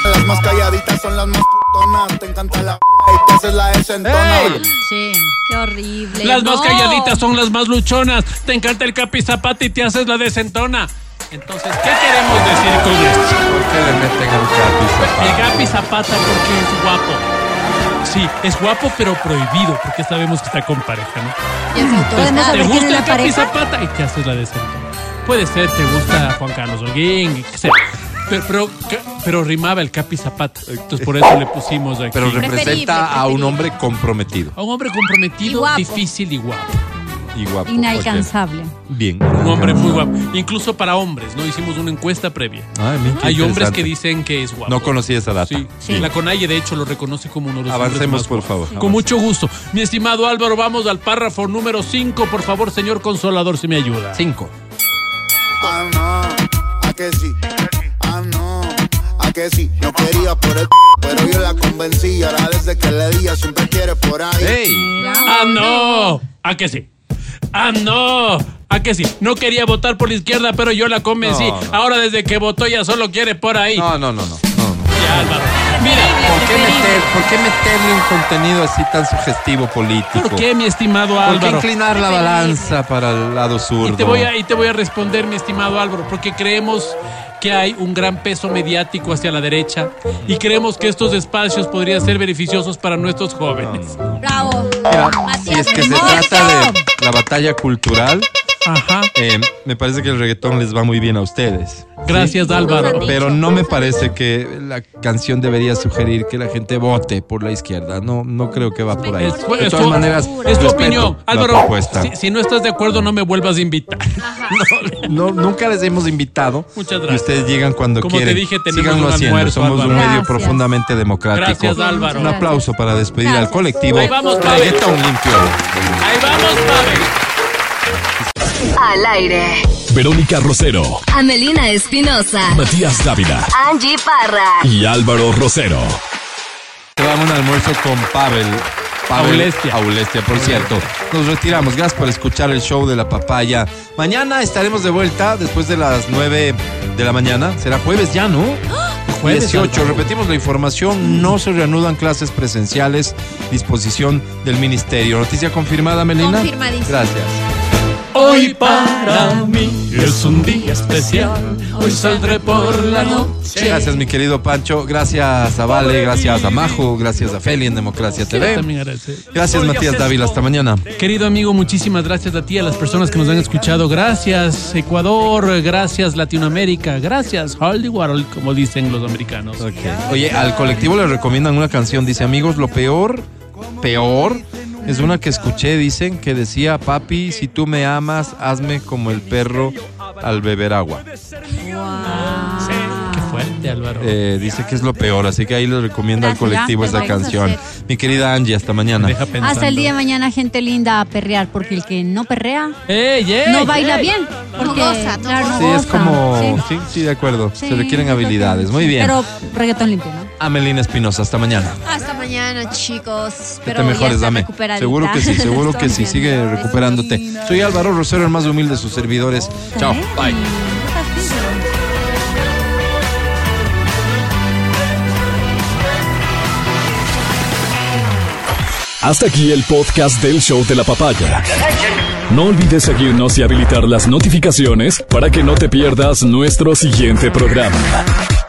Speaker 13: Las más calladitas son las más putonas. Te encanta la verga y te haces la desentona.
Speaker 6: Sí.
Speaker 7: Qué
Speaker 6: Este,
Speaker 7: horrible.
Speaker 1: Las más
Speaker 7: No.
Speaker 1: calladitas son las más luchonas. Te encanta el capizapata y te haces la desentona. Entonces, ¿qué queremos decir con esto?
Speaker 5: ¿Por qué le meten al capi
Speaker 1: El
Speaker 5: zapata?
Speaker 1: Gapi Zapata porque es guapo. Sí, es guapo pero prohibido porque sabemos que está con pareja,
Speaker 6: ¿Podemos
Speaker 1: ¿no? ¿Te
Speaker 6: saber quién
Speaker 1: gusta
Speaker 6: es
Speaker 1: el
Speaker 6: la
Speaker 1: Capi
Speaker 6: pareja?
Speaker 1: Zapata y te haces la desentona? Puede ser, te gusta Juan Carlos Holguín, qué sé. Pero, pero, pero rimaba el Capi Zapata. Entonces por eso le pusimos aquí.
Speaker 5: Pero representa
Speaker 7: Preferible,
Speaker 5: a un
Speaker 7: preferible.
Speaker 5: hombre comprometido
Speaker 1: a un hombre comprometido,
Speaker 7: Y guapo.
Speaker 1: difícil y guapo.
Speaker 5: y guapo.
Speaker 6: Inalcanzable.
Speaker 5: ok. Bien.
Speaker 1: Un hombre muy guapo. Incluso para hombres, ¿no? Hicimos una encuesta previa.
Speaker 5: Ay, mira, Ah, qué
Speaker 1: Hay hombres
Speaker 5: interesante.
Speaker 1: que dicen que es guapo.
Speaker 5: No conocía esa data.
Speaker 1: Sí,
Speaker 6: Sí.
Speaker 1: la CONAIE de hecho lo reconoce como uno de los hombres
Speaker 5: Avancemos,
Speaker 1: más
Speaker 5: por
Speaker 1: guapos.
Speaker 5: favor.
Speaker 1: Con mucho gusto. Mi estimado Álvaro, vamos al párrafo número 5. Por favor, señor consolador, si me ayuda.
Speaker 5: Cinco.
Speaker 13: Ah, no, a que sí. Ah, no, a que sí. No quería por el pero yo la convencí. Ahora desde que le di, siempre quiere por ahí.
Speaker 5: ¡Ey!
Speaker 1: ¡Ah, no! ¿A que sí? ¡Ah, no! ¿A que sí? No quería votar por la izquierda, pero yo la convencí.
Speaker 5: No, no.
Speaker 1: Ahora desde que votó ya solo quiere por ahí.
Speaker 5: No, no, no, no. no, no.
Speaker 1: Ya, Álvaro.
Speaker 5: ¿Por
Speaker 1: Mira,
Speaker 5: qué, meter, ¿Por qué meterle un contenido así tan sugestivo político?
Speaker 1: ¿por qué, mi estimado
Speaker 5: ¿Por qué
Speaker 1: Álvaro?
Speaker 5: inclinar la balanza para el lado
Speaker 1: Y
Speaker 5: zurdo?
Speaker 1: te, voy a, y te voy a responder, mi estimado Álvaro, porque creemos que hay un gran peso mediático hacia la derecha y creemos que estos espacios podrían ser beneficiosos para nuestros jóvenes.
Speaker 6: Bravo.
Speaker 5: Mira, si es que se trata de la batalla cultural,
Speaker 1: Ajá.
Speaker 5: eh, me parece que el reggaetón les va muy bien a ustedes.
Speaker 1: Gracias, Álvaro.
Speaker 5: Pero no me parece que la canción debería sugerir que la gente vote por la izquierda. No, no creo que va por ahí.
Speaker 1: Es,
Speaker 5: De
Speaker 1: es
Speaker 5: todas
Speaker 1: tu,
Speaker 5: maneras,
Speaker 1: es tu
Speaker 5: respeto
Speaker 1: opinión.
Speaker 5: la
Speaker 1: Álvaro,
Speaker 5: propuesta.
Speaker 1: si, si no estás de acuerdo, no me vuelvas a invitar.
Speaker 5: No, nunca les hemos invitado.
Speaker 1: Muchas gracias.
Speaker 5: Y ustedes llegan cuando
Speaker 1: Como te
Speaker 5: quieren.
Speaker 1: dije, tenemos
Speaker 5: Síganlo
Speaker 1: un
Speaker 5: haciendo.
Speaker 1: almuerzo,
Speaker 5: Somos un
Speaker 1: Álvaro.
Speaker 5: medio
Speaker 6: Gracias.
Speaker 5: profundamente democrático.
Speaker 1: Gracias, Álvaro.
Speaker 5: Un aplauso para despedir al
Speaker 6: Gracias.
Speaker 5: colectivo.
Speaker 1: Ahí vamos, Pavel.
Speaker 5: Reggaetón limpio.
Speaker 1: Ahí vamos, Pavel.
Speaker 9: Al aire.
Speaker 4: Verónica Rosero,
Speaker 9: Amelina Espinosa.
Speaker 4: Matías Dávila
Speaker 9: Angie Parra.
Speaker 4: y Álvaro Rosero.
Speaker 5: Te damos un almuerzo con Pavel. Pavel
Speaker 1: Aulestia.
Speaker 5: Aulestia, por cierto. Nos retiramos. Gracias por escuchar el show de la papaya. Mañana estaremos de vuelta después de las 9 de la mañana. Será jueves ya, ¿no?
Speaker 1: Jueves,
Speaker 5: 18.
Speaker 1: Álvaro.
Speaker 5: Repetimos la información. No se reanudan clases presenciales. Disposición del ministerio. Noticia confirmada, Melina.
Speaker 8: Confirmadísima.
Speaker 5: Gracias.
Speaker 1: Hoy para mí es un día especial. Hoy saldré por la noche.
Speaker 5: Gracias, mi querido Pancho. Gracias a Vale. Gracias a Majo. Gracias a Feli en Democracia
Speaker 1: Quiero
Speaker 5: TV.
Speaker 1: también agradecer.
Speaker 5: Gracias, Matías Dávila. Hasta mañana.
Speaker 1: Querido amigo, muchísimas gracias a ti, a las personas que nos han escuchado. Gracias Ecuador, gracias Latinoamérica, gracias Hollywood, como dicen los americanos.
Speaker 5: Oye, al colectivo le recomiendan una canción. Dice, amigos, lo peor peor es una que escuché, dicen, que decía, papi, si tú me amas, hazme como el perro al beber agua.
Speaker 1: Qué fuerte, Álvaro.
Speaker 5: Eh, dice que es lo peor, así que ahí les recomiendo al
Speaker 6: Gracias, pues,
Speaker 5: colectivo
Speaker 6: ya,
Speaker 5: esa
Speaker 6: perfecto.
Speaker 5: canción. Mi querida Angie, hasta mañana.
Speaker 6: Hasta el día de mañana, gente linda, a perrear, porque el que no perrea no baila bien. Porque, claro, no
Speaker 5: Sí, es
Speaker 6: goza.
Speaker 5: como...
Speaker 6: Sí.
Speaker 5: Sí, sí, de acuerdo.
Speaker 6: Sí,
Speaker 5: Se requieren habilidades. Muy bien.
Speaker 6: Pero reggaetón limpio, ¿no?
Speaker 5: Amelina Espinosa, hasta mañana.
Speaker 8: Hasta mañana, chicos.
Speaker 5: Que
Speaker 8: Pero
Speaker 5: te
Speaker 8: ya
Speaker 5: mejores,
Speaker 8: está
Speaker 5: dame.
Speaker 8: recuperadita.
Speaker 5: Seguro que sí, seguro que sí. Sigue recuperándote. Soy Álvaro Rosero, el más humilde de sus servidores.
Speaker 6: Oh,
Speaker 5: Chao.
Speaker 6: ¿eh?
Speaker 5: Bye.
Speaker 4: Hasta aquí el podcast del show de la papaya. No olvides seguirnos y habilitar las notificaciones para que no te pierdas nuestro siguiente programa.